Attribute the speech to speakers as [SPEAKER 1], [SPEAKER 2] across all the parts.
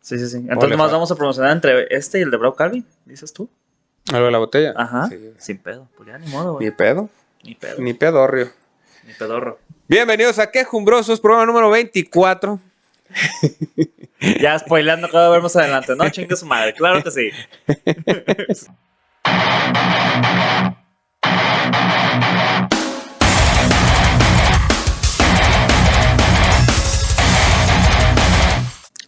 [SPEAKER 1] Sí, sí, sí. Entonces nomás vamos a promocionar entre este y el de Brock Calvin, dices tú.
[SPEAKER 2] Algo de la botella.
[SPEAKER 1] Ajá.
[SPEAKER 2] Sí.
[SPEAKER 1] Sin pedo. Pues ya ni modo,
[SPEAKER 2] Ni
[SPEAKER 1] güey.
[SPEAKER 2] pedo.
[SPEAKER 1] Ni pedo.
[SPEAKER 2] Ni pedorrio.
[SPEAKER 1] Ni pedorro.
[SPEAKER 2] Bienvenidos a Quejumbrosos, programa número 24.
[SPEAKER 1] Ya spoileando cada vez más adelante, ¿no? Chingue su madre, claro que sí.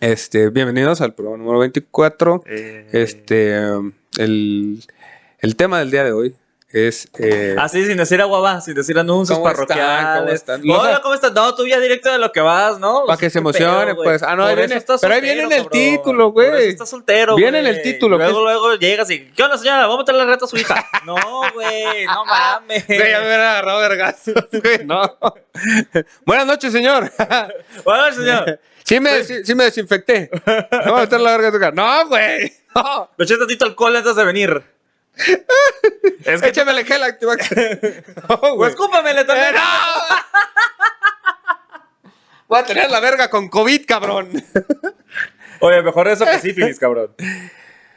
[SPEAKER 2] Este, bienvenidos al programa número 24.
[SPEAKER 1] Eh,
[SPEAKER 2] Este, um, el, el tema del día de hoy es. eh,
[SPEAKER 1] Así, sin decir aguaba, sin decir anuncios
[SPEAKER 2] ¿Cómo están? ¿Cómo
[SPEAKER 1] parroquiales.
[SPEAKER 2] están? Los-
[SPEAKER 1] Hola, ¿cómo estás? No, tú ya directo de lo que vas, ¿no?
[SPEAKER 2] Pa' que se emocionen, pues. Ah, no, ahí viene- pero ahí viene en el título, güey.
[SPEAKER 1] Está soltero,
[SPEAKER 2] Viene en
[SPEAKER 1] güey.
[SPEAKER 2] el título,
[SPEAKER 1] Luego,
[SPEAKER 2] ¿qué es?
[SPEAKER 1] luego llegas y, ¿qué onda, señora? Vamos a meterle reto a su hija. No, güey, no mames.
[SPEAKER 2] Ah, Güey, ya me hubiera agarrado vergazos, güey, no. Buenas noches, señor.
[SPEAKER 1] Hola, señor.
[SPEAKER 2] Sí me, sí, sí me desinfecté. No va a estar la verga en tu cara. No, güey. No.
[SPEAKER 1] Me eché tantito alcohol antes de venir. Es que,
[SPEAKER 2] Échame el gel Activax. No,
[SPEAKER 1] pues,
[SPEAKER 2] güey.
[SPEAKER 1] escúpamele
[SPEAKER 2] Eh,
[SPEAKER 1] también.
[SPEAKER 2] no. Voy a tener la verga con COVID, cabrón.
[SPEAKER 1] Oye, mejor eso que sífilis, cabrón.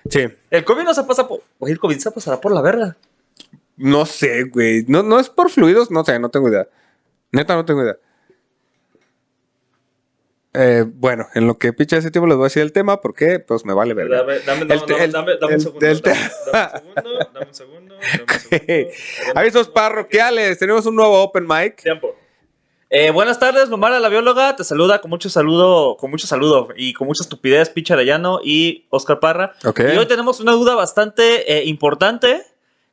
[SPEAKER 2] Sí.
[SPEAKER 1] El COVID no se pasa por. Oye, el COVID se pasará por la verga.
[SPEAKER 2] No sé, güey. No, no es por fluidos, no sé, no tengo idea. Neta, no tengo idea. Eh, bueno, en lo que picha ese tiempo les voy a decir el tema porque pues me vale verga.
[SPEAKER 1] Dame, dame, dame,
[SPEAKER 2] El te-
[SPEAKER 1] dame,
[SPEAKER 2] el-
[SPEAKER 1] dame, dame
[SPEAKER 2] el-
[SPEAKER 1] un segundo.
[SPEAKER 2] el te-
[SPEAKER 1] dame, dame un segundo, dame un segundo, dame un segundo.
[SPEAKER 2] Avisos parroquiales, tenemos un nuevo open mic.
[SPEAKER 1] Tiempo. Eh, buenas tardes, Mamara la bióloga, te saluda con mucho saludo, con mucho saludo y con mucha estupidez, pinche Arellano y Oscar Parra.
[SPEAKER 2] Ok.
[SPEAKER 1] Y hoy tenemos una duda bastante eh, importante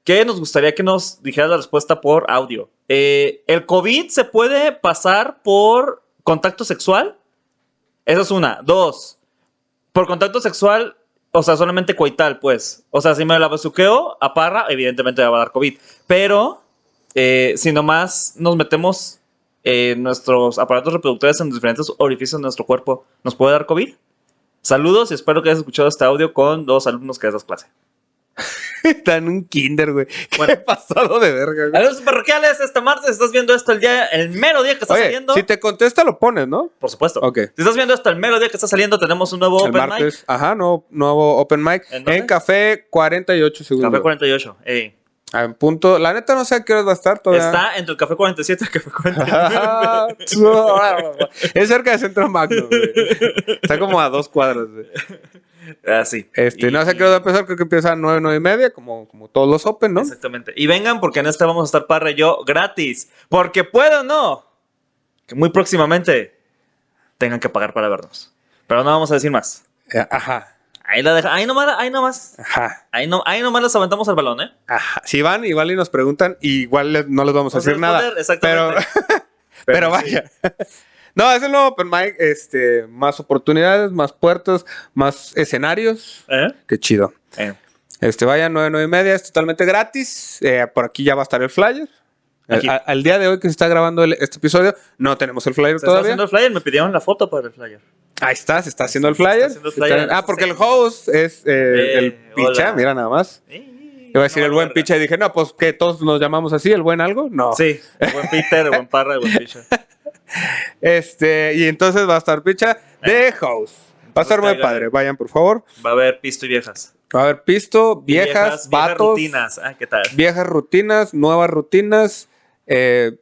[SPEAKER 1] que nos gustaría que nos dijeras la respuesta por audio. Eh, ¿El COVID se puede pasar por contacto sexual? Esa es una. Dos, por contacto sexual, o sea, solamente coital, pues. O sea, si me la besuqueo a Parra, evidentemente me va a dar COVID. Pero, eh, si nomás nos metemos eh, nuestros aparatos reproductores en diferentes orificios de nuestro cuerpo, ¿nos puede dar COVID? Saludos y espero que hayas escuchado este audio con los alumnos que das clase.
[SPEAKER 2] Están en un kinder, güey. Qué
[SPEAKER 1] Bueno.
[SPEAKER 2] pasado de verga, güey.
[SPEAKER 1] Alumnos parroquiales, este martes estás viendo esto el día, el mero día que está
[SPEAKER 2] Oye,
[SPEAKER 1] saliendo.
[SPEAKER 2] si te contesta lo pones, ¿no?
[SPEAKER 1] Por supuesto.
[SPEAKER 2] Ok.
[SPEAKER 1] Si estás viendo esto el mero día que está saliendo, tenemos un nuevo
[SPEAKER 2] el
[SPEAKER 1] open mic.
[SPEAKER 2] martes. Ajá, no, nuevo open mic.
[SPEAKER 1] ¿En
[SPEAKER 2] ¿En,
[SPEAKER 1] dónde?
[SPEAKER 2] café 48 segundos. Ah,
[SPEAKER 1] Café 48. ey.
[SPEAKER 2] En punto. La neta no sé a qué hora va a estar todavía.
[SPEAKER 1] Está entre el café 47 y el café 49.
[SPEAKER 2] es cerca de Centro Magno, güey. Está como a dos cuadras, güey.
[SPEAKER 1] Ah, sí.
[SPEAKER 2] Este,
[SPEAKER 1] Y-
[SPEAKER 2] no sé a qué hora va a empezar, creo que empieza a nueve, nueve y media, como, como todos los Open, ¿no?
[SPEAKER 1] Exactamente. Y vengan porque en esta vamos a estar Parra y yo gratis. Porque puedo o no. Que muy próximamente tengan que pagar para vernos. Pero no vamos a decir más.
[SPEAKER 2] Eh, Ajá,
[SPEAKER 1] Ahí la deja. Ahí nomás, ahí nomás.
[SPEAKER 2] ajá,
[SPEAKER 1] Ahí, no, ahí nomás les aventamos el balón, ¿eh?
[SPEAKER 2] ajá. Si van, igual y nos preguntan, igual les- no les vamos a
[SPEAKER 1] Vamos a
[SPEAKER 2] decir nada.
[SPEAKER 1] responder,
[SPEAKER 2] Pero,
[SPEAKER 1] exactamente.
[SPEAKER 2] pero
[SPEAKER 1] sí.
[SPEAKER 2] vaya. No, es el nuevo Open Mic, este, más oportunidades, más puertos, más escenarios.
[SPEAKER 1] ¿Eh?
[SPEAKER 2] Qué chido.
[SPEAKER 1] Eh.
[SPEAKER 2] Este, vaya, 9, 9 y media, es totalmente gratis. Eh, por aquí ya va a estar el flyer. Eh,
[SPEAKER 1] Aquí.
[SPEAKER 2] A- al día de hoy que se está grabando el- este episodio, no tenemos el flyer
[SPEAKER 1] Se está
[SPEAKER 2] todavía.
[SPEAKER 1] haciendo el flyer. Me pidieron la foto para el flyer.
[SPEAKER 2] Ahí está, se está haciendo el
[SPEAKER 1] Se está
[SPEAKER 2] flyer.
[SPEAKER 1] haciendo el
[SPEAKER 2] Se está-
[SPEAKER 1] flyer.
[SPEAKER 2] ah, porque el host es eh,
[SPEAKER 1] Eh,
[SPEAKER 2] el picha,
[SPEAKER 1] hola.
[SPEAKER 2] mira nada más.
[SPEAKER 1] Eh,
[SPEAKER 2] Iba a decir
[SPEAKER 1] no,
[SPEAKER 2] el
[SPEAKER 1] la
[SPEAKER 2] buen
[SPEAKER 1] verga.
[SPEAKER 2] picha y dije, no, pues que todos nos llamamos así, el buen algo. No.
[SPEAKER 1] Sí, el buen Peter, el buen Parra, el buen Picha.
[SPEAKER 2] Este, y entonces va a estar picha de host. Va a estar muy
[SPEAKER 1] Eh. Entonces,
[SPEAKER 2] padre, vayan por favor.
[SPEAKER 1] Va a haber pisto y viejas.
[SPEAKER 2] Va a haber pisto,
[SPEAKER 1] Y
[SPEAKER 2] viejas,
[SPEAKER 1] viejas
[SPEAKER 2] vatos,
[SPEAKER 1] rutinas. Ah, ¿qué tal?
[SPEAKER 2] viejas rutinas, nuevas rutinas, eh,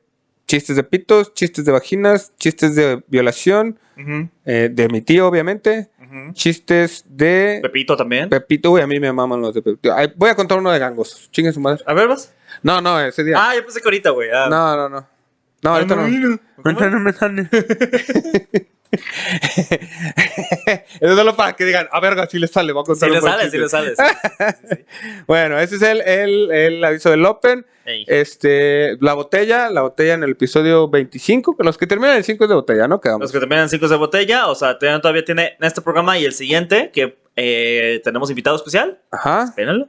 [SPEAKER 2] chistes de pitos, chistes de vaginas, chistes de violación,
[SPEAKER 1] Ujú,
[SPEAKER 2] eh, de mi tío, obviamente,
[SPEAKER 1] ujú.
[SPEAKER 2] chistes de
[SPEAKER 1] Eh, Pepito también.
[SPEAKER 2] Pepito, güey, a mí me maman los de Pepito. Ay, voy a contar uno de gangos, chingue su madre.
[SPEAKER 1] A ver, vas.
[SPEAKER 2] No, no, ese día.
[SPEAKER 1] Ah, yo pensé que ahorita, güey. Ah.
[SPEAKER 2] No, no, no. No, ahorita no. Ahorita no me sale. Eso es solo para que digan, a verga, si le sale, voy a
[SPEAKER 1] Si
[SPEAKER 2] contar un
[SPEAKER 1] le
[SPEAKER 2] buen
[SPEAKER 1] sale, si
[SPEAKER 2] chiste.
[SPEAKER 1] le sale. sí, sí, sí, sí.
[SPEAKER 2] Bueno, ese es el, el, el aviso del Open.
[SPEAKER 1] Ey.
[SPEAKER 2] Este, la botella, la botella en el episodio 25, que los que terminan el 5 es de botella, ¿no? Quedamos.
[SPEAKER 1] Los que terminan cinco de botella, o sea, todavía todavía tiene este programa y el siguiente, que eh, tenemos invitado especial.
[SPEAKER 2] Ajá.
[SPEAKER 1] Espérenlo.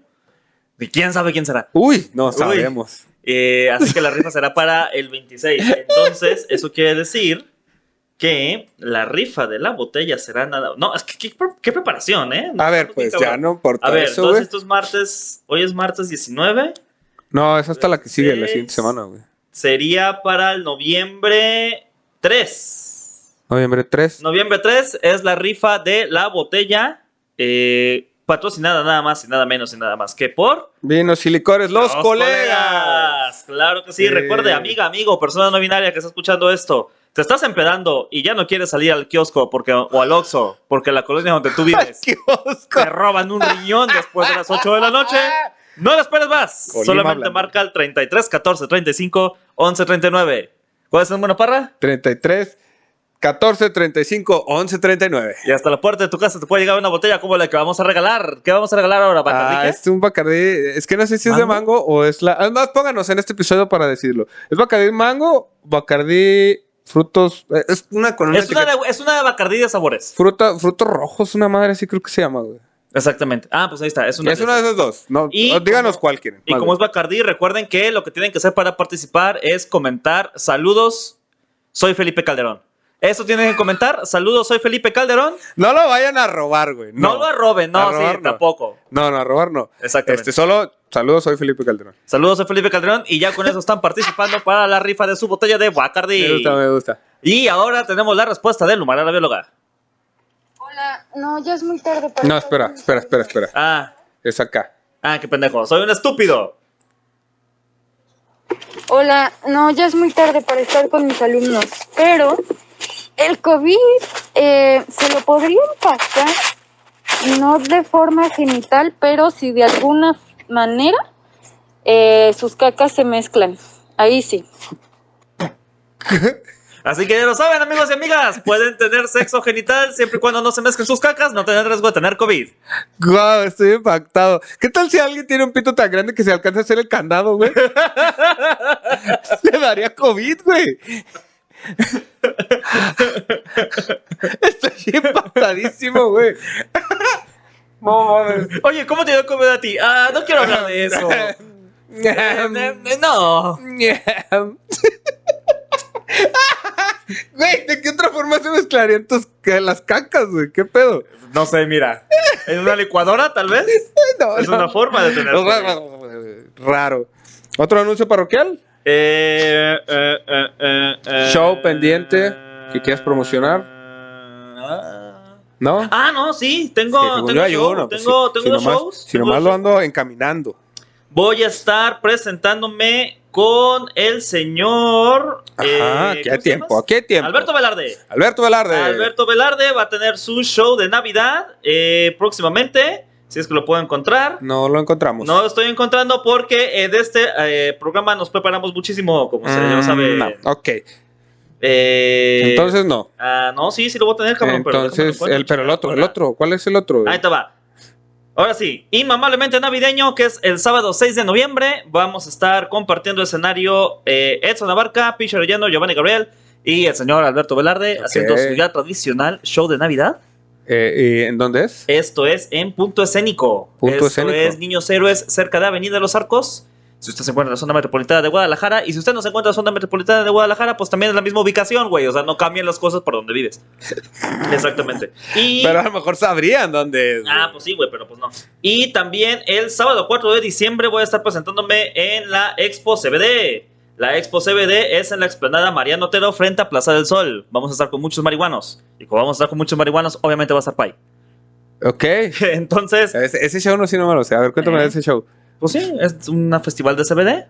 [SPEAKER 1] Y quién sabe quién será.
[SPEAKER 2] Uy, no
[SPEAKER 1] Uy.
[SPEAKER 2] sabemos.
[SPEAKER 1] Eh, así que la rifa será para el 26. Entonces, eso quiere decir que la rifa de la botella será nada. No, es que qué, pre- qué preparación, ¿eh?
[SPEAKER 2] A ver,
[SPEAKER 1] Estamos bien
[SPEAKER 2] pues ya
[SPEAKER 1] cabrón.
[SPEAKER 2] no por
[SPEAKER 1] A ver,
[SPEAKER 2] eso,
[SPEAKER 1] entonces
[SPEAKER 2] güey.
[SPEAKER 1] esto es martes. Hoy es martes 19.
[SPEAKER 2] No, es hasta la que sigue, la
[SPEAKER 1] Seis.
[SPEAKER 2] siguiente semana, güey.
[SPEAKER 1] Sería para el noviembre 3.
[SPEAKER 2] Noviembre 3.
[SPEAKER 1] Noviembre 3 es la rifa de la botella eh, patrocinada nada más y nada menos y nada más que por
[SPEAKER 2] Vinos y licores, los, colegas.
[SPEAKER 1] Claro que sí.
[SPEAKER 2] Sí.
[SPEAKER 1] Recuerde, amiga, amigo, persona no binaria que está escuchando esto, te estás empedando y ya no quieres salir al kiosco porque, o al Oxxo porque la colonia donde tú vives
[SPEAKER 2] ¡Qué
[SPEAKER 1] te
[SPEAKER 2] osco!
[SPEAKER 1] roban un riñón después de las 8 de la noche. No lo esperes más.
[SPEAKER 2] Colima
[SPEAKER 1] Solamente
[SPEAKER 2] hablando.
[SPEAKER 1] marca el 33 14 35 11 39. ¿Cuál es el número, Parra?
[SPEAKER 2] 33, 14, 35, 11, 39.
[SPEAKER 1] Y hasta la puerta de tu casa te puede llegar una botella como la que vamos a regalar. ¿Qué vamos a regalar ahora,
[SPEAKER 2] Ah,
[SPEAKER 1] Bacardí? qué?
[SPEAKER 2] es un Bacardí. Es que no sé si es de
[SPEAKER 1] ¿Mango?
[SPEAKER 2] mango o es la. Además, pónganos en este episodio para decirlo. ¿Es Bacardí mango? Bacardí frutos. eh, Es una con una
[SPEAKER 1] Es una,
[SPEAKER 2] etiqueta-
[SPEAKER 1] de, es una de Bacardí de sabores.
[SPEAKER 2] Fruta, frutos rojos, una madre así creo que se llama, güey.
[SPEAKER 1] Exactamente. Ah, pues ahí está. Es una
[SPEAKER 2] es una de
[SPEAKER 1] esas.
[SPEAKER 2] esas dos. No,
[SPEAKER 1] Y
[SPEAKER 2] no, díganos
[SPEAKER 1] como-
[SPEAKER 2] cuál quieren.
[SPEAKER 1] Y
[SPEAKER 2] más
[SPEAKER 1] como es
[SPEAKER 2] bien.
[SPEAKER 1] Bacardí, recuerden que lo que tienen que hacer para participar es comentar saludos, soy Felipe Calderón. Eso tienen que comentar, saludos, soy Felipe Calderón.
[SPEAKER 2] No lo vayan a robar, güey.
[SPEAKER 1] No,
[SPEAKER 2] No,
[SPEAKER 1] lo arroben, no,
[SPEAKER 2] A robar,
[SPEAKER 1] sí,
[SPEAKER 2] no.
[SPEAKER 1] tampoco.
[SPEAKER 2] no, no, a robar no.
[SPEAKER 1] Exactamente.
[SPEAKER 2] Este, solo saludos, soy Felipe Calderón.
[SPEAKER 1] Saludos, soy Felipe Calderón y ya con eso están participando para la rifa de su botella de
[SPEAKER 2] Me
[SPEAKER 1] Bacardi.
[SPEAKER 2] gusta, me gusta.
[SPEAKER 1] Y ahora tenemos la respuesta de Lumara, la bióloga.
[SPEAKER 3] Hola, no, ya es muy tarde para.
[SPEAKER 2] No, espera, espera, espera, espera.
[SPEAKER 1] Ah,
[SPEAKER 2] Es acá.
[SPEAKER 1] ah, qué pendejo, soy un estúpido.
[SPEAKER 3] Hola, no, ya es muy tarde para estar con mis alumnos, pero el COVID eh, se lo podrían pasar, no de forma genital, pero si de alguna manera eh, sus cacas se mezclan. Ahí sí.
[SPEAKER 1] Así que ya lo saben, amigos y amigas, pueden tener sexo genital siempre y cuando no se mezclen sus cacas, no tienen riesgo de tener COVID.
[SPEAKER 2] Guau, estoy impactado. ¿Qué tal si alguien tiene un pito tan grande que se alcanza a hacer el candado, güey? Le daría COVID, güey. Estoy impactadísimo, güey. No mames.
[SPEAKER 1] Oye, ¿cómo te dio COVID a ti? Ah, no quiero hablar de eso. Eh, eh, no.
[SPEAKER 2] Güey, ¿de qué otra forma se mezclarían tus, que las cacas, güey? ¿Qué pedo?
[SPEAKER 1] No sé, mira. ¿En una licuadora, tal vez?
[SPEAKER 2] No,
[SPEAKER 1] Es
[SPEAKER 2] no.
[SPEAKER 1] una forma de
[SPEAKER 2] Pues
[SPEAKER 1] tener COVID.
[SPEAKER 2] Raro. ¿Otro anuncio parroquial?
[SPEAKER 1] Eh, eh, eh, eh, eh,
[SPEAKER 2] Show pendiente que quieras promocionar. ¿No?
[SPEAKER 1] Ah, no, sí, tengo,
[SPEAKER 2] Que según
[SPEAKER 1] tengo,
[SPEAKER 2] yo hay
[SPEAKER 1] show,
[SPEAKER 2] uno, pues,
[SPEAKER 1] tengo,
[SPEAKER 2] si-
[SPEAKER 1] tengo
[SPEAKER 2] si
[SPEAKER 1] dos
[SPEAKER 2] nomás-
[SPEAKER 1] shows.
[SPEAKER 2] Si
[SPEAKER 1] tengo
[SPEAKER 2] nomás
[SPEAKER 1] dos
[SPEAKER 2] lo
[SPEAKER 1] shows.
[SPEAKER 2] ando encaminando.
[SPEAKER 1] Voy a estar presentándome con el señor.
[SPEAKER 2] Ajá,
[SPEAKER 1] eh,
[SPEAKER 2] aquí
[SPEAKER 1] ¿cómo
[SPEAKER 2] hay
[SPEAKER 1] se llama?
[SPEAKER 2] tiempo, aquí hay tiempo.
[SPEAKER 1] Alberto Velarde.
[SPEAKER 2] Alberto Velarde.
[SPEAKER 1] Alberto Velarde va a tener su show de Navidad eh, próximamente, si es que lo puedo encontrar.
[SPEAKER 2] No lo encontramos.
[SPEAKER 1] No lo estoy encontrando porque eh, de este eh, programa nos preparamos muchísimo, como se ya
[SPEAKER 2] Mm,
[SPEAKER 1] sabe.
[SPEAKER 2] no. Ok,
[SPEAKER 1] Eh,
[SPEAKER 2] entonces no.
[SPEAKER 1] Ah, no, sí, sí lo voy a tener, cabrón. pero déjame lo
[SPEAKER 2] entonces,
[SPEAKER 1] encuentro,
[SPEAKER 2] el, pero el otro, el
[SPEAKER 1] chingada.
[SPEAKER 2] otro. ¿Cuál es el otro?
[SPEAKER 1] Ahí te va. Ahora sí, inmamablemente navideño, que es el sábado 6 de noviembre. Vamos a estar compartiendo escenario eh, Edson Abarca, Picho Arellano, Giovanni Gabriel y el señor Alberto Velarde haciendo su ya tradicional show de Navidad.
[SPEAKER 2] Eh, ¿y ¿En dónde es?
[SPEAKER 1] Esto es en Punto Escénico.
[SPEAKER 2] Punto
[SPEAKER 1] Esto
[SPEAKER 2] Escénico.
[SPEAKER 1] es Niños Héroes, cerca de Avenida de los Arcos. Si usted se encuentra en la zona metropolitana de Guadalajara y si usted no se encuentra en la zona metropolitana de Guadalajara, pues también es la misma ubicación, güey. O sea, no cambian las cosas por donde vives. Exactamente. Y...
[SPEAKER 2] Pero a lo mejor sabrían dónde es.
[SPEAKER 1] Ah,
[SPEAKER 2] güey.
[SPEAKER 1] pues sí, güey, pero pues no. Y también el sábado 4 de diciembre voy a estar presentándome en la Expo CBD. La Expo CBD es en la explanada Mariano Otero frente a Plaza del Sol. Vamos a estar con muchos marihuanos. Y como vamos a estar con muchos marihuanos, obviamente va a estar Pai.
[SPEAKER 2] Ok.
[SPEAKER 1] Entonces,
[SPEAKER 2] Ese, ese show no sí no me lo sé. A ver, cuéntame
[SPEAKER 1] pues. Eh.
[SPEAKER 2] de ese show.
[SPEAKER 1] pues sí, es un festival de CBD.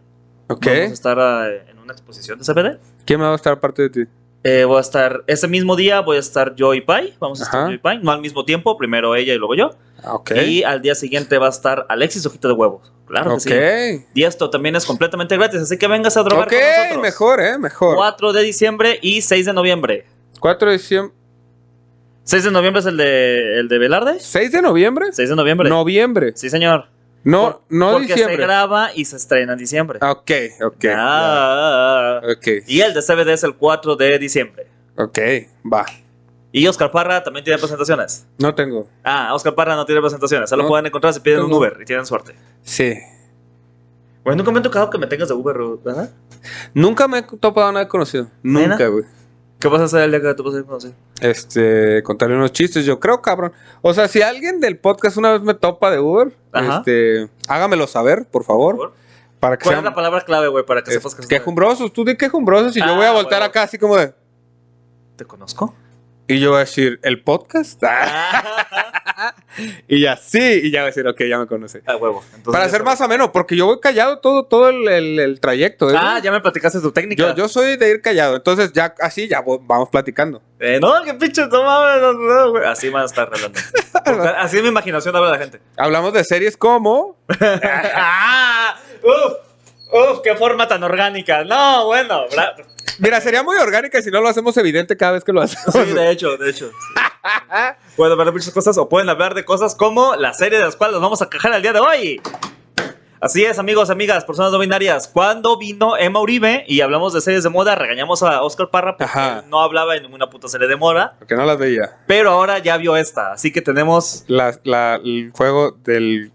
[SPEAKER 2] Ok.
[SPEAKER 1] Vamos a estar eh, en una exposición de CBD.
[SPEAKER 2] ¿Quién me va a estar aparte de ti?
[SPEAKER 1] Eh, voy a estar, ese mismo día voy a estar yo y Pai. Vamos a estar
[SPEAKER 2] Ajá.
[SPEAKER 1] yo y Pai. No al mismo tiempo, primero ella y luego yo.
[SPEAKER 2] Ah, Ok.
[SPEAKER 1] Y al día siguiente va a estar Alexis Ojito de Huevo. Claro
[SPEAKER 2] ok.
[SPEAKER 1] que sí. Y esto también es completamente gratis, así que vengas a drogar
[SPEAKER 2] Ok,
[SPEAKER 1] con nosotros.
[SPEAKER 2] mejor, ¿eh? Mejor.
[SPEAKER 1] 4 de diciembre y 6 de noviembre.
[SPEAKER 2] 4 de diciembre.
[SPEAKER 1] 6 de noviembre es el de, el de Velarde.
[SPEAKER 2] 6 de noviembre.
[SPEAKER 1] 6 de noviembre.
[SPEAKER 2] Noviembre.
[SPEAKER 1] Sí, señor.
[SPEAKER 2] No,
[SPEAKER 1] Por-
[SPEAKER 2] no
[SPEAKER 1] Porque se
[SPEAKER 2] diciembre.
[SPEAKER 1] graba y se estrena en diciembre.
[SPEAKER 2] Ah, Ok, ok.
[SPEAKER 1] Ah.
[SPEAKER 2] ya. Ok,
[SPEAKER 1] Y el de CBD es el 4 de diciembre.
[SPEAKER 2] ok, va.
[SPEAKER 1] Y Oscar Parra también tiene presentaciones.
[SPEAKER 2] No tengo.
[SPEAKER 1] Ah, Oscar Parra no tiene presentaciones. Se lo
[SPEAKER 2] No.
[SPEAKER 1] pueden encontrar si piden
[SPEAKER 2] No,
[SPEAKER 1] un
[SPEAKER 2] no.
[SPEAKER 1] Uber y tienen suerte.
[SPEAKER 2] Sí.
[SPEAKER 1] Bueno, nunca me ha tocado que me tengas de Uber, ¿verdad?
[SPEAKER 2] Nunca me he topado a nadie conocido.
[SPEAKER 1] ¿Nena?
[SPEAKER 2] Nunca, güey.
[SPEAKER 1] ¿Qué vas a hacer el día que te vas a conocer?
[SPEAKER 2] Este, contarle unos chistes, yo creo, cabrón. O sea, si alguien del podcast una vez me topa de Uber,
[SPEAKER 1] Ajá.
[SPEAKER 2] este, hágamelo saber, por favor.
[SPEAKER 1] ¿Por?
[SPEAKER 2] Para que
[SPEAKER 1] ¿Cuál es
[SPEAKER 2] sean
[SPEAKER 1] la palabra clave, güey, para que
[SPEAKER 2] eh,
[SPEAKER 1] sepas que
[SPEAKER 2] quejumbrosos. Tú di quejumbrosos y
[SPEAKER 1] Ah,
[SPEAKER 2] yo voy a voltear
[SPEAKER 1] bueno.
[SPEAKER 2] acá así como de,
[SPEAKER 1] te conozco?
[SPEAKER 2] Y yo voy a decir, ¿el podcast? Ah, Y ya, sí, y ya voy a decir, ok, ya me conoce.
[SPEAKER 1] A huevo. Entonces,
[SPEAKER 2] Para
[SPEAKER 1] ya
[SPEAKER 2] ser más
[SPEAKER 1] sabes.
[SPEAKER 2] ameno, porque yo voy callado todo, todo el, el- el trayecto. ¿eh?
[SPEAKER 1] Ah, ya me platicaste tu técnica.
[SPEAKER 2] yo, yo soy de ir callado, entonces ya así ya vo- vamos platicando.
[SPEAKER 1] Eh, no, qué pinche, no mames. no, no, güey. Así van a estar hablando. Así es mi imaginación habla la gente.
[SPEAKER 2] Hablamos de series como...
[SPEAKER 1] ¡Ah! ¡Uf! ¡Uf! ¡Qué forma tan orgánica! No, bueno. bra-
[SPEAKER 2] Mira, sería muy orgánica si no lo hacemos evidente cada vez que lo hacemos.
[SPEAKER 1] Sí, de hecho, de hecho. Pueden hablar de muchas cosas o pueden hablar de cosas como la serie de las cuales nos vamos a cajar el día de hoy. Así es, amigos, amigas, personas no binarias. Cuando vino Emma Uribe y hablamos de series de moda, regañamos a Oscar Parra porque
[SPEAKER 2] Ajá.
[SPEAKER 1] no hablaba en ninguna puta serie de moda.
[SPEAKER 2] Porque no las veía.
[SPEAKER 1] Pero ahora ya vio esta, así que tenemos
[SPEAKER 2] La- la- el juego del...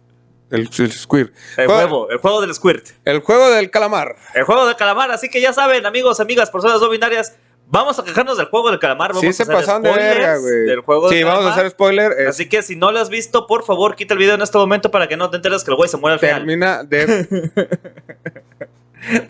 [SPEAKER 2] El, el squir.
[SPEAKER 1] el
[SPEAKER 2] Juego-
[SPEAKER 1] juego, el juego del squirt.
[SPEAKER 2] El juego del calamar.
[SPEAKER 1] El juego del calamar, así que ya saben, amigos, amigas, personas no binarias, vamos a quejarnos del juego del calamar. Vamos
[SPEAKER 2] Sí
[SPEAKER 1] a
[SPEAKER 2] se
[SPEAKER 1] hacer
[SPEAKER 2] pasaron de
[SPEAKER 1] spoilers
[SPEAKER 2] verga, güey.
[SPEAKER 1] Del juego
[SPEAKER 2] sí,
[SPEAKER 1] del
[SPEAKER 2] vamos a
[SPEAKER 1] calamar.
[SPEAKER 2] hacer spoiler. eh,
[SPEAKER 1] Así que si no lo has visto, por favor, quita el video en este momento para que no te enteres que el güey se muere al final.
[SPEAKER 2] termina de,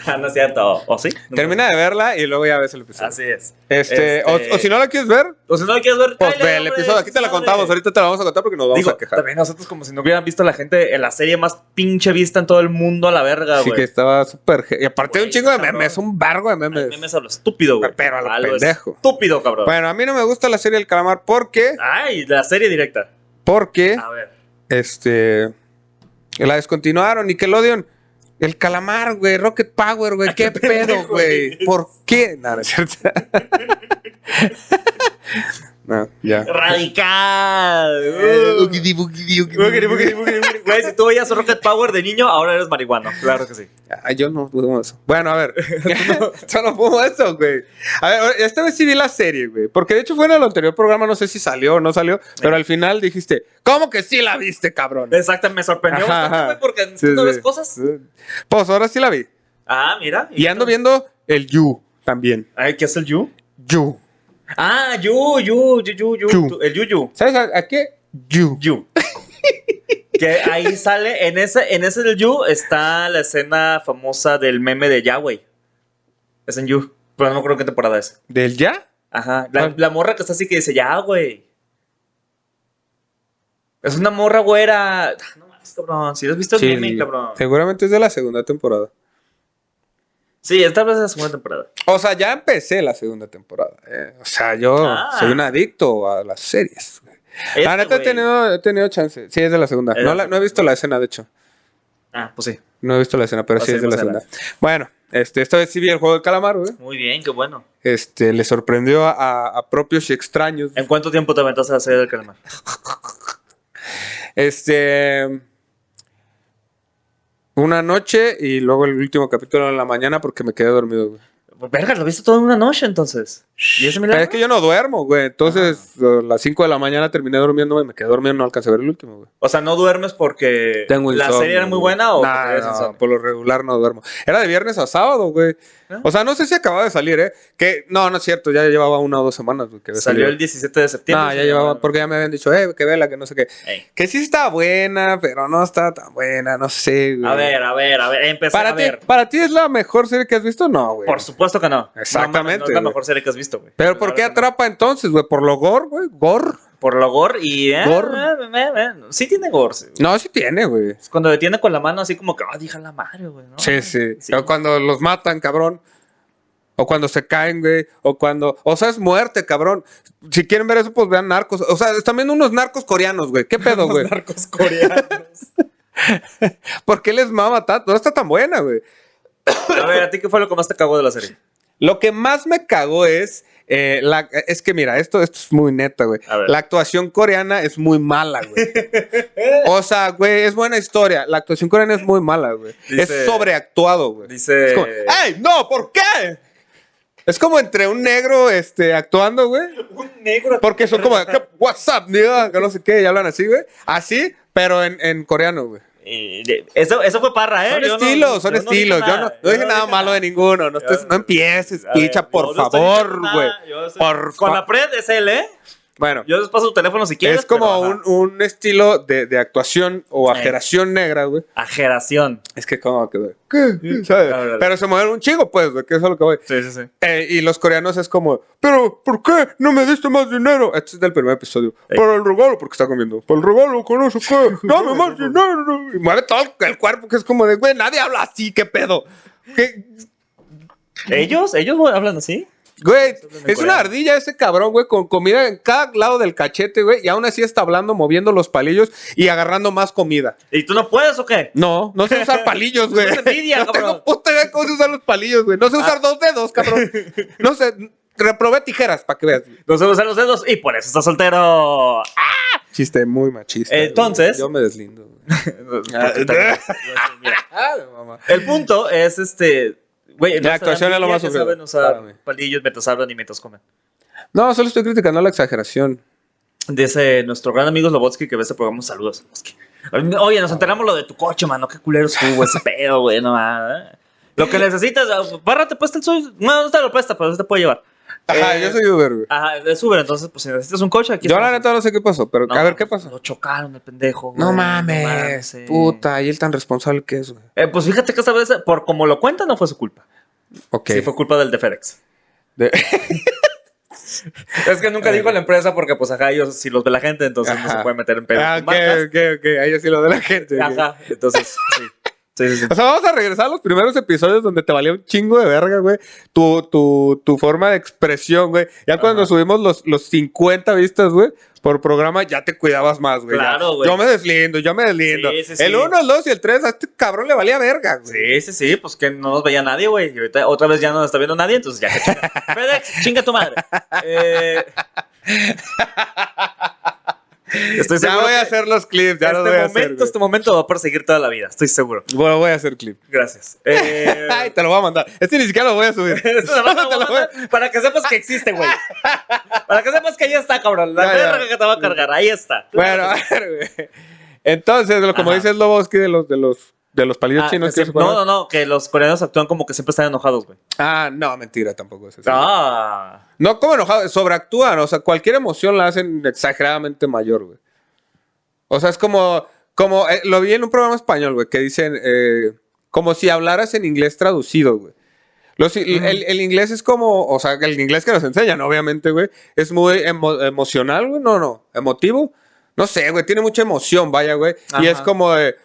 [SPEAKER 1] Ah, no es cierto. ¿O, o sí? No.
[SPEAKER 2] termina de verla y luego ya ves el episodio.
[SPEAKER 1] Así es.
[SPEAKER 2] Este,
[SPEAKER 1] Este-
[SPEAKER 2] O, o si no la quieres ver,
[SPEAKER 1] O si no lo quieres ver,
[SPEAKER 2] pues
[SPEAKER 1] tráele,
[SPEAKER 2] ve el
[SPEAKER 1] hombre,
[SPEAKER 2] episodio. Aquí te la
[SPEAKER 1] madre.
[SPEAKER 2] contamos, ahorita te la vamos a contar porque nos vamos
[SPEAKER 1] Digo,
[SPEAKER 2] a quejar.
[SPEAKER 1] también nosotros como si no hubieran visto a la gente en la serie más pinche vista en todo el mundo a la verga,
[SPEAKER 2] Así
[SPEAKER 1] ah, güey.
[SPEAKER 2] que estaba súper. ge- Y aparte de un
[SPEAKER 1] Güey,
[SPEAKER 2] chingo de
[SPEAKER 1] cabrón.
[SPEAKER 2] memes, un bargo de
[SPEAKER 1] Ay,
[SPEAKER 2] memes.
[SPEAKER 1] memes a lo estúpido, güey.
[SPEAKER 2] Pero a lo
[SPEAKER 1] lo
[SPEAKER 2] pendejo. Pues,
[SPEAKER 1] Estúpido, cabrón.
[SPEAKER 2] Bueno, a mí no me gusta la serie El Calamar porque.
[SPEAKER 1] Ay, la serie directa.
[SPEAKER 2] Porque.
[SPEAKER 1] A ver.
[SPEAKER 2] Este. La descontinuaron. Nickelodeon. El calamar, güey. Rocket Power, güey. ¿Qué pedo, güey? ¿Por qué? No, no es cierto. no, ya.
[SPEAKER 1] Radical.
[SPEAKER 2] Eh,
[SPEAKER 1] Uh.
[SPEAKER 2] ugidi, bugidi, ugidi,
[SPEAKER 1] Bugiri, bugiri,
[SPEAKER 2] bugidi.
[SPEAKER 1] bugiri, bugiri. Güey, si tú veías Rocket Power de niño, ahora eres marihuano. Claro que sí.
[SPEAKER 2] Ay, Ah, yo no fumo eso. Bueno, a ver. yo no fumo eso, güey. A ver, esta vez sí vi la serie, güey. Porque de hecho fue en el anterior programa, no sé si salió o no salió. Pero al final dijiste, ¿cómo que sí la viste, cabrón?
[SPEAKER 1] Exacto, me sorprendió
[SPEAKER 2] Ajá,
[SPEAKER 1] bastante,
[SPEAKER 2] ajá.
[SPEAKER 1] güey, porque tú
[SPEAKER 2] Sí,
[SPEAKER 1] no
[SPEAKER 2] sí.
[SPEAKER 1] ves cosas.
[SPEAKER 2] Pues ahora sí la vi.
[SPEAKER 1] Ah, mira.
[SPEAKER 2] Y ando
[SPEAKER 1] bien.
[SPEAKER 2] viendo el You también.
[SPEAKER 1] Ay, ¿qué es el Yu?
[SPEAKER 2] You.
[SPEAKER 1] Ah, Yu, Yu, Yu, Yu, Yu.
[SPEAKER 2] Yu.
[SPEAKER 1] Tú- El Yu, Yu.
[SPEAKER 2] ¿Sabes a, a qué? You.
[SPEAKER 1] Yu. que ahí sale, en ese, en ese del Yu está la escena famosa del meme de Yahweh. Es en Yu. Pero no me acuerdo qué temporada es.
[SPEAKER 2] ¿Del ya?
[SPEAKER 1] Ajá. La,
[SPEAKER 2] ¿Cuál?
[SPEAKER 1] la morra que está así que dice Yahweh. Es una morra güera. Ah, No mames, cabrón. Si has visto el meme,
[SPEAKER 2] el-
[SPEAKER 1] cabrón.
[SPEAKER 2] Seguramente es de la segunda temporada.
[SPEAKER 1] Sí, esta vez es la segunda temporada.
[SPEAKER 2] O sea, ya empecé la segunda temporada. eh. O sea, yo
[SPEAKER 1] Ah.
[SPEAKER 2] soy un adicto a las series. la
[SPEAKER 1] Este,
[SPEAKER 2] neta he
[SPEAKER 1] güey.
[SPEAKER 2] tenido, he tenido chance. Sí, es de la segunda.
[SPEAKER 1] Es
[SPEAKER 2] No,
[SPEAKER 1] la
[SPEAKER 2] la- no he visto la escena, de hecho.
[SPEAKER 1] Ah, pues sí.
[SPEAKER 2] No he visto la escena, pero sí es de la
[SPEAKER 1] Pasemos
[SPEAKER 2] segunda. Bueno, este, esta vez sí vi el juego del calamar, güey.
[SPEAKER 1] Muy bien, qué bueno.
[SPEAKER 2] Este, le sorprendió a, a propios y extraños.
[SPEAKER 1] ¿En cuánto tiempo te aventaste a la serie del calamar?
[SPEAKER 2] Este. Una noche y luego el último capítulo en la mañana porque me quedé dormido, güey.
[SPEAKER 1] Verga, lo viste todo en una noche entonces. ¿Y ese
[SPEAKER 2] Pero
[SPEAKER 1] milagro?
[SPEAKER 2] es que yo no duermo, güey. Entonces, a las 5 de la mañana terminé durmiendo y me quedé dormido no alcancé a ver el último, güey.
[SPEAKER 1] O sea, no duermes porque
[SPEAKER 2] Tengo
[SPEAKER 1] la
[SPEAKER 2] insomnio,
[SPEAKER 1] serie era muy
[SPEAKER 2] güey.
[SPEAKER 1] buena o
[SPEAKER 2] Nah,
[SPEAKER 1] porque tenías
[SPEAKER 2] no,
[SPEAKER 1] insomnio?
[SPEAKER 2] por lo regular no duermo. Era de viernes a sábado, güey.
[SPEAKER 1] ¿Ah?
[SPEAKER 2] O sea, no sé si acababa de salir, ¿eh? Que, no, no es cierto, ya llevaba una o dos semanas, güey. Que había
[SPEAKER 1] salió
[SPEAKER 2] salido.
[SPEAKER 1] el 17 de septiembre.
[SPEAKER 2] No, ya
[SPEAKER 1] sí,
[SPEAKER 2] llevaba,
[SPEAKER 1] bueno.
[SPEAKER 2] porque ya me habían dicho, eh, que vela, que no sé qué.
[SPEAKER 1] Ey.
[SPEAKER 2] Que sí está buena, pero no está tan buena, no sé, güey.
[SPEAKER 1] A ver, a ver, a ver, empecé a
[SPEAKER 2] Para ti,
[SPEAKER 1] ver.
[SPEAKER 2] para ti es la mejor serie que has visto, no, güey.
[SPEAKER 1] Por supuesto que no.
[SPEAKER 2] Exactamente,
[SPEAKER 1] No, no es la
[SPEAKER 2] güey.
[SPEAKER 1] mejor serie que has visto, güey.
[SPEAKER 2] Pero ¿por qué
[SPEAKER 1] Claro que no.
[SPEAKER 2] atrapa entonces, güey? Por lo gore, güey. Gore.
[SPEAKER 1] Por lo gore y. eh,
[SPEAKER 2] Gore.
[SPEAKER 1] eh, eh, eh, Sí tiene gore. sí.
[SPEAKER 2] No, sí tiene, güey.
[SPEAKER 1] Cuando detiene con la mano así como que, ah, dije a la madre, güey. ¿no?
[SPEAKER 2] Sí, sí, O cuando los matan, cabrón. O cuando se caen, güey. O cuando. O sea, es muerte, cabrón. Si quieren ver eso, pues vean narcos. O sea, están viendo unos narcos coreanos, güey. ¿Qué pedo, güey?
[SPEAKER 1] Narcos coreanos.
[SPEAKER 2] ¿Por qué les mama tanto? No está tan buena, güey.
[SPEAKER 1] a ver, ¿a ti qué fue lo que más te cagó de la serie?
[SPEAKER 2] Lo que más me cagó es. eh, la, es que mira, esto, esto es muy neta, güey.
[SPEAKER 1] A ver.
[SPEAKER 2] La actuación coreana es muy mala, güey. o sea, güey, es buena historia. La actuación coreana es muy mala, güey.
[SPEAKER 1] Dice-
[SPEAKER 2] es sobreactuado, güey.
[SPEAKER 1] Dice.
[SPEAKER 2] Es como, "Ah, ¡Ay, no! ¿Por qué? Es como entre un negro este, actuando, güey.
[SPEAKER 1] Un negro.
[SPEAKER 2] Porque son como, "¿Qué? what's up, nigga?", Que no sé qué, y hablan así, güey. Así, pero en, en coreano, güey.
[SPEAKER 1] Eh, de- Eso, eso fue parra, ¿eh?
[SPEAKER 2] Son
[SPEAKER 1] Yo no-
[SPEAKER 2] estilos,
[SPEAKER 1] yo
[SPEAKER 2] son
[SPEAKER 1] no dije
[SPEAKER 2] estilos. Yo
[SPEAKER 1] nada,
[SPEAKER 2] no, no dije nada malo de ninguno. No,
[SPEAKER 1] Yo-
[SPEAKER 2] estés- no empieces,
[SPEAKER 1] A ver,
[SPEAKER 2] picha,
[SPEAKER 1] yo
[SPEAKER 2] por
[SPEAKER 1] no estoy diciendo
[SPEAKER 2] favor,
[SPEAKER 1] nada,
[SPEAKER 2] güey.
[SPEAKER 1] yo estoy-
[SPEAKER 2] Por
[SPEAKER 1] Con
[SPEAKER 2] fa-
[SPEAKER 1] la pred es él, ¿eh?
[SPEAKER 2] Bueno,
[SPEAKER 1] Yo les paso tu teléfono si quieres.
[SPEAKER 2] es como
[SPEAKER 1] pero, ajá.
[SPEAKER 2] un, un estilo de, de actuación o
[SPEAKER 1] Sí.
[SPEAKER 2] ajeración negra, güey.
[SPEAKER 1] Ajeración.
[SPEAKER 2] Es que como que... ¿qué? ¿Sabes?
[SPEAKER 1] Ábrale.
[SPEAKER 2] Pero se mueven un chingo, pues, güey, que eso es a lo que voy.
[SPEAKER 1] Sí, sí, sí.
[SPEAKER 2] Eh, y los coreanos es como, pero ¿por qué no me diste más dinero? Este es del primer episodio.
[SPEAKER 1] Ey.
[SPEAKER 2] Por el regalo, porque está comiendo. Por el regalo, con eso, ¿qué? Dame más dinero. Y mueve todo el cuerpo, que es como de, güey, nadie habla así, ¿qué pedo? ¿Qué?
[SPEAKER 1] ¿Ellos? ¿Ellos güey, hablan así?
[SPEAKER 2] Güey,
[SPEAKER 1] Hablan en
[SPEAKER 2] es una
[SPEAKER 1] coreano.
[SPEAKER 2] ardilla ese cabrón, güey, con comida en cada lado del cachete, güey, y aún así está hablando, moviendo los palillos y agarrando más comida.
[SPEAKER 1] ¿Y tú no puedes o qué?
[SPEAKER 2] No, no sé usar palillos, güey.
[SPEAKER 1] Es envidia,
[SPEAKER 2] no
[SPEAKER 1] cabrón. Ah.
[SPEAKER 2] tengo puta idea de cómo se usan los palillos, güey. No sé usar dos dedos, cabrón. No sé, reprobé tijeras, para que veas.
[SPEAKER 1] No se usan los dedos y por eso está soltero.
[SPEAKER 2] Ah, Chiste muy machista.
[SPEAKER 1] Entonces-
[SPEAKER 2] güey. Yo me deslindo. güey.
[SPEAKER 1] Mira,
[SPEAKER 2] Ah, no, mamá.
[SPEAKER 1] El punto es este. Güey,
[SPEAKER 2] La actuación es lo más
[SPEAKER 1] sufrido.
[SPEAKER 2] sufrido.
[SPEAKER 1] saben usar
[SPEAKER 2] Párame.
[SPEAKER 1] palillos mientras hablan y mientras comen.
[SPEAKER 2] No, solo estoy criticando la exageración.
[SPEAKER 1] Dice nuestro gran amigo Slobotsky que ve este programa. Saludos, Slobotsky. Oye, nos enteramos lo de tu coche, mano. Qué culero estuvo ese pedo, güey. No, mames. ¿eh? lo que necesitas, bárrate, pues el sol. No, no te lo presta, pero no te puede llevar.
[SPEAKER 2] Ajá,
[SPEAKER 1] Eh,
[SPEAKER 2] yo soy Uber, güey.
[SPEAKER 1] Ajá, es Uber, entonces, pues si necesitas un coche, aquí
[SPEAKER 2] Yo la
[SPEAKER 1] estamos.
[SPEAKER 2] neta no sé qué pasó, pero
[SPEAKER 1] No,
[SPEAKER 2] a ver qué
[SPEAKER 1] pues,
[SPEAKER 2] pasó.
[SPEAKER 1] Lo chocaron, el pendejo. güey.
[SPEAKER 2] No mames,
[SPEAKER 1] sí.
[SPEAKER 2] puta, y él tan responsable que es, güey.
[SPEAKER 1] Eh, pues fíjate que esta vez, por como lo cuenta, no fue su culpa.
[SPEAKER 2] Ok.
[SPEAKER 1] Sí, fue culpa del de FedEx.
[SPEAKER 2] De-
[SPEAKER 1] Es que nunca dijo la empresa porque, pues, ajá, ellos si los ve la gente, entonces no
[SPEAKER 2] Ajá.
[SPEAKER 1] se pueden meter en pedos
[SPEAKER 2] ah,
[SPEAKER 1] con
[SPEAKER 2] ok,
[SPEAKER 1] marcas.
[SPEAKER 2] ok, ok. Ahí sí lo de la gente. güey.
[SPEAKER 1] Ajá, entonces, sí. Sí, sí, sí.
[SPEAKER 2] O sea, vamos a regresar a los primeros episodios donde te valía un chingo de verga, güey. Tu, tu, tu forma de expresión, güey. Ya cuando
[SPEAKER 1] Ajá.
[SPEAKER 2] subimos los, los 50 vistas, güey, por programa, ya te cuidabas más, güey.
[SPEAKER 1] Claro,
[SPEAKER 2] Ya.
[SPEAKER 1] güey.
[SPEAKER 2] Yo me deslindo, yo me deslindo.
[SPEAKER 1] Sí, sí, sí.
[SPEAKER 2] El 1, el 2 y el 3, a este cabrón le valía verga,
[SPEAKER 1] Sí,
[SPEAKER 2] güey.
[SPEAKER 1] sí, sí, pues que no nos veía nadie, güey. Y ahorita otra vez ya no nos está viendo nadie, entonces ya. que chinga. FedEx, chinga tu madre. Eh, Estoy
[SPEAKER 2] Ya
[SPEAKER 1] seguro.
[SPEAKER 2] voy a
[SPEAKER 1] que
[SPEAKER 2] hacer los clips, ya
[SPEAKER 1] este
[SPEAKER 2] los voy a
[SPEAKER 1] momento,
[SPEAKER 2] hacer. güey.
[SPEAKER 1] este momento va a perseguir toda la vida, estoy seguro.
[SPEAKER 2] Bueno, voy a hacer clip.
[SPEAKER 1] Gracias. Eh,
[SPEAKER 2] Ay, te lo voy a mandar. Este ni siquiera lo voy a subir.
[SPEAKER 1] Eso nada más
[SPEAKER 2] Solo
[SPEAKER 1] te lo voy a mandar para que sepas que existe, güey. Para que sepas que ahí está, cabrón. La
[SPEAKER 2] Ya, ya.
[SPEAKER 1] verga que te va a cargar, ahí está.
[SPEAKER 2] Bueno, a ver, güey. Entonces, lo- como
[SPEAKER 1] Ajá.
[SPEAKER 2] dices Loboski de los, de los, de los palillos
[SPEAKER 1] Ah,
[SPEAKER 2] chinos.
[SPEAKER 1] sí,
[SPEAKER 2] que
[SPEAKER 1] no,
[SPEAKER 2] se fueron.
[SPEAKER 1] no, no, que los coreanos actúan como que siempre están enojados, güey.
[SPEAKER 2] Ah, no, mentira, tampoco es eso.
[SPEAKER 1] Ah.
[SPEAKER 2] No como enojado, sobreactúan, o sea, cualquier emoción la hacen exageradamente mayor, güey. O sea, es como, como eh, lo vi en un programa español, güey, que dicen, eh, como si hablaras en inglés traducido, güey. Los- el, el inglés es como, o sea, el inglés que nos enseñan, obviamente, güey, es muy emo- emocional, güey, no, no, emotivo. No sé, güey, tiene mucha emoción, vaya, güey. Y
[SPEAKER 1] Ajá.
[SPEAKER 2] es como de,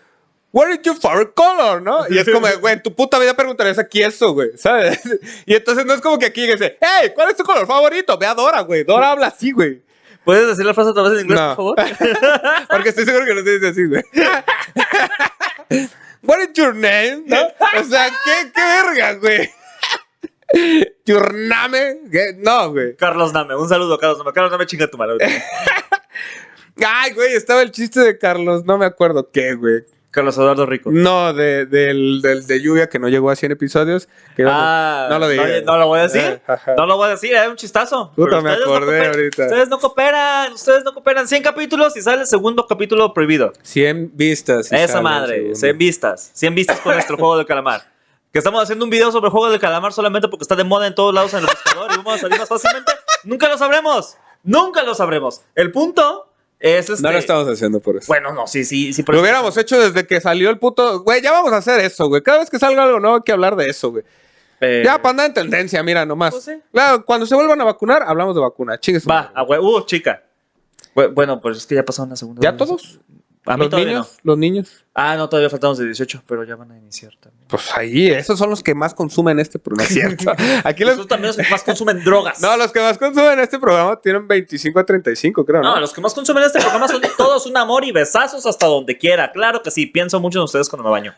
[SPEAKER 2] Where is your favorite color? ¿No? Y es como, de, güey, en tu puta vida preguntarías aquí eso, güey, ¿sabes? Y entonces no es como que aquí dice, hey, ¿cuál es tu color favorito? Ve a Dora, güey. Dora habla así, güey.
[SPEAKER 1] ¿Puedes decir la frase otra vez en inglés,
[SPEAKER 2] No.
[SPEAKER 1] por favor?
[SPEAKER 2] Porque estoy seguro que no se dice así, güey. What is your name? ¿No? O sea, ¿qué, qué verga, güey? Your name? ¿Qué? No, güey.
[SPEAKER 1] Carlos Name, un saludo, Carlos Name. Carlos Name, chinga tu madre. ahorita.
[SPEAKER 2] Ay, güey, estaba el chiste de Carlos, no me acuerdo qué, güey.
[SPEAKER 1] Carlos Eduardo Rico.
[SPEAKER 2] No, de, del, del de lluvia que no llegó a 100 episodios. Que
[SPEAKER 1] Ah,
[SPEAKER 2] no lo digas.
[SPEAKER 1] No, lo voy a decir.
[SPEAKER 2] Eh, ajá.
[SPEAKER 1] No lo voy a decir, era un chistazo.
[SPEAKER 2] Puta,
[SPEAKER 1] Pero
[SPEAKER 2] me
[SPEAKER 1] ustedes no
[SPEAKER 2] acordé
[SPEAKER 1] cooperan,
[SPEAKER 2] ahorita.
[SPEAKER 1] Ustedes no cooperan, ustedes no cooperan. 100 capítulos y sale el segundo capítulo prohibido.
[SPEAKER 2] 100 vistas. y
[SPEAKER 1] Esa
[SPEAKER 2] sale
[SPEAKER 1] madre,
[SPEAKER 2] el
[SPEAKER 1] 100
[SPEAKER 2] segundo.
[SPEAKER 1] vistas. 100 vistas con nuestro juego del calamar. Que estamos haciendo un video sobre el juego del calamar solamente porque está de moda en todos lados en el buscador y vamos a salir más fácilmente. Nunca lo sabremos. Nunca lo sabremos. El punto es este.
[SPEAKER 2] No lo estamos haciendo por eso.
[SPEAKER 1] Bueno, no, sí, sí, sí. por
[SPEAKER 2] Lo
[SPEAKER 1] eso-
[SPEAKER 2] hubiéramos hecho desde que salió el puto. Güey, ya vamos a hacer eso, güey. Cada vez que salga algo nuevo hay que hablar de eso, güey.
[SPEAKER 1] Eh,
[SPEAKER 2] Ya, para andar en tendencia, mira nomás.
[SPEAKER 1] Pues sí.
[SPEAKER 2] Claro, cuando se vuelvan a vacunar, hablamos de vacuna. Chingues.
[SPEAKER 1] Va, a hue- Uh, chica. Bu- Bueno, pues es que ya pasó una segunda.
[SPEAKER 2] ¿Ya
[SPEAKER 1] dosis.
[SPEAKER 2] todos?
[SPEAKER 1] A mí
[SPEAKER 2] ¿Los
[SPEAKER 1] todavía
[SPEAKER 2] niños?
[SPEAKER 1] no.
[SPEAKER 2] ¿Los niños?
[SPEAKER 1] Ah, no, todavía faltamos de 18, pero ya van a iniciar también.
[SPEAKER 2] Pues ahí, esos son los que más consumen este programa. No es cierto. Aquí los...
[SPEAKER 1] Esos también los que más consumen drogas.
[SPEAKER 2] No, los que más consumen este programa tienen 25 a 35, creo, ¿no?
[SPEAKER 1] No, los que más consumen este programa son todos un amor y besazos hasta donde quiera. Claro que sí, pienso mucho en ustedes cuando me baño.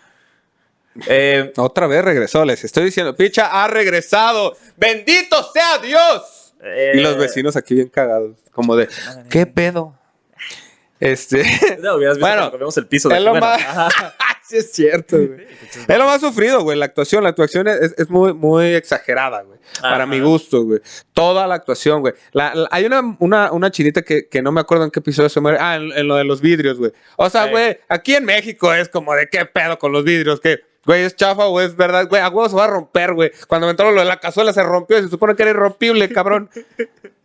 [SPEAKER 1] Eh,
[SPEAKER 2] Otra vez regresó, les estoy diciendo. Picha ha regresado. ¡Bendito sea Dios!
[SPEAKER 1] eh,
[SPEAKER 2] Y los vecinos aquí bien cagados, como de, ¿qué pedo? Este,
[SPEAKER 1] No, hubieras visto
[SPEAKER 2] Bueno,
[SPEAKER 1] cuando cambiamos el piso. de
[SPEAKER 2] es
[SPEAKER 1] aquí,
[SPEAKER 2] lo
[SPEAKER 1] bueno,
[SPEAKER 2] más-
[SPEAKER 1] ajá.
[SPEAKER 2] sí es cierto, güey. Es lo más sufrido, güey, la actuación. La actuación es, es muy, muy exagerada, güey. Para
[SPEAKER 1] Ajá.
[SPEAKER 2] mi gusto, güey. Toda la actuación, güey. La- la- hay una, una, una chinita que, que no me acuerdo en qué episodio se muere. Ah, en, en lo de los vidrios, güey. O sea,
[SPEAKER 1] Ey.
[SPEAKER 2] güey, aquí en México es como de, ¿qué pedo con los vidrios? Que güey, es chafa o es verdad, güey, a huevo se va a romper, güey. Cuando me entró lo de la cazuela se rompió, se supone que era irrompible, cabrón.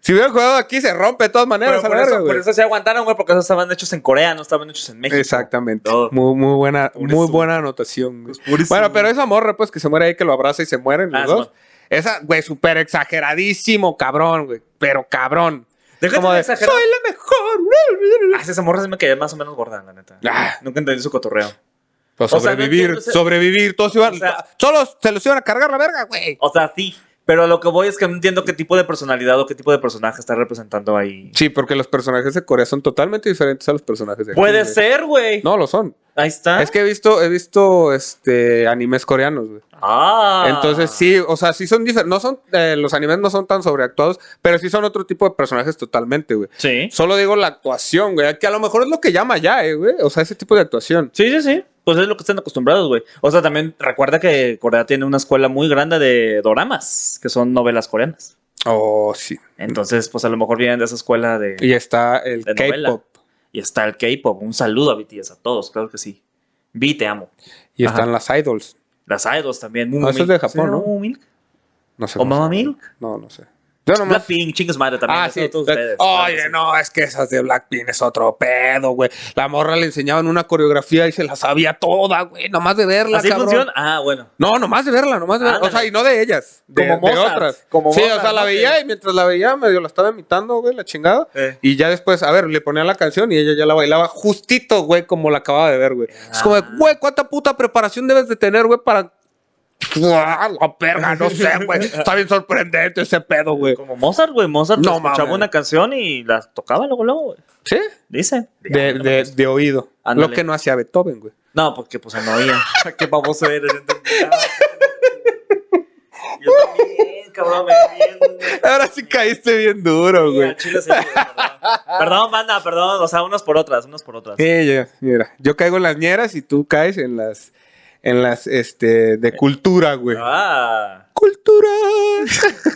[SPEAKER 2] Si hubiera jugado aquí, se rompe de todas
[SPEAKER 1] Pero
[SPEAKER 2] maneras, a
[SPEAKER 1] por,
[SPEAKER 2] la verga,
[SPEAKER 1] eso, por
[SPEAKER 2] güey.
[SPEAKER 1] eso se aguantaron, güey, porque esos estaban hechos en Corea, no estaban hechos en México.
[SPEAKER 2] Exactamente.
[SPEAKER 1] Todo.
[SPEAKER 2] Muy, muy buena,
[SPEAKER 1] Por
[SPEAKER 2] muy
[SPEAKER 1] eso.
[SPEAKER 2] buena anotación, güey.
[SPEAKER 1] Pues por eso,
[SPEAKER 2] Bueno, pero
[SPEAKER 1] güey.
[SPEAKER 2] esa morra, pues, que se muere ahí, que lo abraza y se mueren los
[SPEAKER 1] Ah,
[SPEAKER 2] dos.
[SPEAKER 1] Simón.
[SPEAKER 2] Esa, güey, súper exageradísimo, cabrón, güey. Pero cabrón.
[SPEAKER 1] Déjate
[SPEAKER 2] Como
[SPEAKER 1] de
[SPEAKER 2] de,
[SPEAKER 1] exagerar.
[SPEAKER 2] soy la mejor.
[SPEAKER 1] Ah, esa morra se me quedé más o menos gorda, la neta.
[SPEAKER 2] Ah.
[SPEAKER 1] Nunca entendí su cotorreo.
[SPEAKER 2] Pues
[SPEAKER 1] O sea, no
[SPEAKER 2] sobrevivir,
[SPEAKER 1] entiendo, o sea-
[SPEAKER 2] sobrevivir. Todos iban,
[SPEAKER 1] O sea-
[SPEAKER 2] solo se los iban a cargar la verga, güey.
[SPEAKER 1] O sea, sí. Pero a lo que voy es que no entiendo qué tipo de personalidad o qué tipo de personaje está representando ahí.
[SPEAKER 2] Sí, porque los personajes de Corea son totalmente diferentes a los personajes de aquí,
[SPEAKER 1] Puede
[SPEAKER 2] güey.
[SPEAKER 1] ser, ¿Ah? güey.
[SPEAKER 2] No, lo son.
[SPEAKER 1] Ahí está.
[SPEAKER 2] Es que he visto, he visto este animes coreanos, güey.
[SPEAKER 1] Ah.
[SPEAKER 2] Entonces sí, o sea, sí son diferentes. No son, eh, los animes no son tan sobreactuados, pero sí son otro tipo de personajes totalmente, güey.
[SPEAKER 1] Sí.
[SPEAKER 2] Solo digo la actuación, güey, que a lo mejor es lo que llama ya, eh, güey. O sea, ese tipo de actuación.
[SPEAKER 1] Sí, sí, sí. Pues es lo que están acostumbrados, güey. O sea, también recuerda que Corea tiene una escuela muy grande de doramas, que son novelas coreanas.
[SPEAKER 2] Oh, sí.
[SPEAKER 1] Entonces, pues a lo mejor vienen de esa escuela de...
[SPEAKER 2] Y está el
[SPEAKER 1] De novela.
[SPEAKER 2] K-pop.
[SPEAKER 1] Y está el K-pop. Un saludo a BTS a todos, claro que sí. Vi, te amo.
[SPEAKER 2] Y
[SPEAKER 1] Ajá.
[SPEAKER 2] están las idols.
[SPEAKER 1] Las idols también.
[SPEAKER 2] No, Ah, eso es de Japón, ¿no?
[SPEAKER 1] Mumu Milk.
[SPEAKER 2] No sé.
[SPEAKER 1] ¿O
[SPEAKER 2] cómo se
[SPEAKER 1] Mama
[SPEAKER 2] llama.
[SPEAKER 1] Milk?
[SPEAKER 2] No, no sé. Yo nomás
[SPEAKER 1] Blackpink, chingas madre también.
[SPEAKER 2] Ah,
[SPEAKER 1] eso
[SPEAKER 2] sí.
[SPEAKER 1] todos
[SPEAKER 2] Black-
[SPEAKER 1] ustedes,
[SPEAKER 2] Oye,
[SPEAKER 1] claro que sí.
[SPEAKER 2] no, es que esas de Blackpink es otro pedo, güey. La morra le enseñaban una coreografía y se la sabía toda, güey. Nomás de verla,
[SPEAKER 1] ¿Así
[SPEAKER 2] cabrón.
[SPEAKER 1] funciona? Ah, bueno.
[SPEAKER 2] No, nomás de verla, nomás de verla. O sea,
[SPEAKER 1] Ándale.
[SPEAKER 2] y no de ellas. De,
[SPEAKER 1] Como
[SPEAKER 2] de
[SPEAKER 1] Mozart,
[SPEAKER 2] otras.
[SPEAKER 1] como
[SPEAKER 2] sí,
[SPEAKER 1] Mozart,
[SPEAKER 2] o sea, la
[SPEAKER 1] ¿no?
[SPEAKER 2] veía y mientras la veía medio la estaba imitando, güey, la chingada.
[SPEAKER 1] Eh.
[SPEAKER 2] Y ya después, a ver, le ponía la canción y ella ya la bailaba justito, güey, como la acababa de ver, güey. Es como, de,
[SPEAKER 1] Ah.
[SPEAKER 2] güey, ¿cuánta puta preparación debes de tener, güey, para... ¡Ah, la perga, no sé, güey. Está bien sorprendente ese pedo, güey.
[SPEAKER 1] Como Mozart, güey. Mozart
[SPEAKER 2] No
[SPEAKER 1] escuchaba
[SPEAKER 2] mames.
[SPEAKER 1] una canción y la tocaba luego, luego, güey.
[SPEAKER 2] ¿Sí?
[SPEAKER 1] Dice.
[SPEAKER 2] De, de- de oído.
[SPEAKER 1] Ándale.
[SPEAKER 2] Lo que no hacía Beethoven, güey.
[SPEAKER 1] No, porque pues no oía. Qué baboso eres. Yo también, cabrón, me entiendo.
[SPEAKER 2] Ahora sí caíste bien duro, güey.
[SPEAKER 1] Perdón, banda, perdón. O sea, unas por otras, unas por otras.
[SPEAKER 2] Sí, ya, mira. Yo caigo en las ñeras y tú caes en las. En las, este, de cultura, güey.
[SPEAKER 1] Ah.
[SPEAKER 2] ¡Cultura!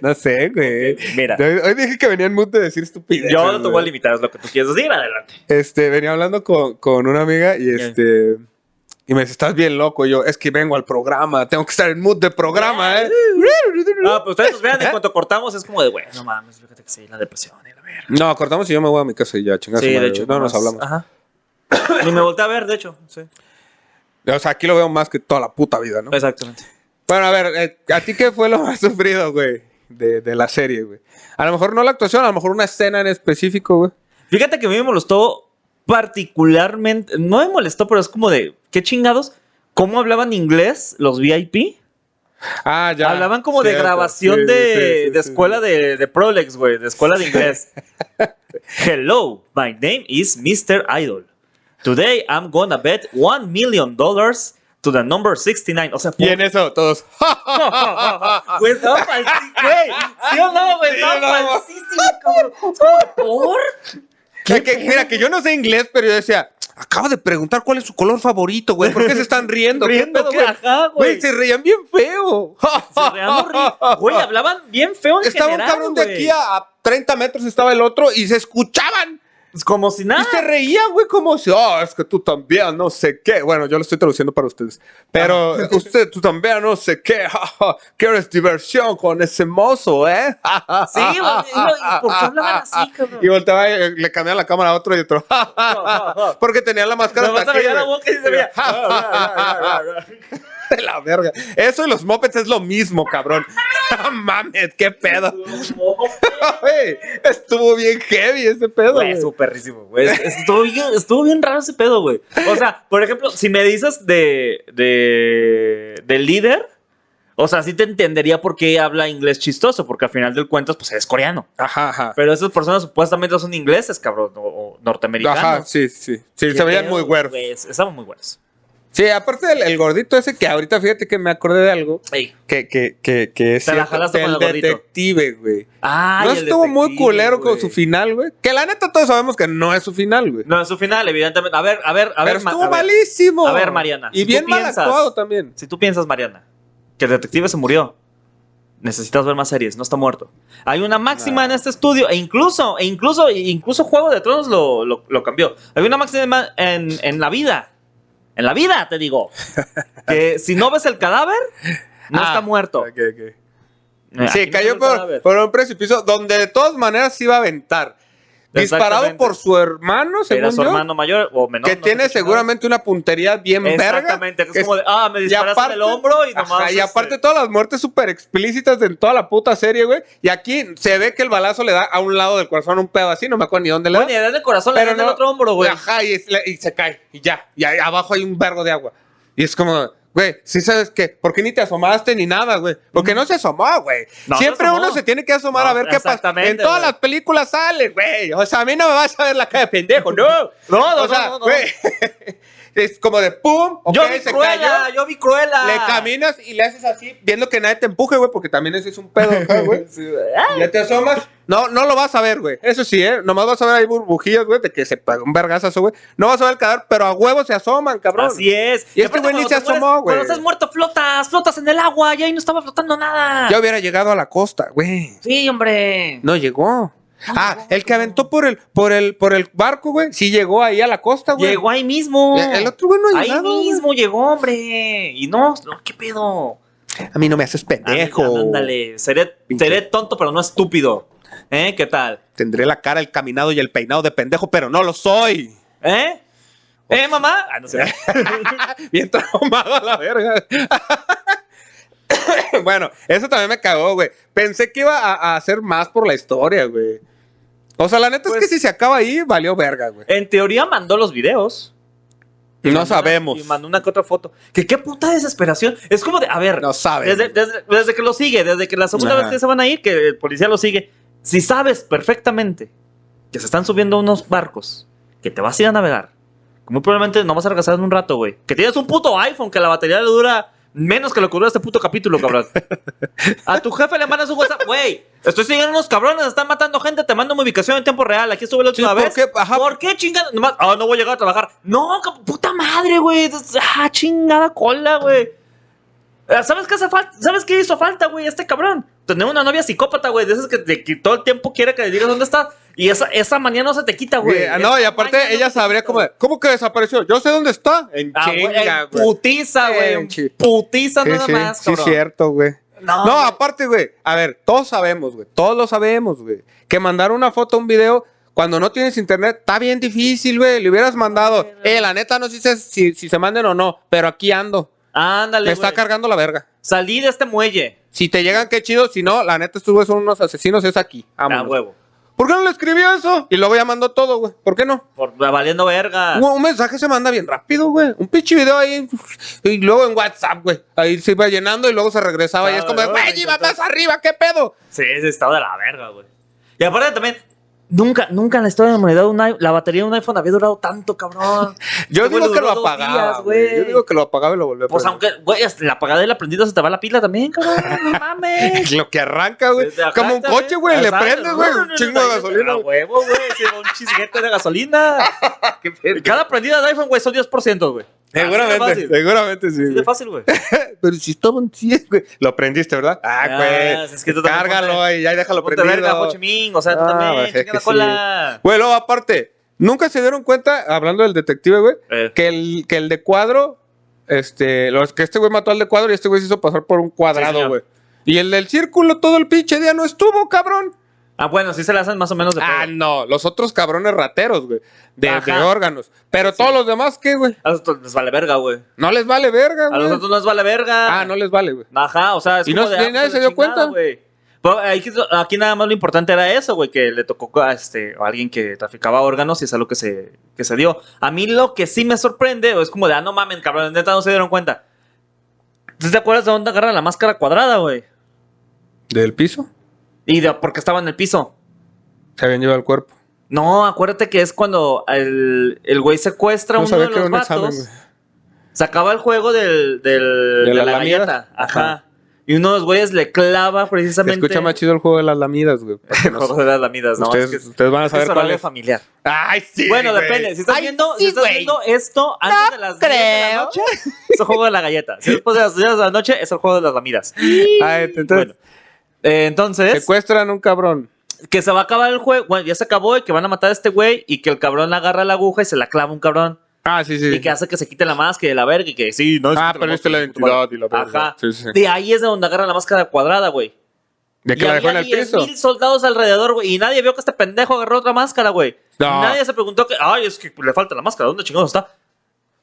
[SPEAKER 2] no sé, güey.
[SPEAKER 1] Mira,
[SPEAKER 2] Hoy dije que venía en mood de decir estupidez.
[SPEAKER 1] yo no te voy a limitar, es lo que tú quieres decir. Adelante.
[SPEAKER 2] Este, venía hablando con, con una amiga y este. Y me dice, estás bien loco. Y yo, es que vengo al programa, tengo que estar en mood de programa, ¿eh?
[SPEAKER 1] Ah, pues ustedes nos vean en cuanto cortamos, es como de, güey, no mames, fíjate que sí, la depresión y la verga.
[SPEAKER 2] No, cortamos y yo me voy a mi casa y ya, chingas.
[SPEAKER 1] Sí, de hecho.
[SPEAKER 2] No
[SPEAKER 1] nomás-
[SPEAKER 2] nos hablamos.
[SPEAKER 1] Ajá. Ni me volteé a ver, de hecho. Sí.
[SPEAKER 2] O sea, aquí lo veo más que toda la puta vida,
[SPEAKER 1] Pues
[SPEAKER 2] ¿no?
[SPEAKER 1] Exactamente.
[SPEAKER 2] Bueno, a ver, eh, ¿a ti qué fue lo más sufrido, güey? De, de la serie, güey. A lo mejor no la actuación, a lo mejor una escena en específico, güey.
[SPEAKER 1] Fíjate que a mí me molestó particularmente, no me molestó, pero es como de, qué chingados, cómo hablaban inglés los VIP.
[SPEAKER 2] Ah, ya.
[SPEAKER 1] hablaban como de
[SPEAKER 2] Cierto,
[SPEAKER 1] grabación
[SPEAKER 2] sí,
[SPEAKER 1] de,
[SPEAKER 2] sí, sí,
[SPEAKER 1] de
[SPEAKER 2] sí,
[SPEAKER 1] escuela
[SPEAKER 2] sí.
[SPEAKER 1] De, de Prolex, güey, de escuela de inglés. Hello, my name is Mr. Idol. Today I'm gonna bet one million dollars to the number 69. O sea,
[SPEAKER 2] Y en eso, todos. "Ah,
[SPEAKER 1] Güey, estaba falsísimo, pues, güey. ¿Sí o no, güey?
[SPEAKER 2] Sí,
[SPEAKER 1] Estaba
[SPEAKER 2] no.
[SPEAKER 1] falsísimo, cabrón. Es como, ¿Por?
[SPEAKER 2] Que- que- mira, que yo no sé inglés, pero yo decía, acaba de preguntar cuál es su color favorito, güey. ¿Por qué se están riendo? ¿Qué
[SPEAKER 1] Riendo,
[SPEAKER 2] pedo,
[SPEAKER 1] ¿qué? Ajá, güey.
[SPEAKER 2] Güey, se reían bien feo.
[SPEAKER 1] Se reaban horrible. Güey, hablaban bien feo en
[SPEAKER 2] Estaba un
[SPEAKER 1] general,
[SPEAKER 2] cabrón de
[SPEAKER 1] güey.
[SPEAKER 2] aquí a, a 30 metros, estaba el otro y se escuchaban.
[SPEAKER 1] Es Como si nada.
[SPEAKER 2] Y se reía, güey, como si, oh, es que tú también, no sé qué. Bueno, yo lo estoy traduciendo para ustedes. Pero
[SPEAKER 1] Ah.
[SPEAKER 2] usted, tú también, no sé qué. ja, ja, Quieres diversión con ese mozo, ¿eh? Ja, ja,
[SPEAKER 1] Sí,
[SPEAKER 2] ja,
[SPEAKER 1] güey.
[SPEAKER 2] ja,
[SPEAKER 1] y lo-
[SPEAKER 2] ja,
[SPEAKER 1] y ¿Por qué
[SPEAKER 2] ja,
[SPEAKER 1] hablaban
[SPEAKER 2] ja,
[SPEAKER 1] así,
[SPEAKER 2] ja.
[SPEAKER 1] cabrón?
[SPEAKER 2] Y volteaba y eh, le cambiaba la cámara a otro y otro. ja, ja, ja, ja, Porque tenía la máscara
[SPEAKER 1] Nomás
[SPEAKER 2] hasta
[SPEAKER 1] se
[SPEAKER 2] aquí,
[SPEAKER 1] veía la
[SPEAKER 2] güey.
[SPEAKER 1] boca y se veía. Ah,
[SPEAKER 2] Ja, ja, ja, ja, ja. De la verga. Eso y los mopeds es lo mismo, cabrón. No mames, qué pedo.
[SPEAKER 1] ah".
[SPEAKER 2] Güey, Estuvo bien heavy ese pedo.
[SPEAKER 1] Güey,
[SPEAKER 2] güey.
[SPEAKER 1] estuvo perrísimo, güey. Estuvo bien, estuvo bien raro ese pedo, güey. O sea, por ejemplo, si me dices de, de, del líder, o sea, sí te entendería por qué habla inglés chistoso, porque al final del cuentas, pues eres coreano.
[SPEAKER 2] Ajá, ajá.
[SPEAKER 1] Pero esas personas supuestamente son ingleses, cabrón, o, o norteamericanos.
[SPEAKER 2] Ajá, sí, sí. Sí,
[SPEAKER 1] Qué
[SPEAKER 2] se veían
[SPEAKER 1] pedo,
[SPEAKER 2] muy güeros.
[SPEAKER 1] güey, Estaban muy güeros.
[SPEAKER 2] Sí, aparte del el gordito ese que ahorita fíjate que me acordé de algo
[SPEAKER 1] Ey.
[SPEAKER 2] que, que, que, que es
[SPEAKER 1] Te la
[SPEAKER 2] cierto,
[SPEAKER 1] jalaste con
[SPEAKER 2] del
[SPEAKER 1] el gordito.
[SPEAKER 2] detective, güey.
[SPEAKER 1] Ay,
[SPEAKER 2] No
[SPEAKER 1] el
[SPEAKER 2] estuvo muy
[SPEAKER 1] detective,
[SPEAKER 2] culero con
[SPEAKER 1] güey.
[SPEAKER 2] su final, güey. Que la neta todos sabemos que no es su final, güey.
[SPEAKER 1] No, es su final, evidentemente. A ver, a ver, a
[SPEAKER 2] Pero
[SPEAKER 1] ver. Ma-
[SPEAKER 2] estuvo
[SPEAKER 1] a ver.
[SPEAKER 2] malísimo.
[SPEAKER 1] A ver, Mariana,
[SPEAKER 2] Y
[SPEAKER 1] si tú
[SPEAKER 2] bien mal
[SPEAKER 1] piensas-
[SPEAKER 2] actuado también.
[SPEAKER 1] Si tú piensas, Mariana, que el detective se murió, necesitas ver más series, no está muerto. Hay una máxima
[SPEAKER 2] Nah.
[SPEAKER 1] en este estudio, e incluso, e incluso, e incluso Juego de Tronos lo, lo- lo cambió. Hay una máxima en, en la vida. En la vida, te digo. Que si no ves el cadáver, no
[SPEAKER 2] Ah,
[SPEAKER 1] está muerto.
[SPEAKER 2] Ok, ok.
[SPEAKER 1] Mira,
[SPEAKER 2] Sí,
[SPEAKER 1] Eh, aquí no
[SPEAKER 2] cayó
[SPEAKER 1] ves el
[SPEAKER 2] por,
[SPEAKER 1] cadáver.
[SPEAKER 2] por un precipicio donde de todas maneras se iba a aventar. Disparado
[SPEAKER 1] Exactamente.
[SPEAKER 2] por su hermano, según
[SPEAKER 1] Era su
[SPEAKER 2] yo,
[SPEAKER 1] hermano mayor o menor.
[SPEAKER 2] que
[SPEAKER 1] no sé
[SPEAKER 2] tiene
[SPEAKER 1] qué
[SPEAKER 2] seguramente una puntería bien
[SPEAKER 1] chingados.
[SPEAKER 2] verga.
[SPEAKER 1] Exactamente. que Es,
[SPEAKER 2] que
[SPEAKER 1] como de, ah, me disparaste en el hombro y nomás.
[SPEAKER 2] ajá, y
[SPEAKER 1] este,
[SPEAKER 2] aparte todas las muertes súper explícitas en toda la puta serie, güey. Y aquí se ve que el balazo le da a un lado del corazón un pedo así, no me acuerdo ni dónde le da.
[SPEAKER 1] Bueno, y le dan el corazón, le
[SPEAKER 2] Pero
[SPEAKER 1] dan el
[SPEAKER 2] no-
[SPEAKER 1] otro hombro, güey.
[SPEAKER 2] Ajá, y, es- y se cae, y ya. Y ahí abajo hay un vergo de agua. Y es como, güey, si sabes qué? ¿Por qué ni te asomaste ni nada, güey? Porque no se asomó, güey.
[SPEAKER 1] No se
[SPEAKER 2] Siempre
[SPEAKER 1] asomó.
[SPEAKER 2] uno se tiene que asomar
[SPEAKER 1] No,
[SPEAKER 2] a ver qué pasa.
[SPEAKER 1] exactamente,
[SPEAKER 2] En todas
[SPEAKER 1] güey.
[SPEAKER 2] las películas sale, güey. O sea, a mí no me vas a ver la cara de pendejo, no.
[SPEAKER 1] No, no,
[SPEAKER 2] o
[SPEAKER 1] no,
[SPEAKER 2] sea,
[SPEAKER 1] no, no.
[SPEAKER 2] güey. Es como de pum, ok,
[SPEAKER 1] yo vi
[SPEAKER 2] se
[SPEAKER 1] cruela,
[SPEAKER 2] cayó.
[SPEAKER 1] yo vi cruela.
[SPEAKER 2] Le caminas y le haces así, viendo que nadie te empuje, güey, porque también ese es un pedo, acá, güey.
[SPEAKER 1] Sí, güey. Ah,
[SPEAKER 2] Y Ya te asomas. No, no lo vas a ver, güey. Eso sí, ¿eh? Nomás vas a ver ahí burbujillas, güey, de que se pagó un vergazazo, güey. No vas a ver el cadáver, pero a huevos se asoman, cabrón.
[SPEAKER 1] Así es.
[SPEAKER 2] Y este
[SPEAKER 1] aparte
[SPEAKER 2] güey ni
[SPEAKER 1] cuando
[SPEAKER 2] se
[SPEAKER 1] te mueres-
[SPEAKER 2] asomó, güey.
[SPEAKER 1] Cuando estás muerto, flotas, flotas en el agua. Y ahí no estaba flotando nada.
[SPEAKER 2] Ya hubiera llegado a la costa, güey.
[SPEAKER 1] Sí, hombre.
[SPEAKER 2] No llegó. Ah, el que aventó por el, por el, por el barco, güey, sí llegó ahí a la costa, güey.
[SPEAKER 1] Llegó ahí mismo.
[SPEAKER 2] El el otro güey no ha
[SPEAKER 1] ahí
[SPEAKER 2] llegado, güey.
[SPEAKER 1] mismo llegó, hombre. Y no, no, ¿qué pedo?
[SPEAKER 2] A mí no me haces pendejo.
[SPEAKER 1] Ándale, Ah, Ándale, seré,
[SPEAKER 2] Pinche.
[SPEAKER 1] seré tonto, pero no estúpido. ¿Eh? ¿Qué tal?
[SPEAKER 2] Tendré la cara, el caminado y el peinado de pendejo, pero no lo soy.
[SPEAKER 1] ¿Eh? ¿Eh, mamá? Ah, no sé.
[SPEAKER 2] Bien traumado a la verga. bueno, eso también me cagó, güey. Pensé que iba a, a hacer más por la historia, güey. O sea, la neta es
[SPEAKER 1] Pues-
[SPEAKER 2] que si se acaba ahí, valió verga, güey.
[SPEAKER 1] En teoría mandó los videos. Y mandó
[SPEAKER 2] No
[SPEAKER 1] una-
[SPEAKER 2] sabemos.
[SPEAKER 1] y mandó una que otra foto. Que qué puta desesperación. Es como de, a ver,
[SPEAKER 2] No sabemos.
[SPEAKER 1] desde, desde- desde que lo sigue, desde que la segunda
[SPEAKER 2] Ajá.
[SPEAKER 1] vez que se van a ir, que el policía lo sigue. Si sabes perfectamente que se están subiendo unos barcos, que te vas a ir a navegar, que muy probablemente no vas a regresar en un rato, güey. Que tienes un puto iPhone que la batería le dura menos que lo que dura este puto capítulo, cabrón. A tu jefe le mandas un WhatsApp, güey. Estoy siguiendo unos cabrones, están matando gente, te mando mi ubicación en tiempo real. Aquí estuve la última
[SPEAKER 2] Sí, ¿por
[SPEAKER 1] vez.
[SPEAKER 2] qué? Ajá.
[SPEAKER 1] ¿Por qué chingada? Nomás, ah, no voy a llegar a trabajar. No, ca- puta madre, güey. Ah, chingada cola, güey. Eh, ¿Sabes qué hace falta? ¿Sabes qué hizo falta, güey? Este cabrón. Tener una novia psicópata, güey. De esas que, te- que todo el tiempo quiere que le digas dónde está. Y esa, esa mañana no se te quita, güey.
[SPEAKER 2] Güey, ah, no, y
[SPEAKER 1] Esa
[SPEAKER 2] aparte
[SPEAKER 1] mañana no
[SPEAKER 2] ella
[SPEAKER 1] se te
[SPEAKER 2] sabría
[SPEAKER 1] quita,
[SPEAKER 2] como,
[SPEAKER 1] güey.
[SPEAKER 2] de, ¿cómo que desapareció? Yo sé dónde está. En
[SPEAKER 1] Ah, güey,
[SPEAKER 2] chinga,
[SPEAKER 1] en
[SPEAKER 2] güey.
[SPEAKER 1] putiza, güey.
[SPEAKER 2] En
[SPEAKER 1] en
[SPEAKER 2] chi-
[SPEAKER 1] Putiza
[SPEAKER 2] Sí,
[SPEAKER 1] nada
[SPEAKER 2] sí,
[SPEAKER 1] más,
[SPEAKER 2] sí,
[SPEAKER 1] cabrón.
[SPEAKER 2] cierto, güey.
[SPEAKER 1] No,
[SPEAKER 2] No,
[SPEAKER 1] güey.
[SPEAKER 2] aparte, güey. A ver, todos sabemos, güey. Todos lo sabemos, güey. Que mandar una foto, un video, cuando no tienes internet, está bien difícil, güey. Le hubieras mandado. Eh, la neta, no sé si, si, si se manden o no, pero aquí ando.
[SPEAKER 1] Ándale,
[SPEAKER 2] Me está
[SPEAKER 1] güey.
[SPEAKER 2] cargando la verga.
[SPEAKER 1] Salí de este muelle.
[SPEAKER 2] Si te llegan, qué chido. Si no, la neta, estos güeyes son unos asesinos, es aquí.
[SPEAKER 1] A
[SPEAKER 2] Vámonos.
[SPEAKER 1] Ah, huevo.
[SPEAKER 2] ¿Por qué no le escribió eso? Y luego ya mandó todo, güey. ¿Por qué no?
[SPEAKER 1] Por valiendo verga.
[SPEAKER 2] Un, un mensaje se manda bien rápido, güey. Un pinche video ahí. Y luego en WhatsApp, güey. Ahí se iba llenando y luego se regresaba. y
[SPEAKER 1] Ah,
[SPEAKER 2] es como,
[SPEAKER 1] güey,
[SPEAKER 2] güey, iba
[SPEAKER 1] entonces-
[SPEAKER 2] más arriba, ¿qué pedo?
[SPEAKER 1] Sí, ese estaba de la verga, güey. Y aparte también, nunca, nunca en la historia de la humanidad un i- la batería de un iPhone había durado tanto, cabrón.
[SPEAKER 2] Yo
[SPEAKER 1] Este güey
[SPEAKER 2] digo que
[SPEAKER 1] duró
[SPEAKER 2] lo
[SPEAKER 1] dos
[SPEAKER 2] apagaba,
[SPEAKER 1] días,
[SPEAKER 2] güey. Yo digo que lo apagaba y lo volvió a
[SPEAKER 1] Pues
[SPEAKER 2] prender.
[SPEAKER 1] aunque, güey, hasta la apagada y la prendida se te va la pila también, cabrón. No mames.
[SPEAKER 2] Lo que arranca, güey.
[SPEAKER 1] Desde acá
[SPEAKER 2] Como un
[SPEAKER 1] está, ¿eh?
[SPEAKER 2] coche, güey. Le
[SPEAKER 1] Exacto.
[SPEAKER 2] prendes, güey. Un chingo de gasolina.
[SPEAKER 1] A
[SPEAKER 2] güey.
[SPEAKER 1] huevo, güey. Sí, un chisguete de gasolina. Y cada prendida de iPhone, güey, son 10%, güey. Ah, Así
[SPEAKER 2] Seguramente,
[SPEAKER 1] de fácil.
[SPEAKER 2] seguramente sí.
[SPEAKER 1] Así de
[SPEAKER 2] güey.
[SPEAKER 1] fácil, güey.
[SPEAKER 2] Pero si estaban 100, güey. Lo prendiste, ¿verdad? Ah,
[SPEAKER 1] Ah,
[SPEAKER 2] güey.
[SPEAKER 1] es que tú también
[SPEAKER 2] Cárgalo
[SPEAKER 1] ponte-
[SPEAKER 2] y ya y déjalo
[SPEAKER 1] Ponte verga, Ho
[SPEAKER 2] prendido.
[SPEAKER 1] Chi Minh, O sea, tú
[SPEAKER 2] Ah,
[SPEAKER 1] también,
[SPEAKER 2] pues, es
[SPEAKER 1] chinga
[SPEAKER 2] que
[SPEAKER 1] la
[SPEAKER 2] sí.
[SPEAKER 1] cola.
[SPEAKER 2] Güey, luego aparte, nunca se dieron cuenta, hablando del detective, güey,
[SPEAKER 1] Eh.
[SPEAKER 2] que el, que el de cuadro, este, los que este güey mató al de cuadro y este güey se hizo pasar por un
[SPEAKER 1] Sí,
[SPEAKER 2] cuadrado,
[SPEAKER 1] señor.
[SPEAKER 2] güey. y el del círculo todo el pinche día no estuvo, cabrón.
[SPEAKER 1] Ah, bueno, sí se la hacen más o menos de
[SPEAKER 2] Ah,
[SPEAKER 1] pedo.
[SPEAKER 2] no, los otros cabrones rateros, güey. De,
[SPEAKER 1] Ajá.
[SPEAKER 2] de órganos. Pero todos los demás, ¿qué, güey?
[SPEAKER 1] A los otros les vale verga, güey.
[SPEAKER 2] No les vale verga,
[SPEAKER 1] A
[SPEAKER 2] güey.
[SPEAKER 1] los otros no les vale verga.
[SPEAKER 2] Ah, no les vale, güey.
[SPEAKER 1] Ajá, o sea, es
[SPEAKER 2] Y
[SPEAKER 1] como
[SPEAKER 2] no-
[SPEAKER 1] de,
[SPEAKER 2] ni
[SPEAKER 1] ah,
[SPEAKER 2] nadie
[SPEAKER 1] pues,
[SPEAKER 2] se
[SPEAKER 1] la
[SPEAKER 2] dio
[SPEAKER 1] chingada,
[SPEAKER 2] cuenta.
[SPEAKER 1] güey. Pero aquí, aquí nada más lo importante era eso, güey, que le tocó a este, a alguien que traficaba órganos y es algo que se, que se dio. A mí lo que sí me sorprende es como de, ah, no mamen, cabrón, neta no se dieron cuenta. ¿Tú te acuerdas de dónde agarra la máscara cuadrada, güey?
[SPEAKER 2] ¿Del piso?
[SPEAKER 1] Y de por qué estaba en el piso.
[SPEAKER 2] Se habían llevado el cuerpo.
[SPEAKER 1] No, acuérdate que es cuando el, el güey secuestra a
[SPEAKER 2] No
[SPEAKER 1] uno
[SPEAKER 2] sabía
[SPEAKER 1] de
[SPEAKER 2] que era
[SPEAKER 1] los
[SPEAKER 2] un examen,
[SPEAKER 1] vatos.
[SPEAKER 2] güey.
[SPEAKER 1] sacaba el juego del, del-
[SPEAKER 2] ¿De
[SPEAKER 1] de
[SPEAKER 2] la
[SPEAKER 1] la,
[SPEAKER 2] Alameda?
[SPEAKER 1] galleta. Ajá.
[SPEAKER 2] Ajá.
[SPEAKER 1] Y uno de los güeyes le clava
[SPEAKER 2] Se
[SPEAKER 1] precisamente.
[SPEAKER 2] escucha más chido el juego de las lamidas, güey. para que
[SPEAKER 1] el
[SPEAKER 2] no-
[SPEAKER 1] juego de las lamidas, ¿no?
[SPEAKER 2] ustedes,
[SPEAKER 1] es que,
[SPEAKER 2] ustedes van a
[SPEAKER 1] es que es
[SPEAKER 2] saber cuál
[SPEAKER 1] horario
[SPEAKER 2] es.
[SPEAKER 1] familiar.
[SPEAKER 2] Ay, sí.
[SPEAKER 1] Bueno,
[SPEAKER 2] güey.
[SPEAKER 1] depende. Si estás,
[SPEAKER 2] Ay,
[SPEAKER 1] viendo,
[SPEAKER 2] sí,
[SPEAKER 1] si estás
[SPEAKER 2] güey.
[SPEAKER 1] viendo esto antes de las 10 de la
[SPEAKER 2] creo.
[SPEAKER 1] noche, es el juego de la galleta. Si después de las 10 de la noche, es el juego de las lamidas.
[SPEAKER 2] Ay, Ah, entonces,
[SPEAKER 1] Bueno. Eh, entonces,
[SPEAKER 2] secuestran a un cabrón.
[SPEAKER 1] que se va a acabar el juego. Bueno, ya se acabó y que van a matar a este güey y que el cabrón agarra la aguja y se la clava un cabrón.
[SPEAKER 2] Ah, sí, sí.
[SPEAKER 1] y que hace que se quite la máscara y la verga y que sí, no es
[SPEAKER 2] Ah,
[SPEAKER 1] que te
[SPEAKER 2] perdiste la
[SPEAKER 1] mostres, puta
[SPEAKER 2] identidad
[SPEAKER 1] madre.
[SPEAKER 2] y la verga.
[SPEAKER 1] Ajá.
[SPEAKER 2] Sí, sí, sí.
[SPEAKER 1] De ahí es de donde agarran la máscara cuadrada, güey.
[SPEAKER 2] De que
[SPEAKER 1] y
[SPEAKER 2] la dejó
[SPEAKER 1] había
[SPEAKER 2] en el piso.
[SPEAKER 1] mil soldados alrededor, güey. Y nadie vio que este pendejo agarró otra máscara, güey.
[SPEAKER 2] No.
[SPEAKER 1] Nadie se preguntó que, ay, es que le falta la máscara. ¿Dónde chingados está?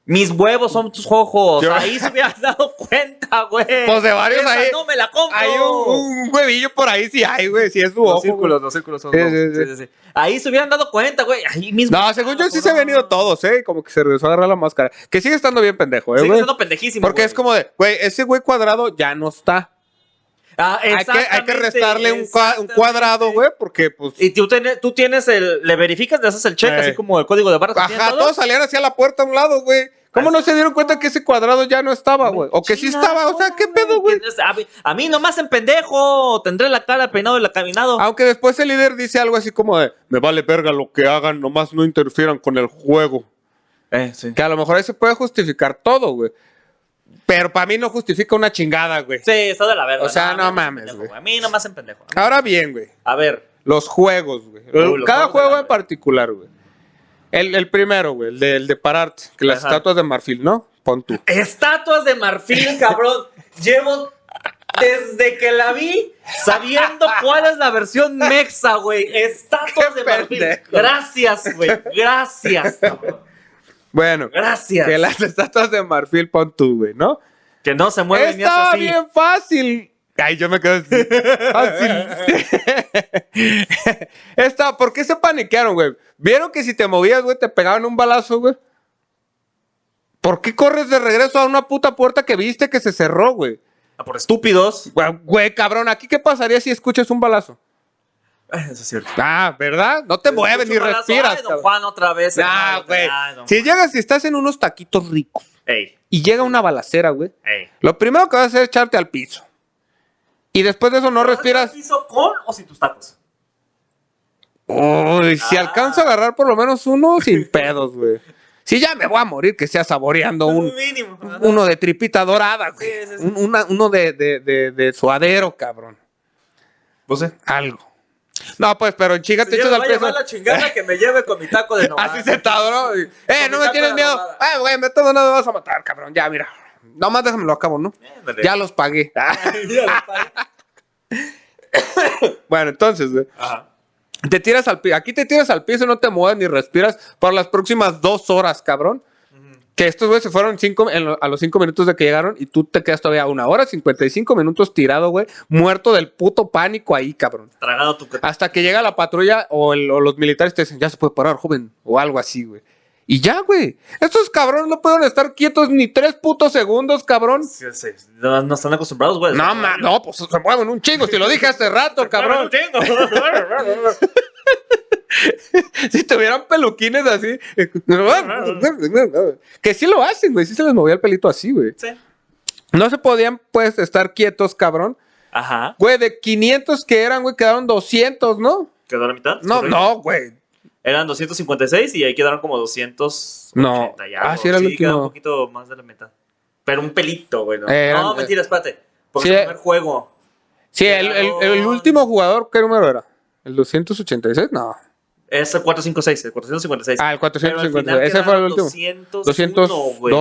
[SPEAKER 1] Mis huevos son tus ojos.
[SPEAKER 2] Yo-
[SPEAKER 1] Ahí se hubieras dado cuenta, güey.
[SPEAKER 2] Pues de varios
[SPEAKER 1] Esa
[SPEAKER 2] ahí-
[SPEAKER 1] No me la compro.
[SPEAKER 2] Hay un, un huevillo por ahí, sí hay, güey. Sí es su
[SPEAKER 1] Los
[SPEAKER 2] ojo. güey.
[SPEAKER 1] círculos, los círculos son.
[SPEAKER 2] Sí,
[SPEAKER 1] dos.
[SPEAKER 2] sí, sí.
[SPEAKER 1] Sí, sí, sí. Ahí se hubieran dado cuenta, güey. Ahí mismo.
[SPEAKER 2] No, según yo sí se
[SPEAKER 1] han
[SPEAKER 2] han venido todos, ¿eh? Como que se regresó a agarrar la máscara. Que sigue estando bien pendejo, ¿eh,
[SPEAKER 1] Sigue
[SPEAKER 2] güey?
[SPEAKER 1] siendo pendejísimo.
[SPEAKER 2] Porque
[SPEAKER 1] güey.
[SPEAKER 2] es como de, güey, ese güey cuadrado ya no está.
[SPEAKER 1] Ah,
[SPEAKER 2] Hay que, hay que
[SPEAKER 1] exactamente,
[SPEAKER 2] restarle un, cua- un cuadrado,
[SPEAKER 1] exactamente.
[SPEAKER 2] güey, porque pues...
[SPEAKER 1] Y tú, ten- tú tienes el. Le verificas, le haces el check,
[SPEAKER 2] Eh.
[SPEAKER 1] así como el código de barras. que tienen
[SPEAKER 2] Ajá,
[SPEAKER 1] todos.
[SPEAKER 2] todos salían hacia la puerta a un lado, güey. ¿Cómo no se dieron cuenta que ese cuadrado ya no estaba, güey? O que sí
[SPEAKER 1] Chinga,
[SPEAKER 2] estaba, o sea, ¿qué pedo, güey?
[SPEAKER 1] ¿Quién es? A mí, a mí nomás en pendejo tendré la cara peinado y la caminado.
[SPEAKER 2] Aunque después el líder dice algo así como de, me vale verga lo que hagan, nomás no interfieran con el juego.
[SPEAKER 1] Eh, sí.
[SPEAKER 2] Que a lo mejor ahí se puede justificar todo, güey. Pero para mí no justifica una chingada, güey.
[SPEAKER 1] Sí, está de la verga.
[SPEAKER 2] O sea, no
[SPEAKER 1] a mí nomás en
[SPEAKER 2] mames,
[SPEAKER 1] pendejo,
[SPEAKER 2] güey.
[SPEAKER 1] A mí nomás en pendejo.
[SPEAKER 2] Ahora bien, güey.
[SPEAKER 1] A ver,
[SPEAKER 2] Los juegos, güey.
[SPEAKER 1] Uy, los juegos
[SPEAKER 2] Cada
[SPEAKER 1] de
[SPEAKER 2] juego
[SPEAKER 1] la-
[SPEAKER 2] en particular, güey. El, el primero, güey, el de, el de pararte, que las
[SPEAKER 1] Ajá.
[SPEAKER 2] estatuas de marfil, ¿no? Pon tú.
[SPEAKER 1] estatuas de marfil, cabrón. Llevo desde que la vi sabiendo cuál es la versión mexa, güey. Estatuas de
[SPEAKER 2] Qué
[SPEAKER 1] marfil.
[SPEAKER 2] pendejo.
[SPEAKER 1] Gracias, güey. Gracias, cabrón.
[SPEAKER 2] Bueno,
[SPEAKER 1] Gracias.
[SPEAKER 2] que las estatuas de marfil, pon tú, güey, ¿no?
[SPEAKER 1] Que no se mueven ni
[SPEAKER 2] Estaba
[SPEAKER 1] hace así.
[SPEAKER 2] bien fácil. Ay, yo me quedo así. Fácil. Esta, ¿por qué se paniquearon, güey? ¿Vieron que si te movías, güey, te pegaban un balazo, güey? ¿Por qué corres de regreso a una puta puerta que viste que se cerró, güey?
[SPEAKER 1] Ah, Por estúpidos.
[SPEAKER 2] Güey, Güey, cabrón, ¿aquí qué pasaría si escuchas un balazo?
[SPEAKER 1] Eso es cierto.
[SPEAKER 2] Ah, ¿verdad? No te mueves ni
[SPEAKER 1] Escucho un balazo.
[SPEAKER 2] respiras.
[SPEAKER 1] Ay, don
[SPEAKER 2] cabrón.
[SPEAKER 1] Juan otra vez.
[SPEAKER 2] Nah,
[SPEAKER 1] hermano.
[SPEAKER 2] güey.
[SPEAKER 1] Ay, don
[SPEAKER 2] Si llegas y estás en unos taquitos ricos
[SPEAKER 1] Ey,
[SPEAKER 2] y llega una balacera, güey,
[SPEAKER 1] ey.
[SPEAKER 2] lo primero que vas a hacer es echarte al piso. Y después de eso no respiras.
[SPEAKER 1] ¿Piso con o sin tus tacos?
[SPEAKER 2] Uy, si
[SPEAKER 1] Ah.
[SPEAKER 2] alcanzo a agarrar por lo menos uno sin pedos, güey. Si ya me voy a morir que sea saboreando un,
[SPEAKER 1] mínimo.
[SPEAKER 2] uno de tripita dorada, güey.
[SPEAKER 1] Sí, sí, sí.
[SPEAKER 2] Un- una- uno de, de, de- de suadero, cabrón.
[SPEAKER 1] Pues eh.
[SPEAKER 2] Algo. No, pues, pero
[SPEAKER 1] Si
[SPEAKER 2] chígate,
[SPEAKER 1] yo
[SPEAKER 2] echas
[SPEAKER 1] me
[SPEAKER 2] al
[SPEAKER 1] voy a llevar
[SPEAKER 2] piso.
[SPEAKER 1] la chingada que me lleve con mi taco de nomás.
[SPEAKER 2] Así sentado, ¿no? Y, Eh,
[SPEAKER 1] Con
[SPEAKER 2] no
[SPEAKER 1] mi
[SPEAKER 2] me
[SPEAKER 1] taco
[SPEAKER 2] tienes
[SPEAKER 1] de
[SPEAKER 2] miedo.
[SPEAKER 1] adobada.
[SPEAKER 2] Eh, güey, me tomo, no me vas a matar, cabrón. Ya, mira. Nomás déjamelo a cabo, ¿no? Ya los pagué. bueno, entonces, güey.
[SPEAKER 1] Ajá.
[SPEAKER 2] Te tiras al piso. Aquí te tiras al piso, no te mueves ni respiras por las próximas dos horas, cabrón. Que estos güeyes se fueron cinco, en lo- a los cinco minutos de que llegaron y tú te quedas todavía una hora, 55 minutos tirado, güey, muerto del puto pánico ahí, cabrón.
[SPEAKER 1] Tragado tu
[SPEAKER 2] Hasta que llega la patrulla o, el- o los militares te dicen, ya se puede parar, joven, o algo así, güey. Y ya, güey. Estos cabrones no pueden estar quietos ni tres putos segundos, cabrón.
[SPEAKER 1] Sí, sí. No, no están acostumbrados, güey.
[SPEAKER 2] No, ma, no, pues se mueven un chingo, si lo dije hace rato, cabrón. Si tuvieran peluquines así. eh, pues, que sí lo hacen, güey. Sí se les movía el pelito así, güey.
[SPEAKER 1] Sí.
[SPEAKER 2] No se podían, pues, estar quietos, cabrón.
[SPEAKER 1] Ajá.
[SPEAKER 2] Güey, de 500 que eran, güey, quedaron 200, ¿no?
[SPEAKER 1] ¿Quedó la mitad?
[SPEAKER 2] No,
[SPEAKER 1] Correcto.
[SPEAKER 2] no, güey.
[SPEAKER 1] Eran 256 y ahí quedaron como 200.
[SPEAKER 2] No. Ah, sí, era el último.
[SPEAKER 1] un poquito más de la mitad. Pero un pelito, güey. No,
[SPEAKER 2] Eh, eran-
[SPEAKER 1] No, mentira, espérate. Porque
[SPEAKER 2] Sí,
[SPEAKER 1] el
[SPEAKER 2] eh.
[SPEAKER 1] primer juego.
[SPEAKER 2] Sí, el, el- el último jugador, ¿qué número era? ¿El 286? No.
[SPEAKER 1] Es el 456, el 456.
[SPEAKER 2] Ah, el
[SPEAKER 1] Pero al
[SPEAKER 2] 450.
[SPEAKER 1] final
[SPEAKER 2] Ese fue el
[SPEAKER 1] quedaron
[SPEAKER 2] último.
[SPEAKER 1] 201,
[SPEAKER 2] 202.
[SPEAKER 1] güey.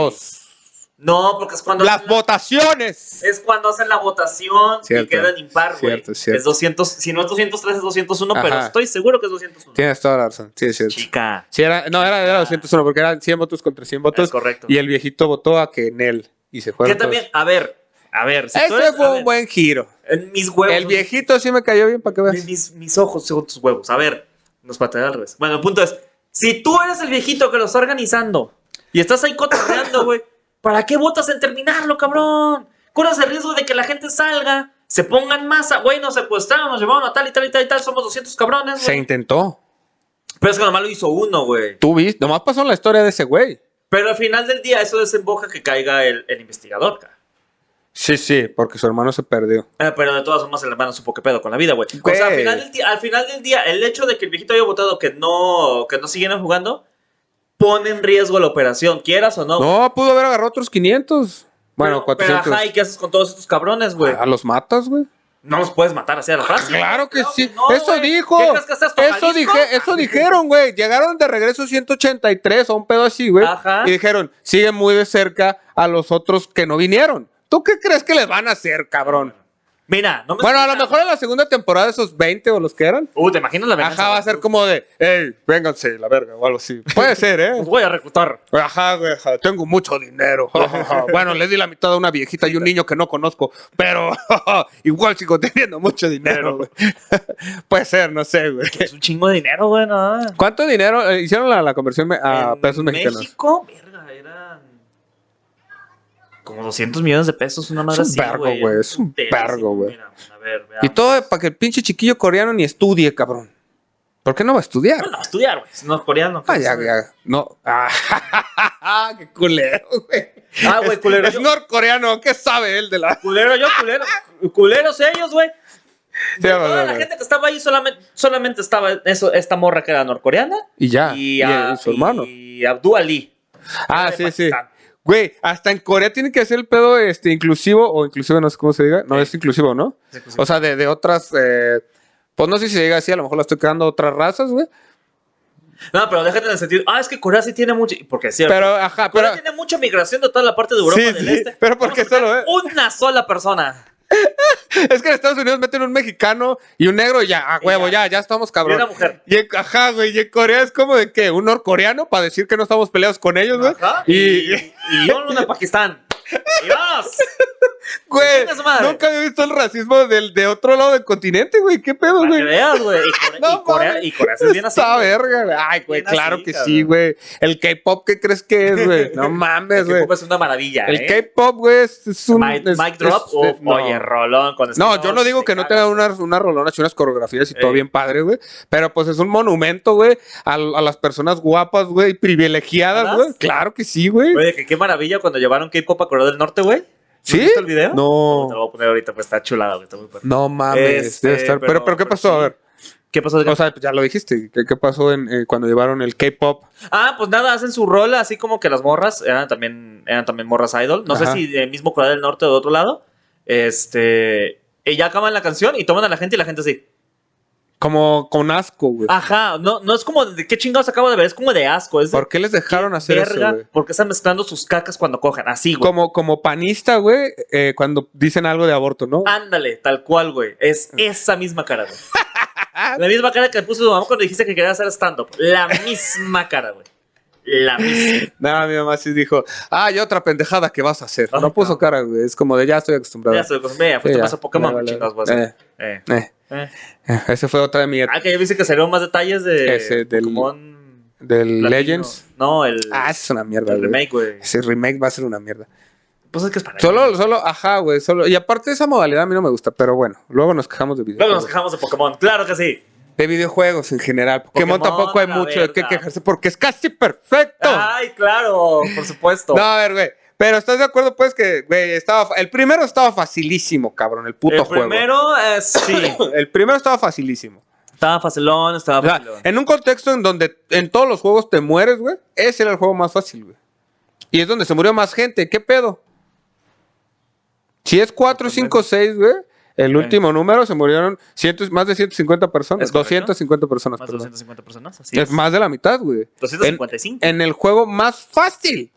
[SPEAKER 1] No, porque es cuando
[SPEAKER 2] Las
[SPEAKER 1] hacen la-
[SPEAKER 2] votaciones.
[SPEAKER 1] es cuando hacen la votación
[SPEAKER 2] Cierto,
[SPEAKER 1] y quedan impar, güey.
[SPEAKER 2] cierto, cierto.
[SPEAKER 1] Es 200, si no es 203 es 201, pero
[SPEAKER 2] Ajá.
[SPEAKER 1] estoy seguro que es 201.
[SPEAKER 2] Tienes toda la razón. Sí, es cierto.
[SPEAKER 1] Chica.
[SPEAKER 2] Sí, era, no, era, era 201, porque eran 100 votos contra 100 votos.
[SPEAKER 1] Es correcto.
[SPEAKER 2] Y el viejito votó a que en él. Y se
[SPEAKER 1] Que
[SPEAKER 2] fueron.
[SPEAKER 1] también, a ver, a ver, si tú
[SPEAKER 2] Ese
[SPEAKER 1] eres- a
[SPEAKER 2] fue
[SPEAKER 1] ver,
[SPEAKER 2] un buen giro.
[SPEAKER 1] en mis huevos.
[SPEAKER 2] El viejito sí me cayó bien para que
[SPEAKER 1] mis,
[SPEAKER 2] veas.
[SPEAKER 1] mis- mis ojos son tus huevos. A ver, nos patea al revés. Bueno, el punto es, si tú eres el viejito que lo está organizando y estás ahí cotorreando, güey, ¿para qué votas en terminarlo, cabrón? Corres el riesgo de que la gente salga, se pongan masa, güey, nos secuestraron, nos llevaron a tal y tal y tal y tal, somos 200 cabrones,
[SPEAKER 2] Se
[SPEAKER 1] güey.
[SPEAKER 2] intentó.
[SPEAKER 1] Pero es que nomás lo hizo uno, güey.
[SPEAKER 2] Tú viste, nomás pasó la historia de ese güey.
[SPEAKER 1] Pero al final del día eso desemboca que caiga el, el investigador, ca.
[SPEAKER 2] Sí, sí, porque su hermano se perdió.
[SPEAKER 1] Eh, pero de todas formas el hermano supo qué pedo con la vida, güey. O
[SPEAKER 2] Güey.
[SPEAKER 1] sea, al final, del día, al final del día, el hecho de que el viejito haya votado que no, que no siguieran jugando, pone en riesgo la operación, quieras o no.
[SPEAKER 2] No, pudo haber agarrado otros 500. Bueno,
[SPEAKER 1] Pero- Pero
[SPEAKER 2] 400.
[SPEAKER 1] ajá, ¿y qué haces con todos estos cabrones, güey?
[SPEAKER 2] a los matas, güey.
[SPEAKER 1] No los puedes matar así a la fácil.
[SPEAKER 2] Claro que
[SPEAKER 1] Claro que
[SPEAKER 2] sí.
[SPEAKER 1] no,
[SPEAKER 2] eso
[SPEAKER 1] güey.
[SPEAKER 2] dijo.
[SPEAKER 1] ¿Qué crees que es hasta
[SPEAKER 2] eso,
[SPEAKER 1] Jalisco?
[SPEAKER 2] dije, eso dijeron, güey. Llegaron de regreso 183 o un pedo así, güey.
[SPEAKER 1] Ajá.
[SPEAKER 2] Y dijeron, sigue muy de cerca a los otros que no vinieron. ¿Tú qué crees que les van a hacer, cabrón?
[SPEAKER 1] Pues Mira, no me
[SPEAKER 2] Bueno, a lo
[SPEAKER 1] explica.
[SPEAKER 2] mejor en la segunda temporada, esos 20 o los que eran.
[SPEAKER 1] Uh, ¿te imaginas la venganza?
[SPEAKER 2] Ajá, va a ser como de, hey, vénganse, la verga, o algo así. Puede ser, ¿eh?
[SPEAKER 1] Los voy a reclutar.
[SPEAKER 2] Ajá, güey, ajá, tengo mucho dinero. Ja, ja, ja. bueno, le di la mitad a una viejita y un niño que no conozco, pero igual sigo teniendo mucho dinero, güey. Puede ser, no sé, güey.
[SPEAKER 1] Es un chingo de dinero, güey, nada.
[SPEAKER 2] ¿Cuánto dinero eh, hicieron la, la conversión me- a
[SPEAKER 1] En
[SPEAKER 2] Ah, pesos mexicanos?
[SPEAKER 1] México, verga, eran como 200 millones de pesos, una madre
[SPEAKER 2] Es
[SPEAKER 1] así,
[SPEAKER 2] un vergo, güey, es un
[SPEAKER 1] putero, así,
[SPEAKER 2] vergo, güey.
[SPEAKER 1] Mira, a ver,
[SPEAKER 2] Y
[SPEAKER 1] veamos.
[SPEAKER 2] todo eh, para que el pinche chiquillo coreano ni estudie, cabrón. ¿Por qué no va a estudiar?
[SPEAKER 1] Bueno, a estudiar, güey. Si no es coreano.
[SPEAKER 2] Ah, ya, ya. No. Ah, qué culero, güey.
[SPEAKER 1] Ah, güey, culero.
[SPEAKER 2] Es
[SPEAKER 1] yo-
[SPEAKER 2] norcoreano, ¿qué sabe él de la.?
[SPEAKER 1] Culero yo, culero. Culeros ellos, güey.
[SPEAKER 2] Sí,
[SPEAKER 1] Toda
[SPEAKER 2] vamos,
[SPEAKER 1] la
[SPEAKER 2] vamos.
[SPEAKER 1] gente que estaba ahí solamente, solamente estaba eso, esta morra que era norcoreana
[SPEAKER 2] Y ya.
[SPEAKER 1] y,
[SPEAKER 2] Ah,
[SPEAKER 1] a-
[SPEAKER 2] y, y su hermano.
[SPEAKER 1] Y Abdul Ali.
[SPEAKER 2] ah,
[SPEAKER 1] de
[SPEAKER 2] sí, sí.
[SPEAKER 1] Pakistán.
[SPEAKER 2] Güey, hasta en Corea tienen que hacer el pedo este, inclusivo o inclusive, no sé cómo se diga. No,
[SPEAKER 1] Sí.
[SPEAKER 2] es inclusivo, ¿no? O sea, de, de otras. eh, pues no sé si se diga así, a lo mejor la estoy quedando otras razas, güey.
[SPEAKER 1] No, pero déjate en el sentido. Ah, es que Corea sí tiene mucho. Porque es cierto.
[SPEAKER 2] Pero, ajá, pero.
[SPEAKER 1] Corea tiene mucha migración de toda la parte de Europa
[SPEAKER 2] Sí,
[SPEAKER 1] del
[SPEAKER 2] sí,
[SPEAKER 1] Este.
[SPEAKER 2] pero porque
[SPEAKER 1] Vamos a
[SPEAKER 2] solo, eh,
[SPEAKER 1] meter Una sola persona.
[SPEAKER 2] Es que en Estados Unidos meten un mexicano y un negro y ya, a
[SPEAKER 1] Y
[SPEAKER 2] huevo,
[SPEAKER 1] ya.
[SPEAKER 2] ya, ya estamos cabrón.
[SPEAKER 1] Y una mujer.
[SPEAKER 2] Y en, ajá, güey, y en Corea es como de que un norcoreano para decir que no estamos peleados con ellos, güey.
[SPEAKER 1] Ajá.
[SPEAKER 2] Y,
[SPEAKER 1] Y yo uno de Pakistán. Y vamos.
[SPEAKER 2] güey,
[SPEAKER 1] chinga su madre.
[SPEAKER 2] nunca había visto el racismo del, de otro lado del continente, güey. ¿Qué pedo,
[SPEAKER 1] Para que
[SPEAKER 2] güey?
[SPEAKER 1] veas, güey. Y Corea,
[SPEAKER 2] No
[SPEAKER 1] y Corea,
[SPEAKER 2] mames.
[SPEAKER 1] y Corea sí es bien así.
[SPEAKER 2] Está
[SPEAKER 1] güey.
[SPEAKER 2] verga, güey. Ay, güey,
[SPEAKER 1] Bien
[SPEAKER 2] claro
[SPEAKER 1] así,
[SPEAKER 2] que
[SPEAKER 1] cabrón.
[SPEAKER 2] sí, güey. El K-pop, ¿qué crees que es, güey? No
[SPEAKER 1] El
[SPEAKER 2] mames, güey.
[SPEAKER 1] K-pop es una maravilla.
[SPEAKER 2] El
[SPEAKER 1] ¿eh?
[SPEAKER 2] K-pop, güey, es, es un.
[SPEAKER 1] Mic,
[SPEAKER 2] es-
[SPEAKER 1] mic drop
[SPEAKER 2] es-
[SPEAKER 1] o
[SPEAKER 2] es- no.
[SPEAKER 1] oye, rolón con este,
[SPEAKER 2] No,
[SPEAKER 1] espinos,
[SPEAKER 2] yo no digo
[SPEAKER 1] te
[SPEAKER 2] que no
[SPEAKER 1] cagas.
[SPEAKER 2] tenga unas, unas rolonas y unas coreografías y todo
[SPEAKER 1] Ey.
[SPEAKER 2] bien padre, güey. Pero pues es un monumento, güey, a, a las personas guapas, güey, privilegiadas,
[SPEAKER 1] ¿Verdad?
[SPEAKER 2] güey. Claro que sí, güey.
[SPEAKER 1] Oye, que qué maravilla cuando llevaron K-pop a Corea del Norte, güey. ¿No
[SPEAKER 2] ¿Sí?
[SPEAKER 1] ¿Viste el video? Te lo
[SPEAKER 2] No,
[SPEAKER 1] voy a poner ahorita, pues está chulada, güey. Está muy padre.
[SPEAKER 2] no mames.
[SPEAKER 1] Este,
[SPEAKER 2] debe estar- Pero,
[SPEAKER 1] pero-
[SPEAKER 2] pero, ¿qué
[SPEAKER 1] pero
[SPEAKER 2] pasó?
[SPEAKER 1] sí.
[SPEAKER 2] A ver.
[SPEAKER 1] ¿Qué pasó?
[SPEAKER 2] O sea, ya lo dijiste. ¿Qué, qué pasó en, eh, cuando llevaron el K-pop?
[SPEAKER 1] Ah, pues nada, hacen su rol así como que las morras eran también, eran también morras idol. No sé
[SPEAKER 2] Ajá.
[SPEAKER 1] si del mismo Corea del Norte o de otro lado. Este. Y ya acaban la canción y toman a la gente y la gente así.
[SPEAKER 2] Como con asco, güey.
[SPEAKER 1] Ajá, no, no es como de qué chingados acabo de ver, es como de asco. Es de
[SPEAKER 2] ¿Por qué les dejaron hacer
[SPEAKER 1] verga,
[SPEAKER 2] eso, güey?
[SPEAKER 1] porque están mezclando sus cacas cuando cojan, así, güey.
[SPEAKER 2] Como, como panista, güey, eh, cuando dicen algo de aborto, ¿no?
[SPEAKER 1] Ándale, tal cual, güey.
[SPEAKER 2] Ah.
[SPEAKER 1] Es esa misma cara, güey. La misma cara que le puso tu mamá cuando dijiste que querías hacer stand-up. La misma cara, güey. La misma.
[SPEAKER 2] Nada, mi mamá sí dijo, ah, y otra pendejada que vas a hacer.
[SPEAKER 1] Ay,
[SPEAKER 2] no
[SPEAKER 1] cabrón.
[SPEAKER 2] puso cara, güey. Es como de ya estoy acostumbrado.
[SPEAKER 1] Ya se mira,
[SPEAKER 2] Sí,
[SPEAKER 1] fuiste
[SPEAKER 2] ya.
[SPEAKER 1] más a Pokémon,
[SPEAKER 2] Vale,
[SPEAKER 1] chingados, güey.
[SPEAKER 2] vale. Eh,
[SPEAKER 1] Eh,
[SPEAKER 2] eh,
[SPEAKER 1] eh.
[SPEAKER 2] eh. Ese fue otra de mi
[SPEAKER 1] Ah, que ya viste que salieron más detalles de
[SPEAKER 2] Ese del-
[SPEAKER 1] Pokémon
[SPEAKER 2] del
[SPEAKER 1] Platino.
[SPEAKER 2] Legends.
[SPEAKER 1] No, el,
[SPEAKER 2] Ah, esa es una mierda,
[SPEAKER 1] el
[SPEAKER 2] güey.
[SPEAKER 1] remake, güey.
[SPEAKER 2] Ese remake va a ser una mierda.
[SPEAKER 1] Pues es que es para.
[SPEAKER 2] Solo, solo, ajá, güey, solo. Y aparte esa modalidad a mí no me gusta, pero bueno, luego nos quejamos de
[SPEAKER 1] Luego
[SPEAKER 2] videojuegos.
[SPEAKER 1] nos quejamos de Pokémon, claro que sí.
[SPEAKER 2] De videojuegos en general. Pokémon,
[SPEAKER 1] Pokémon,
[SPEAKER 2] tampoco hay
[SPEAKER 1] la
[SPEAKER 2] mucho de qué
[SPEAKER 1] verga.
[SPEAKER 2] quejarse porque es casi perfecto.
[SPEAKER 1] Ay, claro, por supuesto.
[SPEAKER 2] No, a ver, güey. Pero estás de acuerdo, pues, que, güey, estaba. fa- El primero estaba facilísimo, cabrón, el puto
[SPEAKER 1] el
[SPEAKER 2] juego.
[SPEAKER 1] primero, eh, sí.
[SPEAKER 2] el primero estaba facilísimo.
[SPEAKER 1] estaba facilón, estaba
[SPEAKER 2] O sea,
[SPEAKER 1] facilón.
[SPEAKER 2] en un contexto en donde en todos los juegos te mueres, güey, ese era el juego más fácil, güey. Y es donde se murió más gente. ¿Qué pedo? Si es 4, 5, 6, güey, el último número se murieron cientos- más de 150 personas.
[SPEAKER 1] ¿Es correcto?
[SPEAKER 2] 250 personas,
[SPEAKER 1] Más de
[SPEAKER 2] perdón.
[SPEAKER 1] 250 personas, así
[SPEAKER 2] es,
[SPEAKER 1] es.
[SPEAKER 2] más de la mitad, güey.
[SPEAKER 1] 255.
[SPEAKER 2] En el juego más fácil.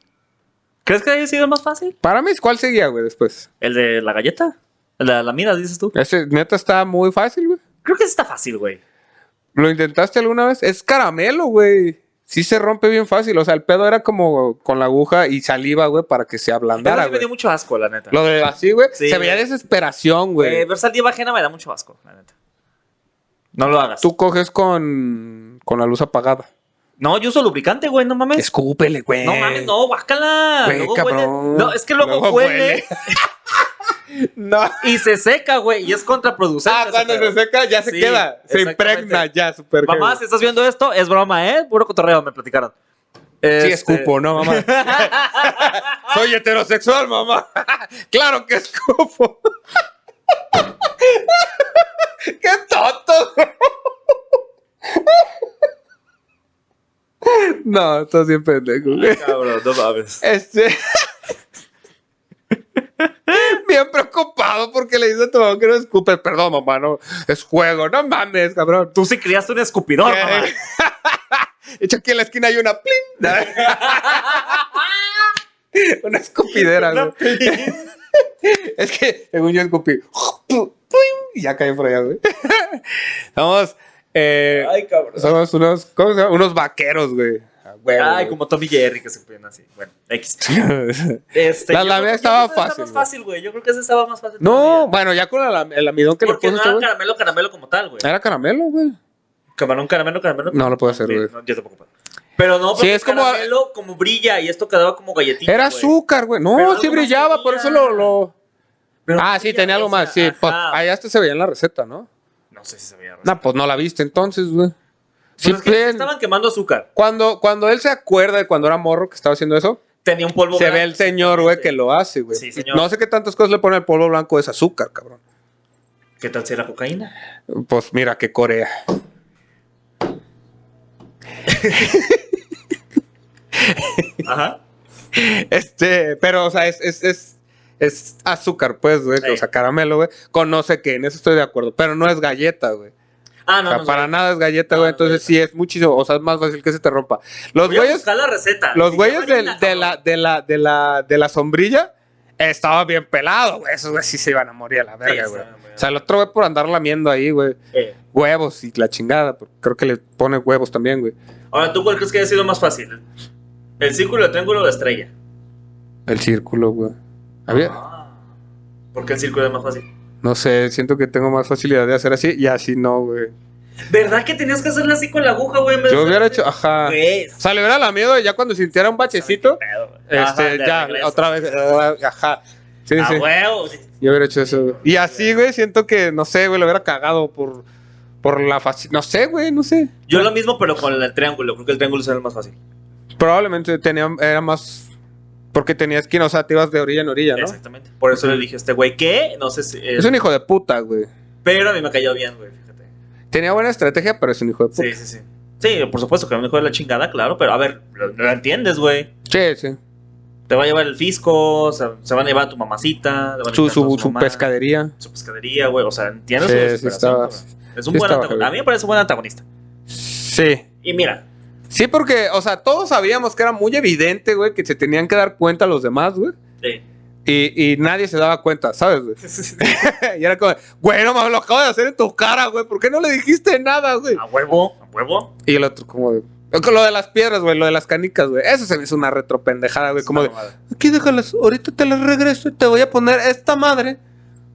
[SPEAKER 1] ¿Crees que haya sido el más fácil?
[SPEAKER 2] Para mí, ¿cuál seguía, güey, después?
[SPEAKER 1] ¿El de la galleta? ¿El de la mira, dices tú?
[SPEAKER 2] Ese neta está muy fácil, güey.
[SPEAKER 1] Creo que sí está fácil, güey.
[SPEAKER 2] ¿Lo intentaste alguna vez? Es caramelo, güey. Sí se rompe bien fácil. O sea, el pedo era como con la aguja y saliva, güey, para que se
[SPEAKER 1] Pero
[SPEAKER 2] ablandara,
[SPEAKER 1] sí me dio
[SPEAKER 2] güey.
[SPEAKER 1] mucho asco, la neta.
[SPEAKER 2] Lo de así, güey.
[SPEAKER 1] Sí,
[SPEAKER 2] se veía
[SPEAKER 1] güey.
[SPEAKER 2] desesperación,
[SPEAKER 1] Eh,
[SPEAKER 2] güey.
[SPEAKER 1] ver saliva ajena me da mucho asco, la neta. No lo hagas.
[SPEAKER 2] Tú coges con, con la luz apagada.
[SPEAKER 1] No, yo uso lubricante, güey, no mames.
[SPEAKER 2] Escúpele, güey.
[SPEAKER 1] No mames, no, guácala.
[SPEAKER 2] Güey,
[SPEAKER 1] luego
[SPEAKER 2] cabrón.
[SPEAKER 1] huele. No, es que luego,
[SPEAKER 2] Luego
[SPEAKER 1] huele,
[SPEAKER 2] No.
[SPEAKER 1] y se seca, güey, y es contraproducente.
[SPEAKER 2] Ah,
[SPEAKER 1] ese
[SPEAKER 2] cuando se
[SPEAKER 1] pedo.
[SPEAKER 2] seca ya se
[SPEAKER 1] Sí,
[SPEAKER 2] queda. Se
[SPEAKER 1] exactamente.
[SPEAKER 2] impregna ya, super.
[SPEAKER 1] Mamá, si estás viendo esto, es broma, ¿eh? Puro cotorreo, me platicaron.
[SPEAKER 2] Sí,
[SPEAKER 1] Este-
[SPEAKER 2] escupo, ¿no, mamá? Soy heterosexual, mamá. claro que escupo. ¡Qué tonto! no, estás bien pendejo. güey.
[SPEAKER 1] Cabrón, no mames.
[SPEAKER 2] Este. bien preocupado por porque le dices a tu mamá que no escupes. Perdón, mamá, no. Es juego. No mames, cabrón.
[SPEAKER 1] Tú sí criaste un escupidor,
[SPEAKER 2] ¿Qué?
[SPEAKER 1] mamá.
[SPEAKER 2] Echa aquí en la esquina hay una plin. una escupidera, güey.
[SPEAKER 1] Una pin.
[SPEAKER 2] Es que, según yo escupí. Y ya cayó por allá, güey. Somos, eh,
[SPEAKER 1] Ay, cabrón.
[SPEAKER 2] somos unos, ¿cómo se llama? Unos vaqueros, güey. A huevo,
[SPEAKER 1] Ay,
[SPEAKER 2] güey.
[SPEAKER 1] como Tommy Jerry que se ponen así. Bueno, X. Este,
[SPEAKER 2] La-
[SPEAKER 1] yo
[SPEAKER 2] la
[SPEAKER 1] creo-
[SPEAKER 2] mía
[SPEAKER 1] yo
[SPEAKER 2] estaba
[SPEAKER 1] creo que esa
[SPEAKER 2] fácil,
[SPEAKER 1] Estaba más
[SPEAKER 2] güey.
[SPEAKER 1] fácil, güey. Yo creo que esa estaba más fácil.
[SPEAKER 2] no,
[SPEAKER 1] todavía.
[SPEAKER 2] bueno, ya con el, am- el amidón que
[SPEAKER 1] porque
[SPEAKER 2] le
[SPEAKER 1] no
[SPEAKER 2] puso,
[SPEAKER 1] era
[SPEAKER 2] güey.
[SPEAKER 1] caramelo, caramelo como tal, güey.
[SPEAKER 2] Era caramelo, güey.
[SPEAKER 1] Camarón, caramelo, caramelo.
[SPEAKER 2] No, no puedo hacer,
[SPEAKER 1] Sí,
[SPEAKER 2] güey.
[SPEAKER 1] no, yo tampoco puedo. Pero no,
[SPEAKER 2] Sí,
[SPEAKER 1] porque
[SPEAKER 2] es como-
[SPEAKER 1] caramelo como brilla y esto quedaba como galletita.
[SPEAKER 2] Era
[SPEAKER 1] güey.
[SPEAKER 2] azúcar, güey.
[SPEAKER 1] Pero
[SPEAKER 2] No,
[SPEAKER 1] algo
[SPEAKER 2] sí
[SPEAKER 1] más
[SPEAKER 2] brillaba, por eso lo.
[SPEAKER 1] tenía.
[SPEAKER 2] lo-
[SPEAKER 1] Pero no
[SPEAKER 2] Ah, sí,
[SPEAKER 1] brilla,
[SPEAKER 2] tenía algo
[SPEAKER 1] o sea,
[SPEAKER 2] más, sí. pues,
[SPEAKER 1] ajá.
[SPEAKER 2] ahí hasta se veía en la receta, ¿no?
[SPEAKER 1] No sé si se veía.
[SPEAKER 2] No, pues no la viste entonces, güey.
[SPEAKER 1] Pues
[SPEAKER 2] Sí,
[SPEAKER 1] es que
[SPEAKER 2] ven.
[SPEAKER 1] estaban quemando azúcar.
[SPEAKER 2] Cuando, cuando él se acuerda de cuando era morro que estaba haciendo eso,
[SPEAKER 1] Tenía un polvo
[SPEAKER 2] se ve
[SPEAKER 1] blanco.
[SPEAKER 2] el señor, güey, que lo hace, güey.
[SPEAKER 1] Sí, señor.
[SPEAKER 2] No sé qué tantas cosas le pone al polvo blanco es azúcar, cabrón.
[SPEAKER 1] ¿Qué tal si era cocaína?
[SPEAKER 2] Pues mira, qué Corea.
[SPEAKER 1] Ajá.
[SPEAKER 2] Este, pero, o sea, es, es, es, es azúcar, pues, güey.
[SPEAKER 1] Sí.
[SPEAKER 2] O sea, caramelo, güey. Con no sé qué, en eso estoy de acuerdo. Pero no es galleta, güey.
[SPEAKER 1] Ah, no,
[SPEAKER 2] o sea,
[SPEAKER 1] no.
[SPEAKER 2] para
[SPEAKER 1] no.
[SPEAKER 2] nada es galleta,
[SPEAKER 1] No,
[SPEAKER 2] güey.
[SPEAKER 1] no es
[SPEAKER 2] Entonces sí es muchísimo, o sea, es más fácil que se te rompa. Los
[SPEAKER 1] Voy a
[SPEAKER 2] güeyes,
[SPEAKER 1] buscar la receta.
[SPEAKER 2] los
[SPEAKER 1] Sí,
[SPEAKER 2] güeyes
[SPEAKER 1] ya
[SPEAKER 2] del-
[SPEAKER 1] vayan a-
[SPEAKER 2] de, la, de la, de la, de la sombrilla estaban bien pelados, güey. Esos güey sí se iban a morir a la verga, güey.
[SPEAKER 1] estaban, güey.
[SPEAKER 2] o sea, el otro güey por andar lamiendo ahí, güey.
[SPEAKER 1] Eh,
[SPEAKER 2] Huevos y la chingada, porque creo que le pone huevos también, güey.
[SPEAKER 1] Ahora, ¿tú cuál crees que haya sido más fácil? ¿El círculo, el triángulo o la estrella?
[SPEAKER 2] El círculo, güey. A ver,
[SPEAKER 1] Ah. ¿Por qué el círculo es más fácil?
[SPEAKER 2] no sé, siento que tengo más facilidad de hacer así y así no, güey.
[SPEAKER 1] ¿Verdad que tenías que hacerla así con la aguja, güey? en vez de
[SPEAKER 2] Yo hubiera
[SPEAKER 1] hacer-
[SPEAKER 2] hecho, ajá.
[SPEAKER 1] Pues Güey,
[SPEAKER 2] O sea, le hubiera lamido y ya cuando sintiera un bachecito,
[SPEAKER 1] qué pedo, güey. Ajá,
[SPEAKER 2] este,
[SPEAKER 1] de
[SPEAKER 2] ya,
[SPEAKER 1] regreso.
[SPEAKER 2] otra vez, eh, ajá. Sí,
[SPEAKER 1] Ah,
[SPEAKER 2] sí.
[SPEAKER 1] huevo.
[SPEAKER 2] Yo hubiera hecho eso. güey. Y así, güey, siento que, no sé, güey, lo hubiera cagado por, por la fácil. No sé, güey, no sé.
[SPEAKER 1] Yo lo mismo, pero con el triángulo. Creo que el triángulo será el más fácil.
[SPEAKER 2] Probablemente tenía, era más. Porque tenía esquina, o sea, te ibas de orilla en orilla, ¿no?
[SPEAKER 1] Exactamente. Por eso le dije a este güey que, no sé si. eh,
[SPEAKER 2] Es un hijo de puta, güey.
[SPEAKER 1] Pero a mí me cayó bien, güey, fíjate.
[SPEAKER 2] Tenía buena estrategia, pero es un hijo de puta.
[SPEAKER 1] Sí, sí, sí. Sí, por supuesto que a lo mejor es la chingada, claro, pero a ver, lo, lo entiendes, güey.
[SPEAKER 2] Sí, sí.
[SPEAKER 1] Te va a llevar el fisco, se, se van a llevar a tu mamacita, le van a
[SPEAKER 2] Su,
[SPEAKER 1] quitar
[SPEAKER 2] su,
[SPEAKER 1] toda
[SPEAKER 2] su
[SPEAKER 1] mamá,
[SPEAKER 2] pescadería.
[SPEAKER 1] Su pescadería, güey. O sea, entiendes
[SPEAKER 2] Sí,
[SPEAKER 1] su
[SPEAKER 2] sí
[SPEAKER 1] desesperación,
[SPEAKER 2] estaba-
[SPEAKER 1] güey. Es un
[SPEAKER 2] sí
[SPEAKER 1] buen
[SPEAKER 2] estaba
[SPEAKER 1] antagonista. A mí
[SPEAKER 2] heavy.
[SPEAKER 1] me parece un buen antagonista.
[SPEAKER 2] Sí.
[SPEAKER 1] Y mira,
[SPEAKER 2] Sí, porque, o sea, todos sabíamos que era muy evidente, güey, que se tenían que dar cuenta los demás, güey.
[SPEAKER 1] eh,
[SPEAKER 2] Y, y nadie se daba cuenta, ¿sabes, güey? y era como, güey, no mames, lo acabo de hacer en tu cara, güey. ¿Por qué no le dijiste nada, güey?
[SPEAKER 1] a huevo, a huevo.
[SPEAKER 2] Y el otro, como de. Lo de las piedras, güey, lo de las canicas, güey. Eso se me hizo una retropendejada, güey.
[SPEAKER 1] Es
[SPEAKER 2] Como
[SPEAKER 1] una
[SPEAKER 2] de,
[SPEAKER 1] mamada.
[SPEAKER 2] aquí déjalas, ahorita te las regreso y te voy a poner esta madre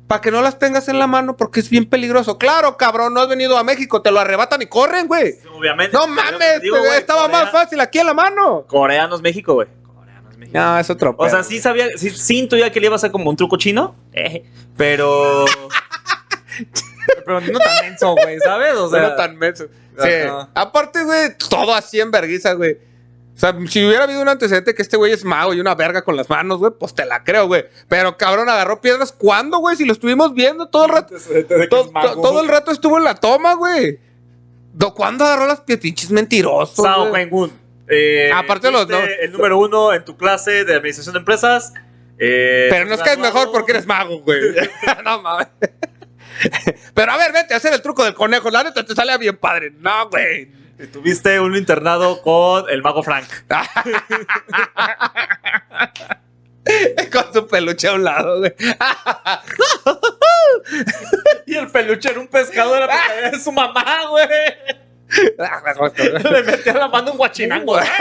[SPEAKER 2] para que no las tengas en la mano porque es bien peligroso. Claro, cabrón, no has venido a México, te lo arrebatan y corren, güey.
[SPEAKER 1] Obviamente.
[SPEAKER 2] No
[SPEAKER 1] es lo que
[SPEAKER 2] mames,
[SPEAKER 1] te digo,
[SPEAKER 2] güey,
[SPEAKER 1] güey,
[SPEAKER 2] estaba
[SPEAKER 1] Corea-
[SPEAKER 2] más fácil aquí en la mano.
[SPEAKER 1] Corea no es México, güey. Corea no es México.
[SPEAKER 2] No, es otro.
[SPEAKER 1] O sea,
[SPEAKER 2] pedo,
[SPEAKER 1] sí sabía, sí, sí intuía que le iba a hacer como un truco chino, eh, pero. pero no tan menso, güey, ¿sabes? O
[SPEAKER 2] No
[SPEAKER 1] sea,
[SPEAKER 2] era tan menso. Sí.
[SPEAKER 1] Ajá.
[SPEAKER 2] Aparte, güey, todo así en verguiza, güey. O sea, si hubiera habido un antecedente que este güey es mago y una verga con las manos, güey, pues te la creo, güey. Pero cabrón, agarró piedras. ¿Cuándo, güey? Si lo estuvimos viendo todo el rato. To- to- todo el rato estuvo en la toma, güey. Do- ¿Cuándo agarró las piedras? Pinches mentirosos.
[SPEAKER 1] Sao
[SPEAKER 2] güey.
[SPEAKER 1] Pengun. Eh,
[SPEAKER 2] Aparte los
[SPEAKER 1] fuiste
[SPEAKER 2] no-
[SPEAKER 1] El número uno en tu clase de administración de empresas. eh,
[SPEAKER 2] Pero nos caes
[SPEAKER 1] graduado-
[SPEAKER 2] mejor porque eres mago, güey. no mames. Pero a ver, vete a hacer el truco del conejo. La neta te sale bien padre. No, güey.
[SPEAKER 1] Tuviste un internado con el mago Frank.
[SPEAKER 2] Con su peluche a un lado, güey. Ah,
[SPEAKER 1] Y el peluche era un pescador, era de su mamá, güey. Le metía la mano un guachinango. ¿eh?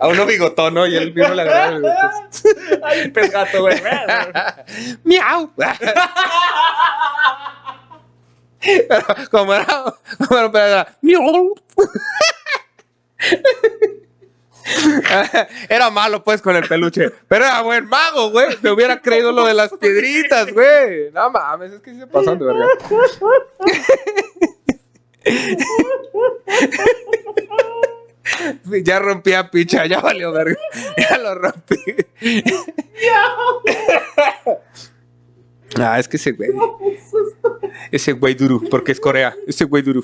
[SPEAKER 2] A uno bigotón, ¿no? Y él mismo le agarraba el bigotón.
[SPEAKER 1] Ay, el pescato, güey.
[SPEAKER 2] ¡Miau! Pero como era, como era un pedo, era ¡Miau! Era malo, pues, con el peluche. Pero era buen mago, güey. Me hubiera creído lo de las piedritas, güey. No mames, es que sí se pasan de verga. Ya rompía picha, ya valió verga. Ya lo rompí. Ah, es que ese güey. Ese güey duro, porque es Corea. Ese güey duro.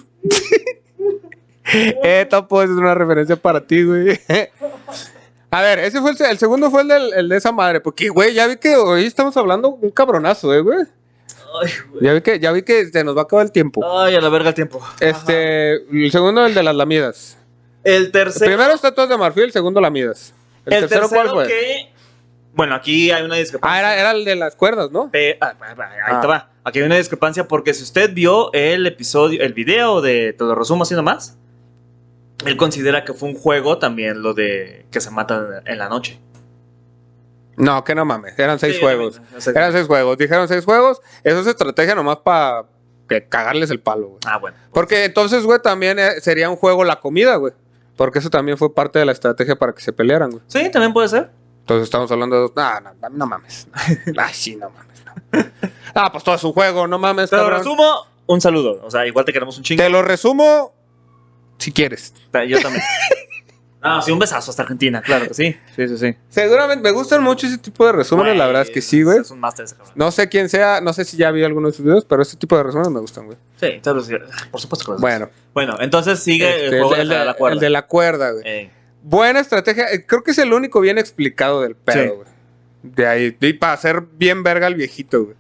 [SPEAKER 2] Eh, Topo, esa es una referencia para ti, güey. A ver, ese fue el, se- el segundo fue el, del- el de esa madre. Porque, güey, ya vi que hoy estamos hablando un cabronazo, eh, güey.
[SPEAKER 1] Ay, güey.
[SPEAKER 2] Ya vi que, ya vi que se nos va a acabar el tiempo.
[SPEAKER 1] Ay, a la verga el tiempo. Ajá.
[SPEAKER 2] Este, el segundo, el de las lamidas.
[SPEAKER 1] El tercero.
[SPEAKER 2] El primero estatuas de marfil, el segundo lamidas.
[SPEAKER 1] el tercero, que. Bueno, aquí hay una discrepancia.
[SPEAKER 2] Ah, era, era el de las cuerdas, ¿no?
[SPEAKER 1] Pe- ah, ah, ah, ahí
[SPEAKER 2] Ah.
[SPEAKER 1] te va. Aquí hay una discrepancia porque si usted vio el episodio, el video de Te lo resumo así nomás, él considera que fue un juego también lo de que se matan en la noche.
[SPEAKER 2] No, que no mames, eran seis
[SPEAKER 1] Sí,
[SPEAKER 2] juegos.
[SPEAKER 1] o sea,
[SPEAKER 2] Eran seis juegos, dijeron seis juegos. Eso es estrategia nomás para cagarles el palo, güey.
[SPEAKER 1] Ah, bueno.
[SPEAKER 2] Porque entonces, güey, también eh, sería un juego la comida, güey. Porque eso también fue parte de la estrategia para que se pelearan, güey.
[SPEAKER 1] Sí, también puede ser.
[SPEAKER 2] Entonces estamos hablando de... dos- Ah, no, no, no mames. Ay, sí, no mames. no. Ah, pues todo es un juego, no mames.
[SPEAKER 1] Te lo
[SPEAKER 2] cabrón.
[SPEAKER 1] resumo, un saludo. O sea, igual te queremos un chingo.
[SPEAKER 2] Te lo resumo si quieres.
[SPEAKER 1] Ta- Yo también. Ah, sí, un besazo hasta Argentina, claro que sí. Sí, sí, sí.
[SPEAKER 2] Seguramente me gustan mucho ese tipo de resúmenes, la verdad es que sí, güey.
[SPEAKER 1] Es un máster ese cabrón.
[SPEAKER 2] No sé quién sea, no sé si ya vi alguno de sus videos, pero ese tipo de resúmenes me gustan, güey.
[SPEAKER 1] Sí, entonces, sí, por supuesto que lo
[SPEAKER 2] Bueno,
[SPEAKER 1] Bueno, entonces Pues, sigue
[SPEAKER 2] este,
[SPEAKER 1] el juego
[SPEAKER 2] el,
[SPEAKER 1] de, la
[SPEAKER 2] de,
[SPEAKER 1] la cuerda.
[SPEAKER 2] el de la cuerda, güey.
[SPEAKER 1] Eh,
[SPEAKER 2] Buena estrategia, eh, creo que es el único bien explicado del
[SPEAKER 1] Sí.
[SPEAKER 2] pedo, güey. De ahí, y para hacer bien verga al viejito, güey.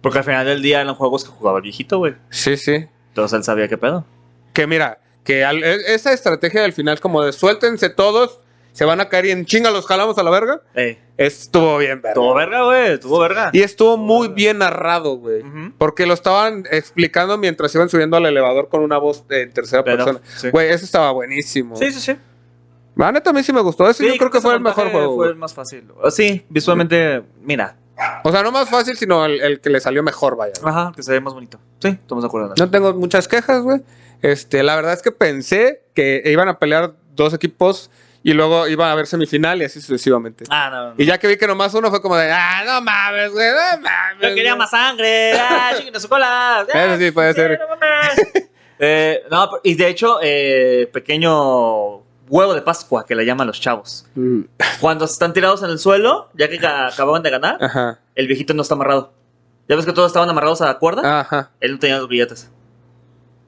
[SPEAKER 1] porque al final del día eran juegos que jugaba el viejito, güey.
[SPEAKER 2] Sí, sí.
[SPEAKER 1] Entonces él sabía qué pedo.
[SPEAKER 2] Que mira, que al- e- esa estrategia del final, como de suéltense todos, se van a caer y en chinga los jalamos a la verga,
[SPEAKER 1] Eh,
[SPEAKER 2] estuvo bien verga.
[SPEAKER 1] tuvo verga, güey. Tuvo verga.
[SPEAKER 2] Y estuvo muy bien narrado, güey.
[SPEAKER 1] Ujú.
[SPEAKER 2] Porque lo estaban explicando mientras iban subiendo al elevador con una voz de tercera
[SPEAKER 1] Pero,
[SPEAKER 2] persona.
[SPEAKER 1] sí.
[SPEAKER 2] Güey, eso estaba buenísimo.
[SPEAKER 1] Sí, sí, sí.
[SPEAKER 2] La neta a mí sí me gustó. Eso
[SPEAKER 1] Sí,
[SPEAKER 2] yo creo que
[SPEAKER 1] ese
[SPEAKER 2] fue el
[SPEAKER 1] montaje
[SPEAKER 2] mejor juego.
[SPEAKER 1] Fue
[SPEAKER 2] güey.
[SPEAKER 1] el más fácil. güey. Sí, visualmente, mira.
[SPEAKER 2] O sea, no más fácil, sino el, el que le salió mejor, vaya. güey.
[SPEAKER 1] Ajá, que se ve más bonito. Sí, estamos de acuerdo. en eso.
[SPEAKER 2] No tengo muchas quejas, güey. Este, la verdad es que pensé que iban a pelear dos equipos y luego iban a haber semifinal y así sucesivamente.
[SPEAKER 1] Ah, no, no.
[SPEAKER 2] Y ya que vi que nomás uno fue como de, ah, no mames, güey, no mames.
[SPEAKER 1] Yo quería
[SPEAKER 2] güey".
[SPEAKER 1] más sangre. Ah, chinguen a su cola. Ah,
[SPEAKER 2] Eso sí puede ser.
[SPEAKER 1] no mames. Eh, no, y de hecho, eh, pequeño huevo de Pascua que le llaman los chavos.
[SPEAKER 2] Mm,
[SPEAKER 1] Cuando están tirados en el suelo, ya que ca- acababan de ganar,
[SPEAKER 2] Ajá,
[SPEAKER 1] el viejito no está amarrado. Ya ves que todos estaban amarrados a la cuerda.
[SPEAKER 2] ajá.
[SPEAKER 1] Él no tenía los billetes.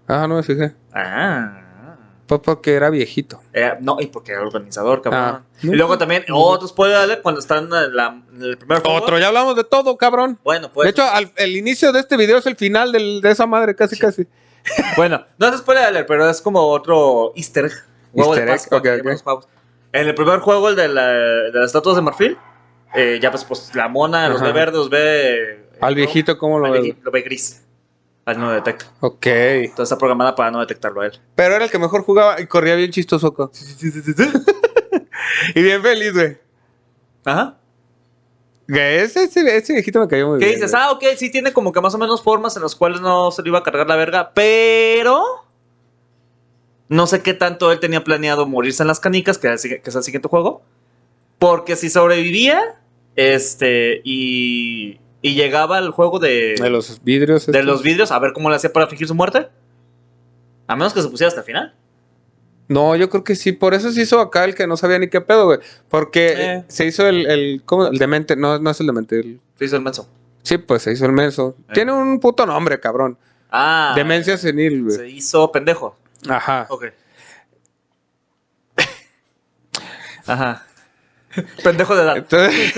[SPEAKER 2] Ah, no me fijé.
[SPEAKER 1] Ah.
[SPEAKER 2] Fue porque era viejito.
[SPEAKER 1] Eh, no, y porque era organizador, cabrón.
[SPEAKER 2] Ah. No,
[SPEAKER 1] y luego
[SPEAKER 2] no,
[SPEAKER 1] también
[SPEAKER 2] no.
[SPEAKER 1] otros puede darle cuando están en, la- en el primer juego.
[SPEAKER 2] Otro, ya hablamos de todo, cabrón.
[SPEAKER 1] Bueno,
[SPEAKER 2] de
[SPEAKER 1] pues.
[SPEAKER 2] hecho, al- el inicio de este video es el final del- de esa madre, casi, casi.
[SPEAKER 1] Bueno, no se puede darle, pero es como otro easter egg. Huevo
[SPEAKER 2] Easter
[SPEAKER 1] de
[SPEAKER 2] egg,
[SPEAKER 1] Pascua.
[SPEAKER 2] ok,
[SPEAKER 1] que
[SPEAKER 2] ok.
[SPEAKER 1] llaman los pavos. En el primer juego, el de, la, de las estatuas de marfil, eh, ya pues, pues la mona los
[SPEAKER 2] Ajá.
[SPEAKER 1] ve verdes, los ve. eh,
[SPEAKER 2] Al viejito, ¿cómo
[SPEAKER 1] lo
[SPEAKER 2] lo
[SPEAKER 1] ve,
[SPEAKER 2] ves?
[SPEAKER 1] lo ve gris. Al no detecta.
[SPEAKER 2] Ok.
[SPEAKER 1] Entonces está programada para no detectarlo a él.
[SPEAKER 2] Pero era el que mejor jugaba y corría bien chistoso. co. y bien feliz, güey.
[SPEAKER 1] Ajá.
[SPEAKER 2] Que Ese, ese, ese viejito me cayó muy
[SPEAKER 1] ¿Qué
[SPEAKER 2] bien.
[SPEAKER 1] dices?
[SPEAKER 2] güey.
[SPEAKER 1] Ah, ok, sí tiene como que más o menos formas en las cuales no se le iba a cargar la verga, pero no sé qué tanto él tenía planeado morirse en las canicas, que es, que es el siguiente juego, porque si sobrevivía, este, y, y llegaba al juego de,
[SPEAKER 2] De los vidrios.
[SPEAKER 1] Ah, de
[SPEAKER 2] estos.
[SPEAKER 1] los vidrios a ver cómo le hacía para fingir su muerte, a menos que se pusiera hasta el final.
[SPEAKER 2] No, yo creo que sí. Por eso se hizo acá el que no sabía ni qué pedo, güey. Porque
[SPEAKER 1] Eh.
[SPEAKER 2] se hizo el, el, ¿cómo? El demente. No, no es el demente. el-
[SPEAKER 1] Se hizo el menso.
[SPEAKER 2] Sí, pues se hizo el menso.
[SPEAKER 1] Eh.
[SPEAKER 2] Tiene un puto nombre, cabrón.
[SPEAKER 1] Ah,
[SPEAKER 2] Demencia senil, güey.
[SPEAKER 1] se hizo pendejo.
[SPEAKER 2] Ajá.
[SPEAKER 1] Ok. Ajá. Pendejo de edad.
[SPEAKER 2] Entonces,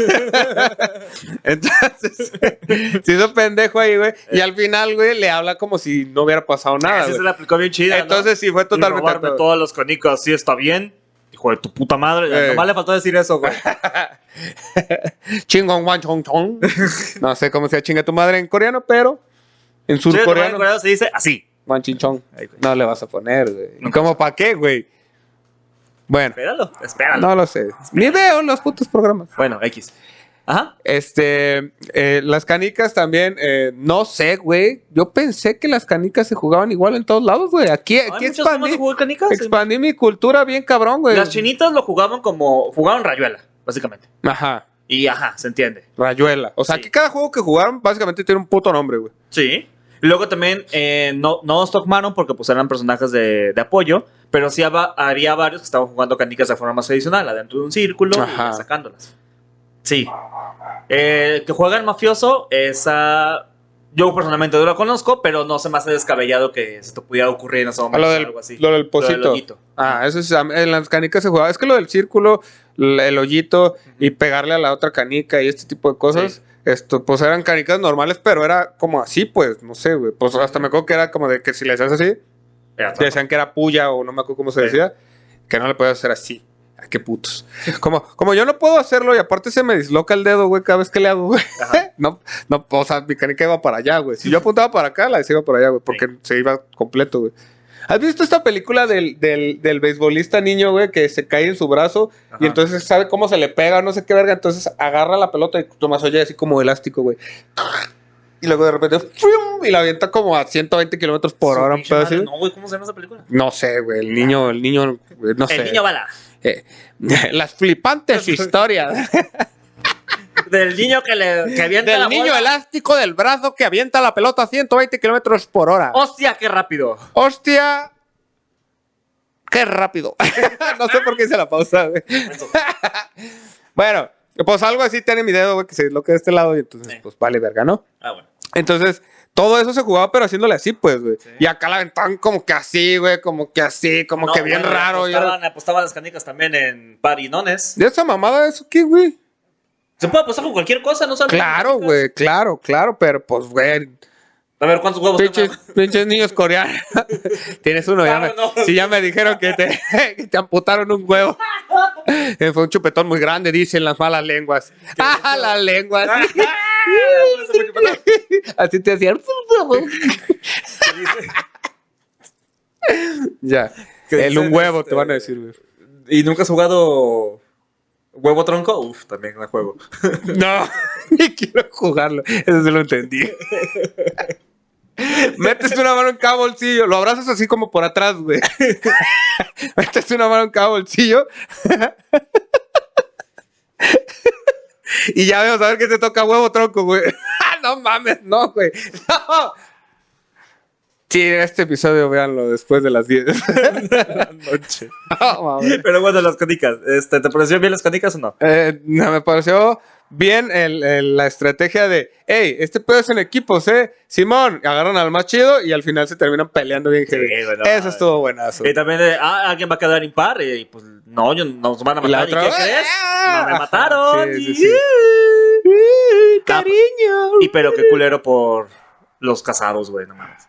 [SPEAKER 2] entonces se hizo pendejo ahí, güey. Y al final, güey, le habla como si no hubiera pasado nada.
[SPEAKER 1] Así
[SPEAKER 2] Ah, güey.
[SPEAKER 1] se la aplicó bien chida. ¿no?
[SPEAKER 2] Entonces sí, fue
[SPEAKER 1] Y
[SPEAKER 2] totalmente.
[SPEAKER 1] robarme
[SPEAKER 2] todo.
[SPEAKER 1] todos los conicos, sí está bien. Hijo de tu puta madre.
[SPEAKER 2] Eh.
[SPEAKER 1] Nomás le faltó decir eso, güey.
[SPEAKER 2] Chingón, guan, chong, chong. No sé cómo sea chinga tu madre en coreano, pero en
[SPEAKER 1] Sí,
[SPEAKER 2] surcoreano,
[SPEAKER 1] en coreano se dice así.
[SPEAKER 2] guan, chin, chong.
[SPEAKER 1] Ay, güey.
[SPEAKER 2] No le vas a poner, güey.
[SPEAKER 1] No.
[SPEAKER 2] ¿Cómo para qué, güey? Bueno,
[SPEAKER 1] Espéralo, espéralo.
[SPEAKER 2] no lo sé. Ni veo los putos programas.
[SPEAKER 1] Bueno, X. Ajá.
[SPEAKER 2] Este, eh, las canicas también, eh, no sé, güey. Yo pensé que las canicas se jugaban igual en todos lados, güey. Aquí, aquí
[SPEAKER 1] Hay muchos temas de
[SPEAKER 2] expandí,
[SPEAKER 1] jugar canicas.
[SPEAKER 2] expandí mi cultura bien cabrón, güey.
[SPEAKER 1] Las chinitas lo jugaban como. Jugaban rayuela, básicamente.
[SPEAKER 2] Ajá,
[SPEAKER 1] Y ajá, se entiende.
[SPEAKER 2] Rayuela. O sea,
[SPEAKER 1] Sí.
[SPEAKER 2] aquí cada juego que jugaron básicamente tiene un puto nombre, güey.
[SPEAKER 1] Sí. Luego también eh, no, no os tomaron porque pues eran personajes de, de apoyo, pero sí haba- había varios que estaban jugando canicas de forma más tradicional, adentro de un círculo
[SPEAKER 2] Ajá.
[SPEAKER 1] y sacándolas. Sí. Eh, el que juega el mafioso es a Yo personalmente no lo conozco, pero no se me hace descabellado que se te pudiera ocurrir en ese
[SPEAKER 2] Ah,
[SPEAKER 1] momento
[SPEAKER 2] lo,
[SPEAKER 1] o
[SPEAKER 2] del,
[SPEAKER 1] algo así.
[SPEAKER 2] lo del pocito.
[SPEAKER 1] hoyito.
[SPEAKER 2] ah, eso es. En las canicas se jugaba. Es que lo del círculo, l- el hoyito y pegarle a la otra canica y este tipo de cosas.
[SPEAKER 1] Sí.
[SPEAKER 2] Esto, pues eran canicas normales, pero era como así, pues, no sé, güey. Pues hasta me acuerdo que era como de que si le hacías así,
[SPEAKER 1] Era todo.
[SPEAKER 2] decían que era puya o no me acuerdo cómo se
[SPEAKER 1] Sí.
[SPEAKER 2] decía, que no le podías hacer así. Ah, qué putos. Como, como yo no puedo hacerlo y aparte se me disloca el dedo, güey, cada vez que le hago, güey.
[SPEAKER 1] Ajá.
[SPEAKER 2] No, no, o sea, mi canica iba para allá, güey. Si yo apuntaba para acá, la decía iba para allá, güey, porque se iba completo, güey. ¿Has visto esta película del, del, del beisbolista niño, güey, que se cae en su brazo
[SPEAKER 1] Ajá.
[SPEAKER 2] y entonces sabe cómo se le pega, no sé qué verga, entonces agarra la pelota y Tomás oye así como elástico, güey. Y luego de repente, ¡fium! y la avienta como a 120 kilómetros por
[SPEAKER 1] Su
[SPEAKER 2] hora, un
[SPEAKER 1] pinche
[SPEAKER 2] pedo
[SPEAKER 1] madre,
[SPEAKER 2] así.
[SPEAKER 1] No, güey, ¿cómo se llama esa película?
[SPEAKER 2] No sé, güey. El niño, el niño, güey, no sé.
[SPEAKER 1] El niño bala.
[SPEAKER 2] Eh, las flipantes historias
[SPEAKER 1] Del niño que le que avienta
[SPEAKER 2] del
[SPEAKER 1] la
[SPEAKER 2] niño
[SPEAKER 1] bola.
[SPEAKER 2] elástico del brazo que avienta la pelota a 120 kilómetros por hora.
[SPEAKER 1] ¡Hostia, qué rápido!
[SPEAKER 2] ¡Hostia! ¡Qué rápido! no sé por qué hice la pausa, güey. bueno, pues algo así tiene mi dedo, güey, que se disloque de este lado y entonces,
[SPEAKER 1] Sí.
[SPEAKER 2] pues vale, verga, ¿no?
[SPEAKER 1] Ah, bueno.
[SPEAKER 2] Entonces, todo eso se jugaba, pero haciéndole así, pues, güey. Y acá la aventaban como que así, güey, como que así, como
[SPEAKER 1] No,
[SPEAKER 2] que bien
[SPEAKER 1] bueno,
[SPEAKER 2] raro. y era-
[SPEAKER 1] Apostaban, apostaban las canicas también en parinones.
[SPEAKER 2] ¿De esa mamada eso qué, güey?
[SPEAKER 1] Se puede apostar con cualquier cosa, ¿no sabes?
[SPEAKER 2] Claro, güey, claro, claro, pero pues, güey,
[SPEAKER 1] A ver, ¿cuántos huevos
[SPEAKER 2] pinches,
[SPEAKER 1] tengo?
[SPEAKER 2] pinches niños coreanos. Tienes uno, ya me,
[SPEAKER 1] Claro, no.
[SPEAKER 2] sí, ya me dijeron que te, que te amputaron un huevo. Eh, Fue un chupetón muy grande, dicen las malas lenguas. ¡Ah, las lenguas! Así te hacían. ya.
[SPEAKER 1] Que
[SPEAKER 2] El un
[SPEAKER 1] dicen,
[SPEAKER 2] huevo, te
[SPEAKER 1] este,
[SPEAKER 2] van a decir, güey.
[SPEAKER 1] ¿Y nunca has jugado huevo tronco? Uf, también la juego.
[SPEAKER 2] No, ni quiero jugarlo. Eso se lo entendí. Metes una mano en cada bolsillo, lo abrazas así como por atrás, güey. Metes una mano en cada bolsillo. y ya vemos a ver qué te toca huevo tronco, güey. ¡Ah, no mames, no, güey. No. Sí, este episodio véanlo después de las 10.
[SPEAKER 1] Noche.
[SPEAKER 2] No, mames.
[SPEAKER 1] Pero bueno, las canicas. Este, ¿Te pareció bien las canicas o no?
[SPEAKER 2] Eh, no, me pareció bien el- el- la estrategia de, hey, este pedo es en equipos, ¿eh? Simón, agarran al más chido y al final se terminan peleando bien. heavy.
[SPEAKER 1] güey, no
[SPEAKER 2] Eso
[SPEAKER 1] mames.
[SPEAKER 2] estuvo buenazo.
[SPEAKER 1] Y también, eh, ah, alguien va a quedar impar. Y pues, no, yo- nos van a
[SPEAKER 2] La
[SPEAKER 1] matar. ¿Y
[SPEAKER 2] otra-
[SPEAKER 1] qué crees?
[SPEAKER 2] ¡Ah!
[SPEAKER 1] No me
[SPEAKER 2] Ajá,
[SPEAKER 1] mataron.
[SPEAKER 2] sí, Ah, pues, sí,
[SPEAKER 1] y- ¡Uh!
[SPEAKER 2] sí. Uy, Cariño.
[SPEAKER 1] Y pero qué culero por los casados, güey, no mames.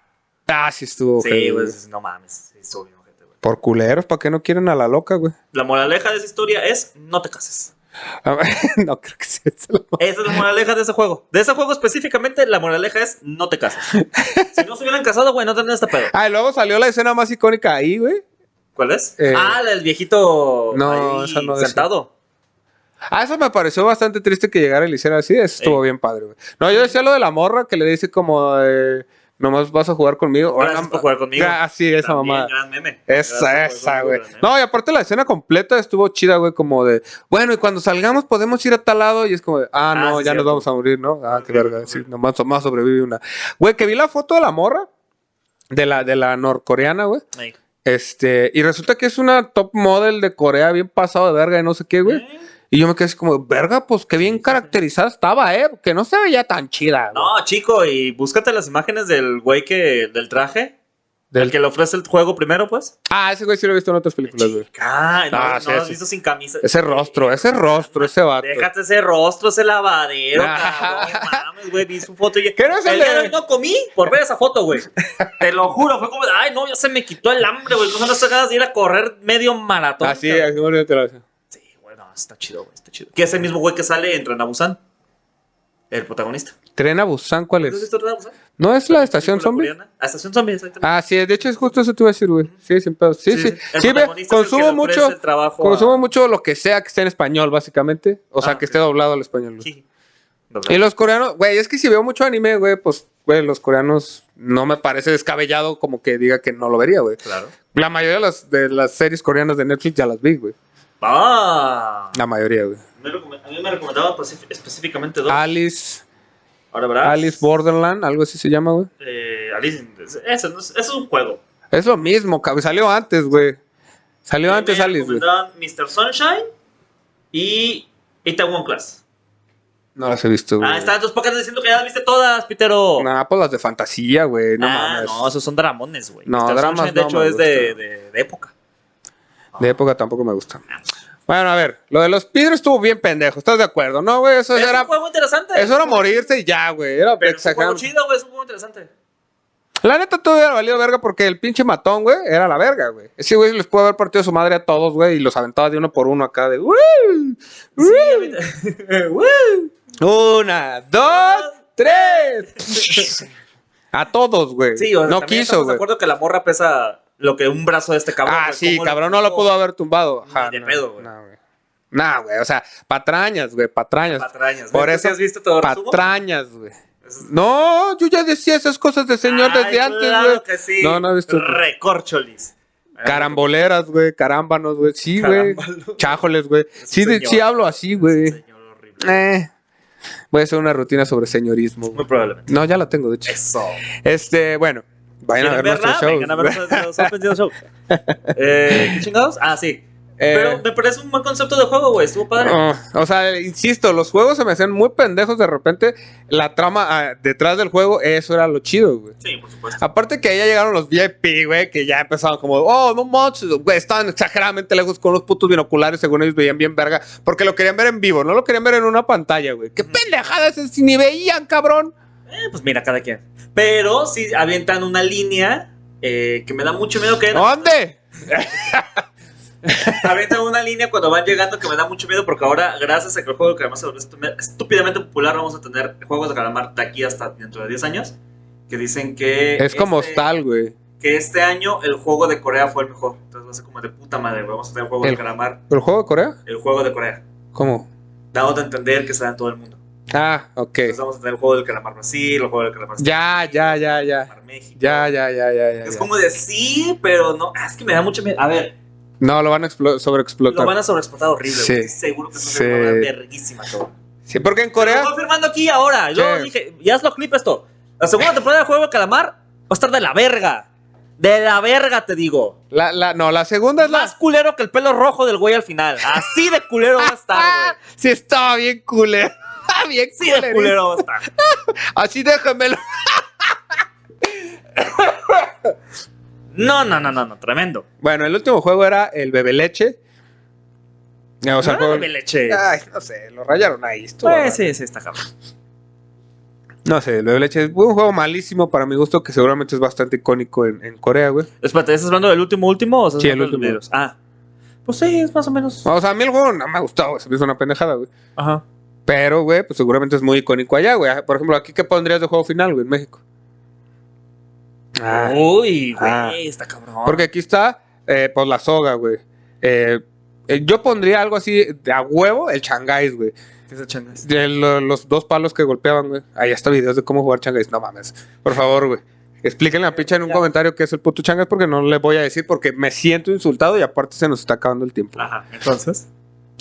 [SPEAKER 2] Ah, sí estuvo. heavy,
[SPEAKER 1] Sí, pues. güey,
[SPEAKER 2] güey.
[SPEAKER 1] es- no mames. Es obvio, gente, güey.
[SPEAKER 2] Por culeros, ¿para qué no quieren a la loca, güey?
[SPEAKER 1] La moraleja de esa historia es no te cases.
[SPEAKER 2] A ver, no creo que sea esa la-
[SPEAKER 1] Esa es la moraleja de ese juego. De ese juego específicamente, la moraleja es no te cases. Si no se hubieran casado, güey, no tendrían este pedo.
[SPEAKER 2] Ah, y luego salió la escena más icónica ahí, güey.
[SPEAKER 1] ¿Cuál es?
[SPEAKER 2] Eh,
[SPEAKER 1] ah, el viejito
[SPEAKER 2] no,
[SPEAKER 1] ahí
[SPEAKER 2] esa no decía.
[SPEAKER 1] sentado.
[SPEAKER 2] Ah, eso me pareció bastante triste que llegara y le hiciera así. Eso estuvo bien padre, güey. No, yo decía lo de la morra que le dice como, eh, nomás vas a jugar conmigo. Ahora
[SPEAKER 1] Gracias
[SPEAKER 2] no-
[SPEAKER 1] por jugar conmigo.
[SPEAKER 2] Ah, sí, esa
[SPEAKER 1] También
[SPEAKER 2] mamada.
[SPEAKER 1] gran meme.
[SPEAKER 2] Esa,
[SPEAKER 1] Gracias por ¿eh?
[SPEAKER 2] esa,
[SPEAKER 1] jugar conmigo,
[SPEAKER 2] güey.
[SPEAKER 1] gran meme.
[SPEAKER 2] No, y aparte la escena completa estuvo chida, güey, como de, bueno, y cuando salgamos podemos ir a tal lado y es como, de, ah,
[SPEAKER 1] Ah,
[SPEAKER 2] no,
[SPEAKER 1] sí,
[SPEAKER 2] ya nos
[SPEAKER 1] cierto.
[SPEAKER 2] vamos a morir, ¿no? Ah, qué
[SPEAKER 1] Morir,
[SPEAKER 2] verga, sí,
[SPEAKER 1] morir.
[SPEAKER 2] nomás, nomás sobrevive una. Güey, que vi la foto de la morra, de la, de la norcoreana, güey.
[SPEAKER 1] Ahí.
[SPEAKER 2] Este, y resulta que es una top model de Corea bien pasado de verga y no sé qué,
[SPEAKER 1] ¿Eh?
[SPEAKER 2] güey. Y yo me quedé así como, verga, pues qué bien caracterizada estaba, ¿eh? Que no se veía tan chida, güey.
[SPEAKER 1] No, chico, y búscate las imágenes del güey que del traje.
[SPEAKER 2] Del-
[SPEAKER 1] Del que le ofrece el juego primero, pues.
[SPEAKER 2] Ah, ese güey sí lo he visto en otras películas, güey.
[SPEAKER 1] Ah, no,
[SPEAKER 2] Ah,
[SPEAKER 1] no
[SPEAKER 2] sí,
[SPEAKER 1] lo has
[SPEAKER 2] sí.
[SPEAKER 1] visto sin camisa.
[SPEAKER 2] Ese rostro, ese rostro, ese vato.
[SPEAKER 1] Déjate ese rostro, ese lavadero,
[SPEAKER 2] Ah.
[SPEAKER 1] cabrón. Mames, güey, vi su foto y
[SPEAKER 2] ¿Qué no es el
[SPEAKER 1] el día
[SPEAKER 2] de-
[SPEAKER 1] de hoy no comí por ver esa foto, güey. Te lo juro, fue como, ay, no, ya se me quitó el hambre, güey. No se nos ganas de ir a correr medio maratón.
[SPEAKER 2] Así,
[SPEAKER 1] cabrón.
[SPEAKER 2] así me te lo hace.
[SPEAKER 1] Sí, güey, no, está chido, güey, está chido. Que es el mismo güey que sale en Busan El protagonista.
[SPEAKER 2] ¿Tren a Busan cuál
[SPEAKER 1] ¿No has
[SPEAKER 2] es?
[SPEAKER 1] visto Tren a Busan?
[SPEAKER 2] ¿No es la
[SPEAKER 1] Película
[SPEAKER 2] estación zombie?
[SPEAKER 1] coreana. Ah, Estación Zombie, exactamente.
[SPEAKER 2] Ah, sí, de hecho es justo eso te iba a decir, güey. Sí, sin pedo. Sí, sí. Sí,
[SPEAKER 1] El
[SPEAKER 2] ve,
[SPEAKER 1] protagonista es el que
[SPEAKER 2] consumo
[SPEAKER 1] le ofrece
[SPEAKER 2] mucho,
[SPEAKER 1] el trabajo
[SPEAKER 2] consumo
[SPEAKER 1] a-
[SPEAKER 2] mucho lo que sea que esté en español, básicamente. O sea,
[SPEAKER 1] Ah,
[SPEAKER 2] que
[SPEAKER 1] ok.
[SPEAKER 2] esté doblado al español. güey.
[SPEAKER 1] Sí. No,
[SPEAKER 2] Y los coreanos, güey, es que si veo mucho anime, güey, pues, güey, los coreanos no me parece descabellado como que diga que no lo vería, güey.
[SPEAKER 1] Claro.
[SPEAKER 2] La mayoría de las, de las series coreanas de Netflix ya las vi, güey.
[SPEAKER 1] Ah.
[SPEAKER 2] La mayoría, güey.
[SPEAKER 1] Me recome- a mí me recomendaba específ- específicamente dos.
[SPEAKER 2] Alice,
[SPEAKER 1] Ahora verás.
[SPEAKER 2] Ah, Alice Borderland, algo así se llama, güey.
[SPEAKER 1] Eh, Alice. in- Ese, no es- ese es un juego.
[SPEAKER 2] Es lo mismo, cabrón. Salió antes, güey. Salió antes
[SPEAKER 1] me
[SPEAKER 2] Alice, güey.
[SPEAKER 1] recomendaban Mr. Sunshine y Itaewon Class.
[SPEAKER 2] No las he visto, güey.
[SPEAKER 1] Ah, están tus podcasts diciendo que ya las viste todas, Pitero.
[SPEAKER 2] Nah, pues las de fantasía, güey. No
[SPEAKER 1] ah,
[SPEAKER 2] mames.
[SPEAKER 1] no, esos son dramones, güey.
[SPEAKER 2] No,
[SPEAKER 1] Star
[SPEAKER 2] dramas
[SPEAKER 1] Sunshine, de
[SPEAKER 2] no
[SPEAKER 1] hecho,
[SPEAKER 2] me
[SPEAKER 1] es de,
[SPEAKER 2] gustan.
[SPEAKER 1] de- de época.
[SPEAKER 2] De época tampoco me gusta.
[SPEAKER 1] Ah.
[SPEAKER 2] Bueno, a ver, lo de los Pedro estuvo bien pendejo, ¿estás de acuerdo? No, güey, eso
[SPEAKER 1] es
[SPEAKER 2] era,
[SPEAKER 1] un juego interesante.
[SPEAKER 2] eso era morirse y ya, güey. Era
[SPEAKER 1] Pero es un juego
[SPEAKER 2] exagerado.
[SPEAKER 1] chido, güey. Es un juego interesante.
[SPEAKER 2] La neta todo hubiera valido verga porque el pinche matón, güey, era la verga, güey. Ese güey les pudo haber partido su madre a todos, güey, y los aventaba de uno por uno acá de. "Woo, woo".
[SPEAKER 1] Sí, a mí- ¡Woo!
[SPEAKER 2] Una, dos, tres. a todos, güey.
[SPEAKER 1] Sí, o sea,
[SPEAKER 2] no
[SPEAKER 1] también
[SPEAKER 2] quiso,
[SPEAKER 1] estamos de
[SPEAKER 2] güey.
[SPEAKER 1] acuerdo que la morra pesa lo que un brazo de este cabrón.
[SPEAKER 2] Ah,
[SPEAKER 1] güey.
[SPEAKER 2] sí,
[SPEAKER 1] ¿Cómo
[SPEAKER 2] cabrón, no lo pudo haber tumbado.
[SPEAKER 1] Ni
[SPEAKER 2] Ajá,
[SPEAKER 1] de
[SPEAKER 2] no,
[SPEAKER 1] pedo, güey.
[SPEAKER 2] no, güey. Nah, güey, o sea, patrañas, güey, patrañas.
[SPEAKER 1] Patrañas.
[SPEAKER 2] Por
[SPEAKER 1] Por
[SPEAKER 2] eso-
[SPEAKER 1] eso. has visto todo resumo?
[SPEAKER 2] patrañas, güey.
[SPEAKER 1] Es-
[SPEAKER 2] No, yo ya decía esas cosas de señor
[SPEAKER 1] Ay,
[SPEAKER 2] desde antes,
[SPEAKER 1] claro
[SPEAKER 2] güey.
[SPEAKER 1] que sí.
[SPEAKER 2] No, no he visto.
[SPEAKER 1] Recorcholis.
[SPEAKER 2] Caramboleras, güey, carámbanos, güey. Sí, güey.
[SPEAKER 1] Carámbalo.
[SPEAKER 2] Chájoles, güey. Sí, de-
[SPEAKER 1] señor.
[SPEAKER 2] sí hablo así, güey.
[SPEAKER 1] Señor horrible.
[SPEAKER 2] Eh. Voy a hacer una rutina sobre señorismo. güey.
[SPEAKER 1] Muy probablemente.
[SPEAKER 2] No, ya la tengo, de hecho.
[SPEAKER 1] Eso.
[SPEAKER 2] Este, bueno, vayan a ver
[SPEAKER 1] ¿Quieren
[SPEAKER 2] nuestros
[SPEAKER 1] verla?
[SPEAKER 2] shows.
[SPEAKER 1] Vengan a ver
[SPEAKER 2] güey.
[SPEAKER 1] nuestros Open Zero Show. Eh, ¿Qué chingados? Ah, sí. Pero
[SPEAKER 2] Eh,
[SPEAKER 1] me parece un buen concepto de juego, güey. Estuvo padre.
[SPEAKER 2] oh, o sea, insisto, los juegos se me hacían muy pendejos de repente. La trama ah, detrás del juego, eso era lo chido, güey.
[SPEAKER 1] Sí, por supuesto.
[SPEAKER 2] Aparte que ahí ya llegaron los VIP, güey, que ya empezaban como, oh, no manches, güey, estaban exageradamente lejos con los putos binoculares, según ellos veían bien verga, porque lo querían ver en vivo, no lo querían ver en una pantalla, güey. ¡Qué pendejadas es! ¡Ni veían, cabrón!
[SPEAKER 1] Eh, pues mira, cada quien. Pero sí avientan una línea eh, que me da mucho miedo que era-
[SPEAKER 2] ¿Dónde?
[SPEAKER 1] avientan una línea cuando van llegando que me da mucho miedo porque ahora, gracias a que el juego que además se volvió estu- estúpidamente popular, vamos a tener juegos de calamar de aquí hasta dentro de 10 años. Que dicen que.
[SPEAKER 2] Es como
[SPEAKER 1] este-
[SPEAKER 2] hostal, güey.
[SPEAKER 1] Que este año el juego de Corea fue el mejor. Entonces va a ser como de puta madre, güey, vamos a tener juego
[SPEAKER 2] El-
[SPEAKER 1] de calamar,
[SPEAKER 2] ¿El juego de Corea?
[SPEAKER 1] el juego de Corea.
[SPEAKER 2] ¿Cómo?
[SPEAKER 1] Dado a entender que se da en todo el mundo.
[SPEAKER 2] Ah, ok.
[SPEAKER 1] Entonces vamos a tener el juego del calamar Brasil, el juego del calamar
[SPEAKER 2] Ya, ya, ya,
[SPEAKER 1] el
[SPEAKER 2] ya.
[SPEAKER 1] calamar México.
[SPEAKER 2] Ya, ya, ya, ya, ya.
[SPEAKER 1] Es
[SPEAKER 2] ya.
[SPEAKER 1] como de sí, pero no. ah, Es que me da mucho miedo. A ver,
[SPEAKER 2] No, lo van a explo-
[SPEAKER 1] lo van
[SPEAKER 2] sobreexplotar.
[SPEAKER 1] a sobreexplotar horrible.
[SPEAKER 2] Sí.
[SPEAKER 1] güey. Seguro que es una
[SPEAKER 2] Sí.
[SPEAKER 1] verdad verguísima todo.
[SPEAKER 2] Sí, porque en
[SPEAKER 1] Lo
[SPEAKER 2] Corea...
[SPEAKER 1] estoy firmando aquí ahora. Yo
[SPEAKER 2] Sí.
[SPEAKER 1] dije, ya hazlo clip esto. La segunda temporada del juego de calamar va a estar de la verga. De la verga, te digo.
[SPEAKER 2] La, la, no, la segunda es la...
[SPEAKER 1] Más culero que el pelo rojo del güey al final. Así de culero va a estar, güey.
[SPEAKER 2] Sí, estaba bien culero. Ah, bien
[SPEAKER 1] Así de
[SPEAKER 2] culerísimo.
[SPEAKER 1] culero va a estar.
[SPEAKER 2] Así déjamelo.
[SPEAKER 1] No, no, no, no, no. Tremendo.
[SPEAKER 2] Bueno, el último juego era el Bebeleche. Eh, O sea, el
[SPEAKER 1] No,
[SPEAKER 2] juego-
[SPEAKER 1] me leche.
[SPEAKER 2] Ay, no sé, lo rayaron ahí. estuvo raro.
[SPEAKER 1] Pues sí, sí, está cabrón.
[SPEAKER 2] No sé, el Bebeleche es un juego malísimo para mi gusto que seguramente es bastante icónico en, en Corea, güey.
[SPEAKER 1] Espérate, ¿estás hablando del último último o estás
[SPEAKER 2] Sí, el
[SPEAKER 1] hablando de los
[SPEAKER 2] último.
[SPEAKER 1] videos?
[SPEAKER 2] Ah.
[SPEAKER 1] Ah. Pues sí, es más o menos.
[SPEAKER 2] O sea, a mí el juego no me ha gustado, güey. Se me hizo una pendejada, güey.
[SPEAKER 1] Ajá.
[SPEAKER 2] Pero, güey, pues seguramente es muy icónico allá, güey. Por ejemplo, aquí, ¿qué pondrías de juego final, güey, en México? Ah,
[SPEAKER 1] Uy, güey,
[SPEAKER 2] Ah.
[SPEAKER 1] está cabrón.
[SPEAKER 2] Porque aquí está, eh, pues la soga, güey. Eh, eh, yo pondría algo así de a huevo, el changáis, güey.
[SPEAKER 1] ¿Qué es el changas?
[SPEAKER 2] De lo- los dos palos que golpeaban, güey. Ahí está videos de cómo jugar changas. No mames. Por favor, güey. Explíquenle a Picha en un
[SPEAKER 1] Ya.
[SPEAKER 2] comentario qué es el puto changas porque no le voy a decir porque me siento insultado y aparte se nos está acabando el tiempo.
[SPEAKER 1] Ajá, entonces.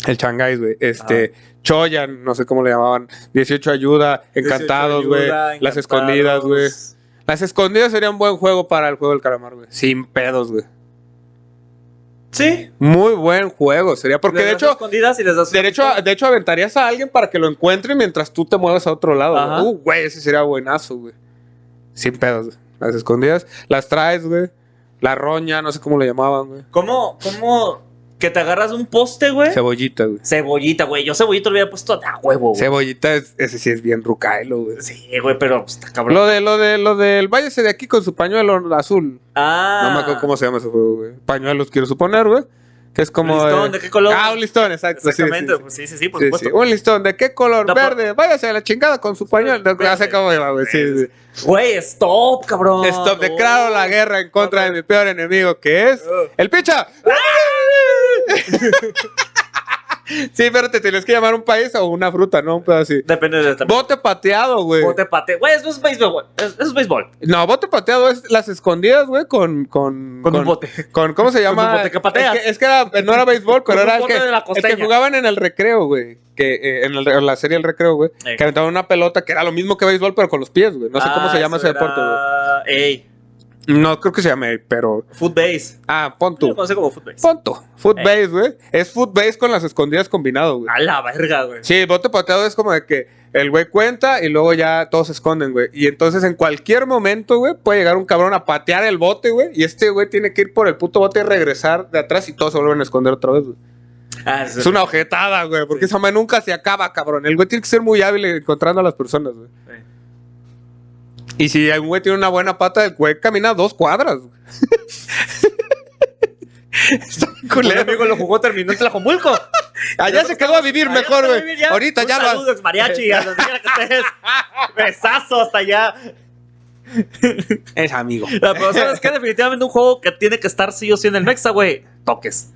[SPEAKER 2] El changáis, güey. Este, Choyan, no sé cómo le llamaban. 18 ayuda, encantados, güey. Las escondidas, güey. Las escondidas sería un buen juego para el juego del calamar, güey. Sin pedos, güey.
[SPEAKER 1] Sí.
[SPEAKER 2] Muy buen juego sería porque
[SPEAKER 1] les
[SPEAKER 2] de
[SPEAKER 1] das
[SPEAKER 2] hecho
[SPEAKER 1] Escondidas y les das.
[SPEAKER 2] De hecho, de hecho, aventarías a alguien para que lo encuentre mientras tú te mueves a otro lado.
[SPEAKER 1] Ajá.
[SPEAKER 2] güey. Uh, güey, ese sería buenazo, güey. Sin pedos, güey. Las escondidas, las traes, güey. La roña, no sé cómo le llamaban, güey.
[SPEAKER 1] ¿Cómo, cómo que te agarras de un poste, güey?
[SPEAKER 2] Cebollita, güey.
[SPEAKER 1] Cebollita, güey. Yo cebollita lo hubiera puesto a huevo, güey.
[SPEAKER 2] Cebollita, es- ese sí es bien rucailo, güey.
[SPEAKER 1] Sí, güey, pero pues, está cabrón.
[SPEAKER 2] Lo de, lo de, lo del váyase de aquí con su pañuelo azul.
[SPEAKER 1] Ah.
[SPEAKER 2] No me acuerdo cómo se llama ese juego, güey. Pañuelos quiero suponer, güey. Que es como.
[SPEAKER 1] ¿Listón?
[SPEAKER 2] eh,
[SPEAKER 1] ¿De qué color?
[SPEAKER 2] Ah, un listón, exacto. sí, sí,
[SPEAKER 1] Exactamente.
[SPEAKER 2] sí.
[SPEAKER 1] pues, Sí, sí, sí, por
[SPEAKER 2] Sí,
[SPEAKER 1] supuesto.
[SPEAKER 2] sí. Un listón, ¿de qué color?
[SPEAKER 1] No, por-
[SPEAKER 2] verde. Váyase a la chingada con su pañuelo. Ya sé
[SPEAKER 1] Verde.
[SPEAKER 2] cómo iba, güey. Sí, sí.
[SPEAKER 1] Güey, stop, cabrón.
[SPEAKER 2] Stop,
[SPEAKER 1] No.
[SPEAKER 2] declaro la guerra en contra de mi peor enemigo, que es
[SPEAKER 1] Ah.
[SPEAKER 2] el picha. sí, pero te tienes que llamar un país o una fruta, ¿no? Un pedo así.
[SPEAKER 1] Depende de también.
[SPEAKER 2] Bote pateado, güey.
[SPEAKER 1] Bote pate. Güey, eso es béisbol. güey. Es- Eso es béisbol.
[SPEAKER 2] No, bote pateado es las escondidas, güey, con, con,
[SPEAKER 1] Con un bote.
[SPEAKER 2] con- ¿cómo se llama?
[SPEAKER 1] un bote que pateas.
[SPEAKER 2] Es que, es que era- no era béisbol, pero
[SPEAKER 1] Con un
[SPEAKER 2] era el
[SPEAKER 1] bote
[SPEAKER 2] que,
[SPEAKER 1] de la
[SPEAKER 2] el que
[SPEAKER 1] costeña.
[SPEAKER 2] jugaban en el recreo, güey. Que, eh, en, el- en la serie El Recreo, güey.
[SPEAKER 1] Eh.
[SPEAKER 2] Que aventaban una pelota que era lo mismo que béisbol, pero con los pies, güey. No sé cómo
[SPEAKER 1] Ah,
[SPEAKER 2] se llama
[SPEAKER 1] eso
[SPEAKER 2] ese deporte, güey.
[SPEAKER 1] era- Ey.
[SPEAKER 2] No creo que se llame, pero.
[SPEAKER 1] Footbase.
[SPEAKER 2] Ah, pon
[SPEAKER 1] Tú lo
[SPEAKER 2] tú.
[SPEAKER 1] conoces como Footbase.
[SPEAKER 2] Punto.
[SPEAKER 1] Eh.
[SPEAKER 2] Footbase, güey. Es footbase con las escondidas combinado, güey.
[SPEAKER 1] A la verga, güey.
[SPEAKER 2] Sí, el bote pateado es como de que el güey cuenta y luego ya todos se esconden, güey. Y entonces en cualquier momento, güey, puede llegar un cabrón a patear el bote, güey. Y este güey tiene que ir por el puto bote y regresar de atrás y todos se vuelven a esconder otra vez, güey.
[SPEAKER 1] Ah, sí.
[SPEAKER 2] Es una ojetada, güey, porque
[SPEAKER 1] Sí.
[SPEAKER 2] esa madre nunca se acaba, cabrón. El güey tiene que ser muy hábil encontrando a las personas, güey.
[SPEAKER 1] Sí.
[SPEAKER 2] Y si un güey tiene una buena pata, el güey camina dos cuadras, güey. Está bien
[SPEAKER 1] Un
[SPEAKER 2] culero.
[SPEAKER 1] amigo lo jugó, terminó en Tlajomulco.
[SPEAKER 2] Allá se quedó a vivir
[SPEAKER 1] Allá
[SPEAKER 2] mejor,
[SPEAKER 1] se
[SPEAKER 2] güey.
[SPEAKER 1] vive bien.
[SPEAKER 2] Ahorita
[SPEAKER 1] Un
[SPEAKER 2] ya lo...
[SPEAKER 1] Saludos, mariachi, a donde quiera que estés. Besazo hasta allá.
[SPEAKER 2] Es amigo.
[SPEAKER 1] La pero ¿sabes que definitivamente un juego que tiene que estar sí o sí en el Mexa, güey. Toques.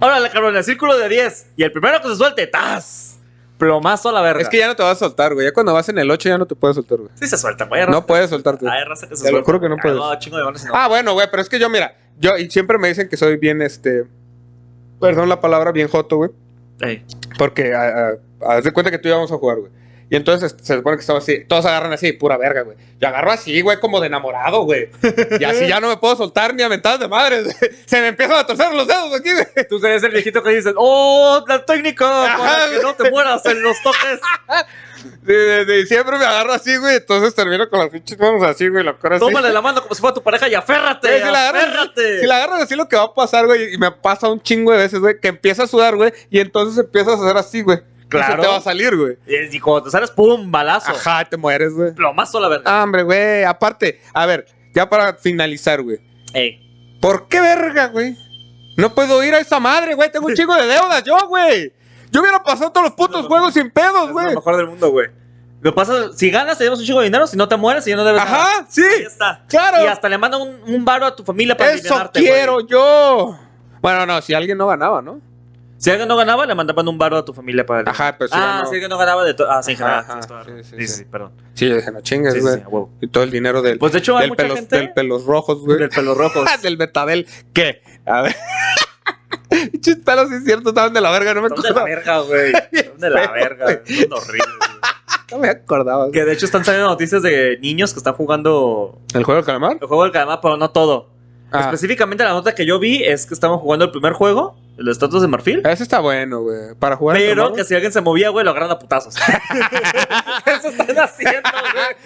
[SPEAKER 1] Órale, cabrón, el círculo de 10. Y el primero que se suelte, ¡tas! Plomazo a la verga.
[SPEAKER 2] Es que ya no te vas a soltar, güey. Ya cuando vas en el 8 ya no te puedes soltar, güey.
[SPEAKER 1] Sí se suelta, güey. hay raza-
[SPEAKER 2] No puedes soltarte.
[SPEAKER 1] Hay raza que se
[SPEAKER 2] Te
[SPEAKER 1] suelta.
[SPEAKER 2] lo juro que no
[SPEAKER 1] Ah,
[SPEAKER 2] puedes.
[SPEAKER 1] No, chingo de ganas, no.
[SPEAKER 2] Ah, bueno, güey, pero es que yo, mira, yo y siempre me dicen que soy bien, este, perdón la palabra, bien joto, güey.
[SPEAKER 1] Ey.
[SPEAKER 2] Porque ah, ah, haz de cuenta que tú y yo vamos a jugar, güey. Y entonces se supone que estaba así, todos agarran así, pura verga, güey. Yo agarro así, güey, como de enamorado, güey. Y así ya no me puedo soltar ni a mentadas de madres. güey. Se me empiezan a torcer los dedos aquí, güey.
[SPEAKER 1] Tú eres el viejito que dices, ¡Oh, la técnico!
[SPEAKER 2] Ajá,
[SPEAKER 1] Para que no te mueras en los toques.
[SPEAKER 2] De, de- de- siempre me agarro así, güey. Entonces termino con las pinches manos así, güey, la cara así.
[SPEAKER 1] Tómale la mano como si fuera tu pareja y aférrate.
[SPEAKER 2] Güey, si, la agarras,
[SPEAKER 1] aférrate.
[SPEAKER 2] si la agarras así, lo que va a pasar, güey, y me pasa un chingo de veces, güey, que empieza a sudar, güey, y entonces empiezas a hacer así, güey.
[SPEAKER 1] Claro.
[SPEAKER 2] Y se te va a salir, güey.
[SPEAKER 1] Y- Y cuando te sales, ¡pum! Balazo.
[SPEAKER 2] Ajá, te mueres, güey.
[SPEAKER 1] Plomazo a la verga.
[SPEAKER 2] Ah, hombre, güey, aparte, a ver, ya para finalizar, güey.
[SPEAKER 1] Ey.
[SPEAKER 2] ¿Por qué verga, güey? No puedo ir a esa madre, güey, tengo un chingo de deudas yo, güey. Yo hubiera pasado todos los putos juegos sin pedos,
[SPEAKER 1] Es
[SPEAKER 2] güey.
[SPEAKER 1] lo mejor del mundo, güey. Lo pasa, si ganas, te damos un chingo de dinero. Si no te mueres, y ya no debes nada.
[SPEAKER 2] Ajá, sí,
[SPEAKER 1] Ahí está.
[SPEAKER 2] claro.
[SPEAKER 1] Y hasta le manda un, un varo a tu familia para
[SPEAKER 2] Eso
[SPEAKER 1] alivianarte,
[SPEAKER 2] quiero
[SPEAKER 1] güey.
[SPEAKER 2] yo. Bueno, no, si alguien no ganaba, ¿no?
[SPEAKER 1] Si alguien no ganaba, le mandaban un varo a tu familia para aliviar.
[SPEAKER 2] Ajá, pero si
[SPEAKER 1] ah,
[SPEAKER 2] ganó.
[SPEAKER 1] si alguien no ganaba de todo. Ah, sí, en general.
[SPEAKER 2] Ajá,
[SPEAKER 1] tienes
[SPEAKER 2] ajá.
[SPEAKER 1] toda la razón.
[SPEAKER 2] Sí,
[SPEAKER 1] Sí,
[SPEAKER 2] sí, sí.
[SPEAKER 1] sí, perdón.
[SPEAKER 2] Sí, yo dije, no chingues,
[SPEAKER 1] Sí, sí,
[SPEAKER 2] güey.
[SPEAKER 1] sí, a huevo.
[SPEAKER 2] Y todo el dinero del,
[SPEAKER 1] Pues de hecho, hay
[SPEAKER 2] del,
[SPEAKER 1] mucha
[SPEAKER 2] pelos,
[SPEAKER 1] gente.
[SPEAKER 2] del pelos rojos, güey. Ah,
[SPEAKER 1] Del pelo rojo.
[SPEAKER 2] del betabel. ¿Qué? A ver. Pinches pelos, sí es cierto, estaban de la verga, no me
[SPEAKER 1] Son de la
[SPEAKER 2] acordaba.
[SPEAKER 1] verga, güey. Son de la
[SPEAKER 2] Feo,
[SPEAKER 1] verga. güey. Son horribles, güey.
[SPEAKER 2] No me acordaba.
[SPEAKER 1] Que de hecho están saliendo noticias de niños que están jugando
[SPEAKER 2] ¿El juego del calamar?
[SPEAKER 1] el juego del calamar, pero no todo.
[SPEAKER 2] Ah,
[SPEAKER 1] Específicamente la nota que yo vi es que estaban jugando el primer juego, el de Estatus de Marfil.
[SPEAKER 2] ese está bueno, güey. Para jugar al
[SPEAKER 1] Pero
[SPEAKER 2] calamar,
[SPEAKER 1] que si alguien se movía, güey, lo agarran a putazos. Eso están haciendo,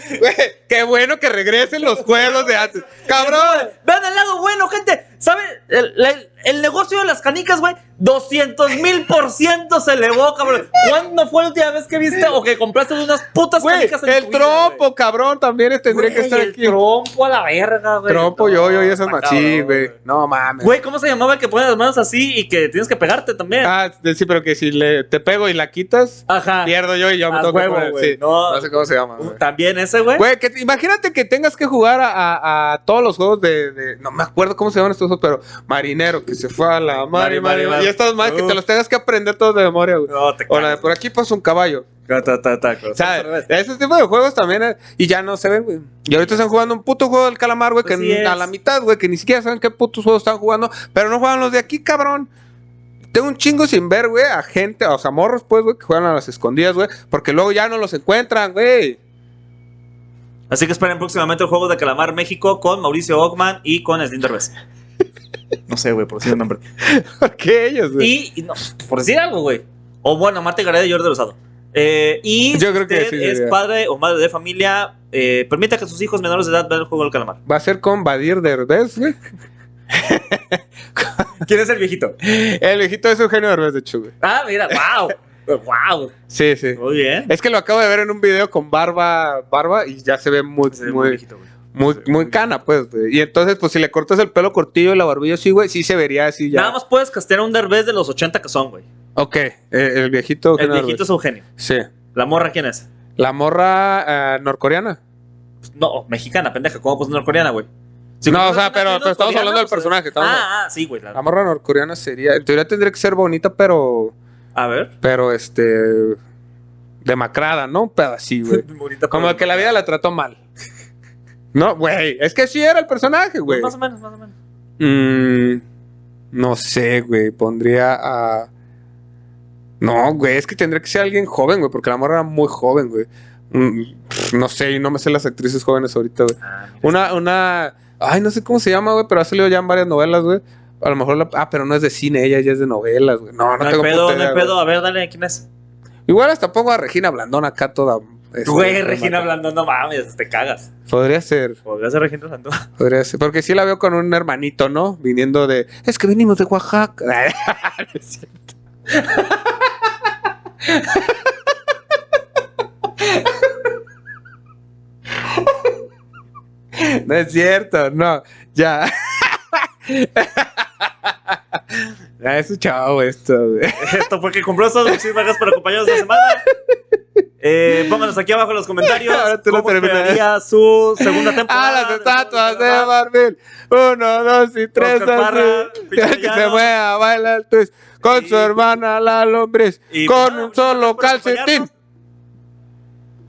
[SPEAKER 1] güey.
[SPEAKER 2] Güey, qué bueno que regresen los juegos de antes. ¡Cabrón!
[SPEAKER 1] Vean el lado bueno, gente. ¿Saben? El, la- el negocio de las canicas, güey, 200 mil por ciento se elevó, cabrón. ¿Cuándo fue la última vez que viste o que compraste unas putas
[SPEAKER 2] Güey,
[SPEAKER 1] canicas en
[SPEAKER 2] el
[SPEAKER 1] tu vida, güey?
[SPEAKER 2] trompo, cabrón, también tendría que
[SPEAKER 1] Güey,
[SPEAKER 2] estar
[SPEAKER 1] el
[SPEAKER 2] aquí.
[SPEAKER 1] trompo a la verga, güey.
[SPEAKER 2] Trompo,
[SPEAKER 1] No,
[SPEAKER 2] yo, yo y esas
[SPEAKER 1] está
[SPEAKER 2] machí,
[SPEAKER 1] cabrón,
[SPEAKER 2] güey. No mames.
[SPEAKER 1] Güey, ¿cómo se llamaba el que pone las manos así y que tienes que pegarte también?
[SPEAKER 2] Ah, sí, pero que si le, te pego y la quitas,
[SPEAKER 1] Ajá.
[SPEAKER 2] pierdo yo y yo me
[SPEAKER 1] A
[SPEAKER 2] tengo que
[SPEAKER 1] Ah. huevo,
[SPEAKER 2] poner-
[SPEAKER 1] güey.
[SPEAKER 2] sí.
[SPEAKER 1] No.
[SPEAKER 2] no sé cómo se llama,
[SPEAKER 1] Uh,
[SPEAKER 2] güey.
[SPEAKER 1] También ese, güey.
[SPEAKER 2] Güey, que, imagínate que tengas que jugar a, a- a todos los juegos de, de- No me acuerdo cómo se llaman estos juegos, pero Marinero, que se fue a la
[SPEAKER 1] Mari, Mari,
[SPEAKER 2] madre, madre,
[SPEAKER 1] Mari.
[SPEAKER 2] Y estas más que
[SPEAKER 1] Uh.
[SPEAKER 2] te los tengas que aprender todos de memoria, güey.
[SPEAKER 1] No, te
[SPEAKER 2] O la de
[SPEAKER 1] cagas.
[SPEAKER 2] por aquí pasa un caballo.
[SPEAKER 1] Ta, ta, ta, ta,
[SPEAKER 2] pues. O sea, ese tipo de juegos también. eh, Y ya no se ven, güey. Y ahorita están jugando un puto juego del calamar, güey, que
[SPEAKER 1] Así Pues es.
[SPEAKER 2] a la mitad, güey, que ni siquiera saben qué putos juegos están jugando. Pero no juegan los de aquí, cabrón. Tengo un chingo sin ver, güey, a gente, a zamorros, pues, güey, que juegan a las escondidas, güey. Porque luego ya no los encuentran, güey.
[SPEAKER 1] Así que esperen próximamente el juego de Calamar México con Mauricio Ogman y con Slinderbest. No sé, güey, por decir un nombre.
[SPEAKER 2] Porque ellos, güey.
[SPEAKER 1] Y, y no, por decir algo, güey. O bueno, Marta Gareda y Jordi Rosado. Eh, y
[SPEAKER 2] Yo creo que
[SPEAKER 1] usted
[SPEAKER 2] sí
[SPEAKER 1] es
[SPEAKER 2] sería.
[SPEAKER 1] padre o madre de familia. eh, permita que sus hijos menores de edad vean el juego del calamar.
[SPEAKER 2] Va a ser con Badir Derbez, güey.
[SPEAKER 1] ¿Quién es el viejito?
[SPEAKER 2] El viejito es Eugenio Derbez, de hecho, güey.
[SPEAKER 1] Ah, mira, wow. wow.
[SPEAKER 2] Sí, sí.
[SPEAKER 1] Muy bien.
[SPEAKER 2] Es que lo acabo de ver en un video con barba, barba, y ya se ve muy,
[SPEAKER 1] Ese es muy
[SPEAKER 2] muy,
[SPEAKER 1] viejito, güey.
[SPEAKER 2] Muy, muy cana, pues. güey. Y entonces, pues si le cortas el pelo cortillo y la barbilla así, güey, sí se vería así ya.
[SPEAKER 1] Nada más puedes castear a un Derbez de los 80 que son, güey.
[SPEAKER 2] Ok, eh, el viejito.
[SPEAKER 1] El
[SPEAKER 2] ¿quién era,
[SPEAKER 1] viejito es
[SPEAKER 2] güey?
[SPEAKER 1] Eugenio.
[SPEAKER 2] Sí.
[SPEAKER 1] ¿La morra quién es? Pues,
[SPEAKER 2] La morra eh, norcoreana.
[SPEAKER 1] No, mexicana, pendeja. ¿Cómo pues norcoreana, güey? Si
[SPEAKER 2] No,
[SPEAKER 1] conoces
[SPEAKER 2] o sea,
[SPEAKER 1] una
[SPEAKER 2] pero-
[SPEAKER 1] actriz
[SPEAKER 2] pero estamos
[SPEAKER 1] norcoreana,
[SPEAKER 2] hablando del
[SPEAKER 1] pues,
[SPEAKER 2] personaje, estamos
[SPEAKER 1] Ah, ah, sí, güey. la-
[SPEAKER 2] La morra norcoreana sería. En teoría tendría que ser bonita, pero.
[SPEAKER 1] A ver.
[SPEAKER 2] Pero este. Demacrada, ¿no? Un pedo así, güey.
[SPEAKER 1] Bonita,
[SPEAKER 2] Como
[SPEAKER 1] pero-
[SPEAKER 2] que la vida la trató mal. No, güey. Es que sí era el personaje, güey.
[SPEAKER 1] Pues, Más o menos, más o menos.
[SPEAKER 2] Mm, no sé, güey. Pondría a. No, güey. Es que tendría que ser alguien joven, güey. Porque la morra era muy joven, güey. Mm, No sé, y no me sé las actrices jóvenes ahorita, güey.
[SPEAKER 1] Ah,
[SPEAKER 2] Una, una. Ay, no sé cómo se llama, güey, pero ha salido ya en varias novelas, güey. A lo mejor la. Ah, pero no es de cine, ella ya es de novelas, güey. No, no,
[SPEAKER 1] No, hay
[SPEAKER 2] tengo
[SPEAKER 1] pedo,
[SPEAKER 2] puta
[SPEAKER 1] no
[SPEAKER 2] idea,
[SPEAKER 1] hay
[SPEAKER 2] güey.
[SPEAKER 1] pedo. A ver, dale, ¿quién es?
[SPEAKER 2] Igual hasta pongo a Regina Blandón acá toda. este,
[SPEAKER 1] Güey, Regina
[SPEAKER 2] remata.
[SPEAKER 1] Blandón, no mames, te cagas.
[SPEAKER 2] Podría ser,
[SPEAKER 1] Podría ser Regina Blandón.
[SPEAKER 2] podría ser. Porque sí la veo con un hermanito, ¿no? Viniendo de. Es que venimos de Oaxaca. No es cierto. No es cierto, no. Ya. Ya, es un chavo esto, güey.
[SPEAKER 1] Esto fue que compró esas muchísimas gracias por acompañarnos esta semana. Eh, pónganos aquí abajo en los comentarios
[SPEAKER 2] Ahora tú lo
[SPEAKER 1] cómo
[SPEAKER 2] terminas.
[SPEAKER 1] esperaría su segunda
[SPEAKER 2] A
[SPEAKER 1] temporada.
[SPEAKER 2] Ah, las estatuas de marfil. Uno, dos y tres.
[SPEAKER 1] Oscar Parra,
[SPEAKER 2] así.
[SPEAKER 1] Picho
[SPEAKER 2] Que se
[SPEAKER 1] Llano.
[SPEAKER 2] mueva, baila el twist. Con
[SPEAKER 1] Y-
[SPEAKER 2] su hermana la lombriz.
[SPEAKER 1] y-
[SPEAKER 2] con un solo
[SPEAKER 1] Gracias por
[SPEAKER 2] calcetín.
[SPEAKER 1] acompañarnos.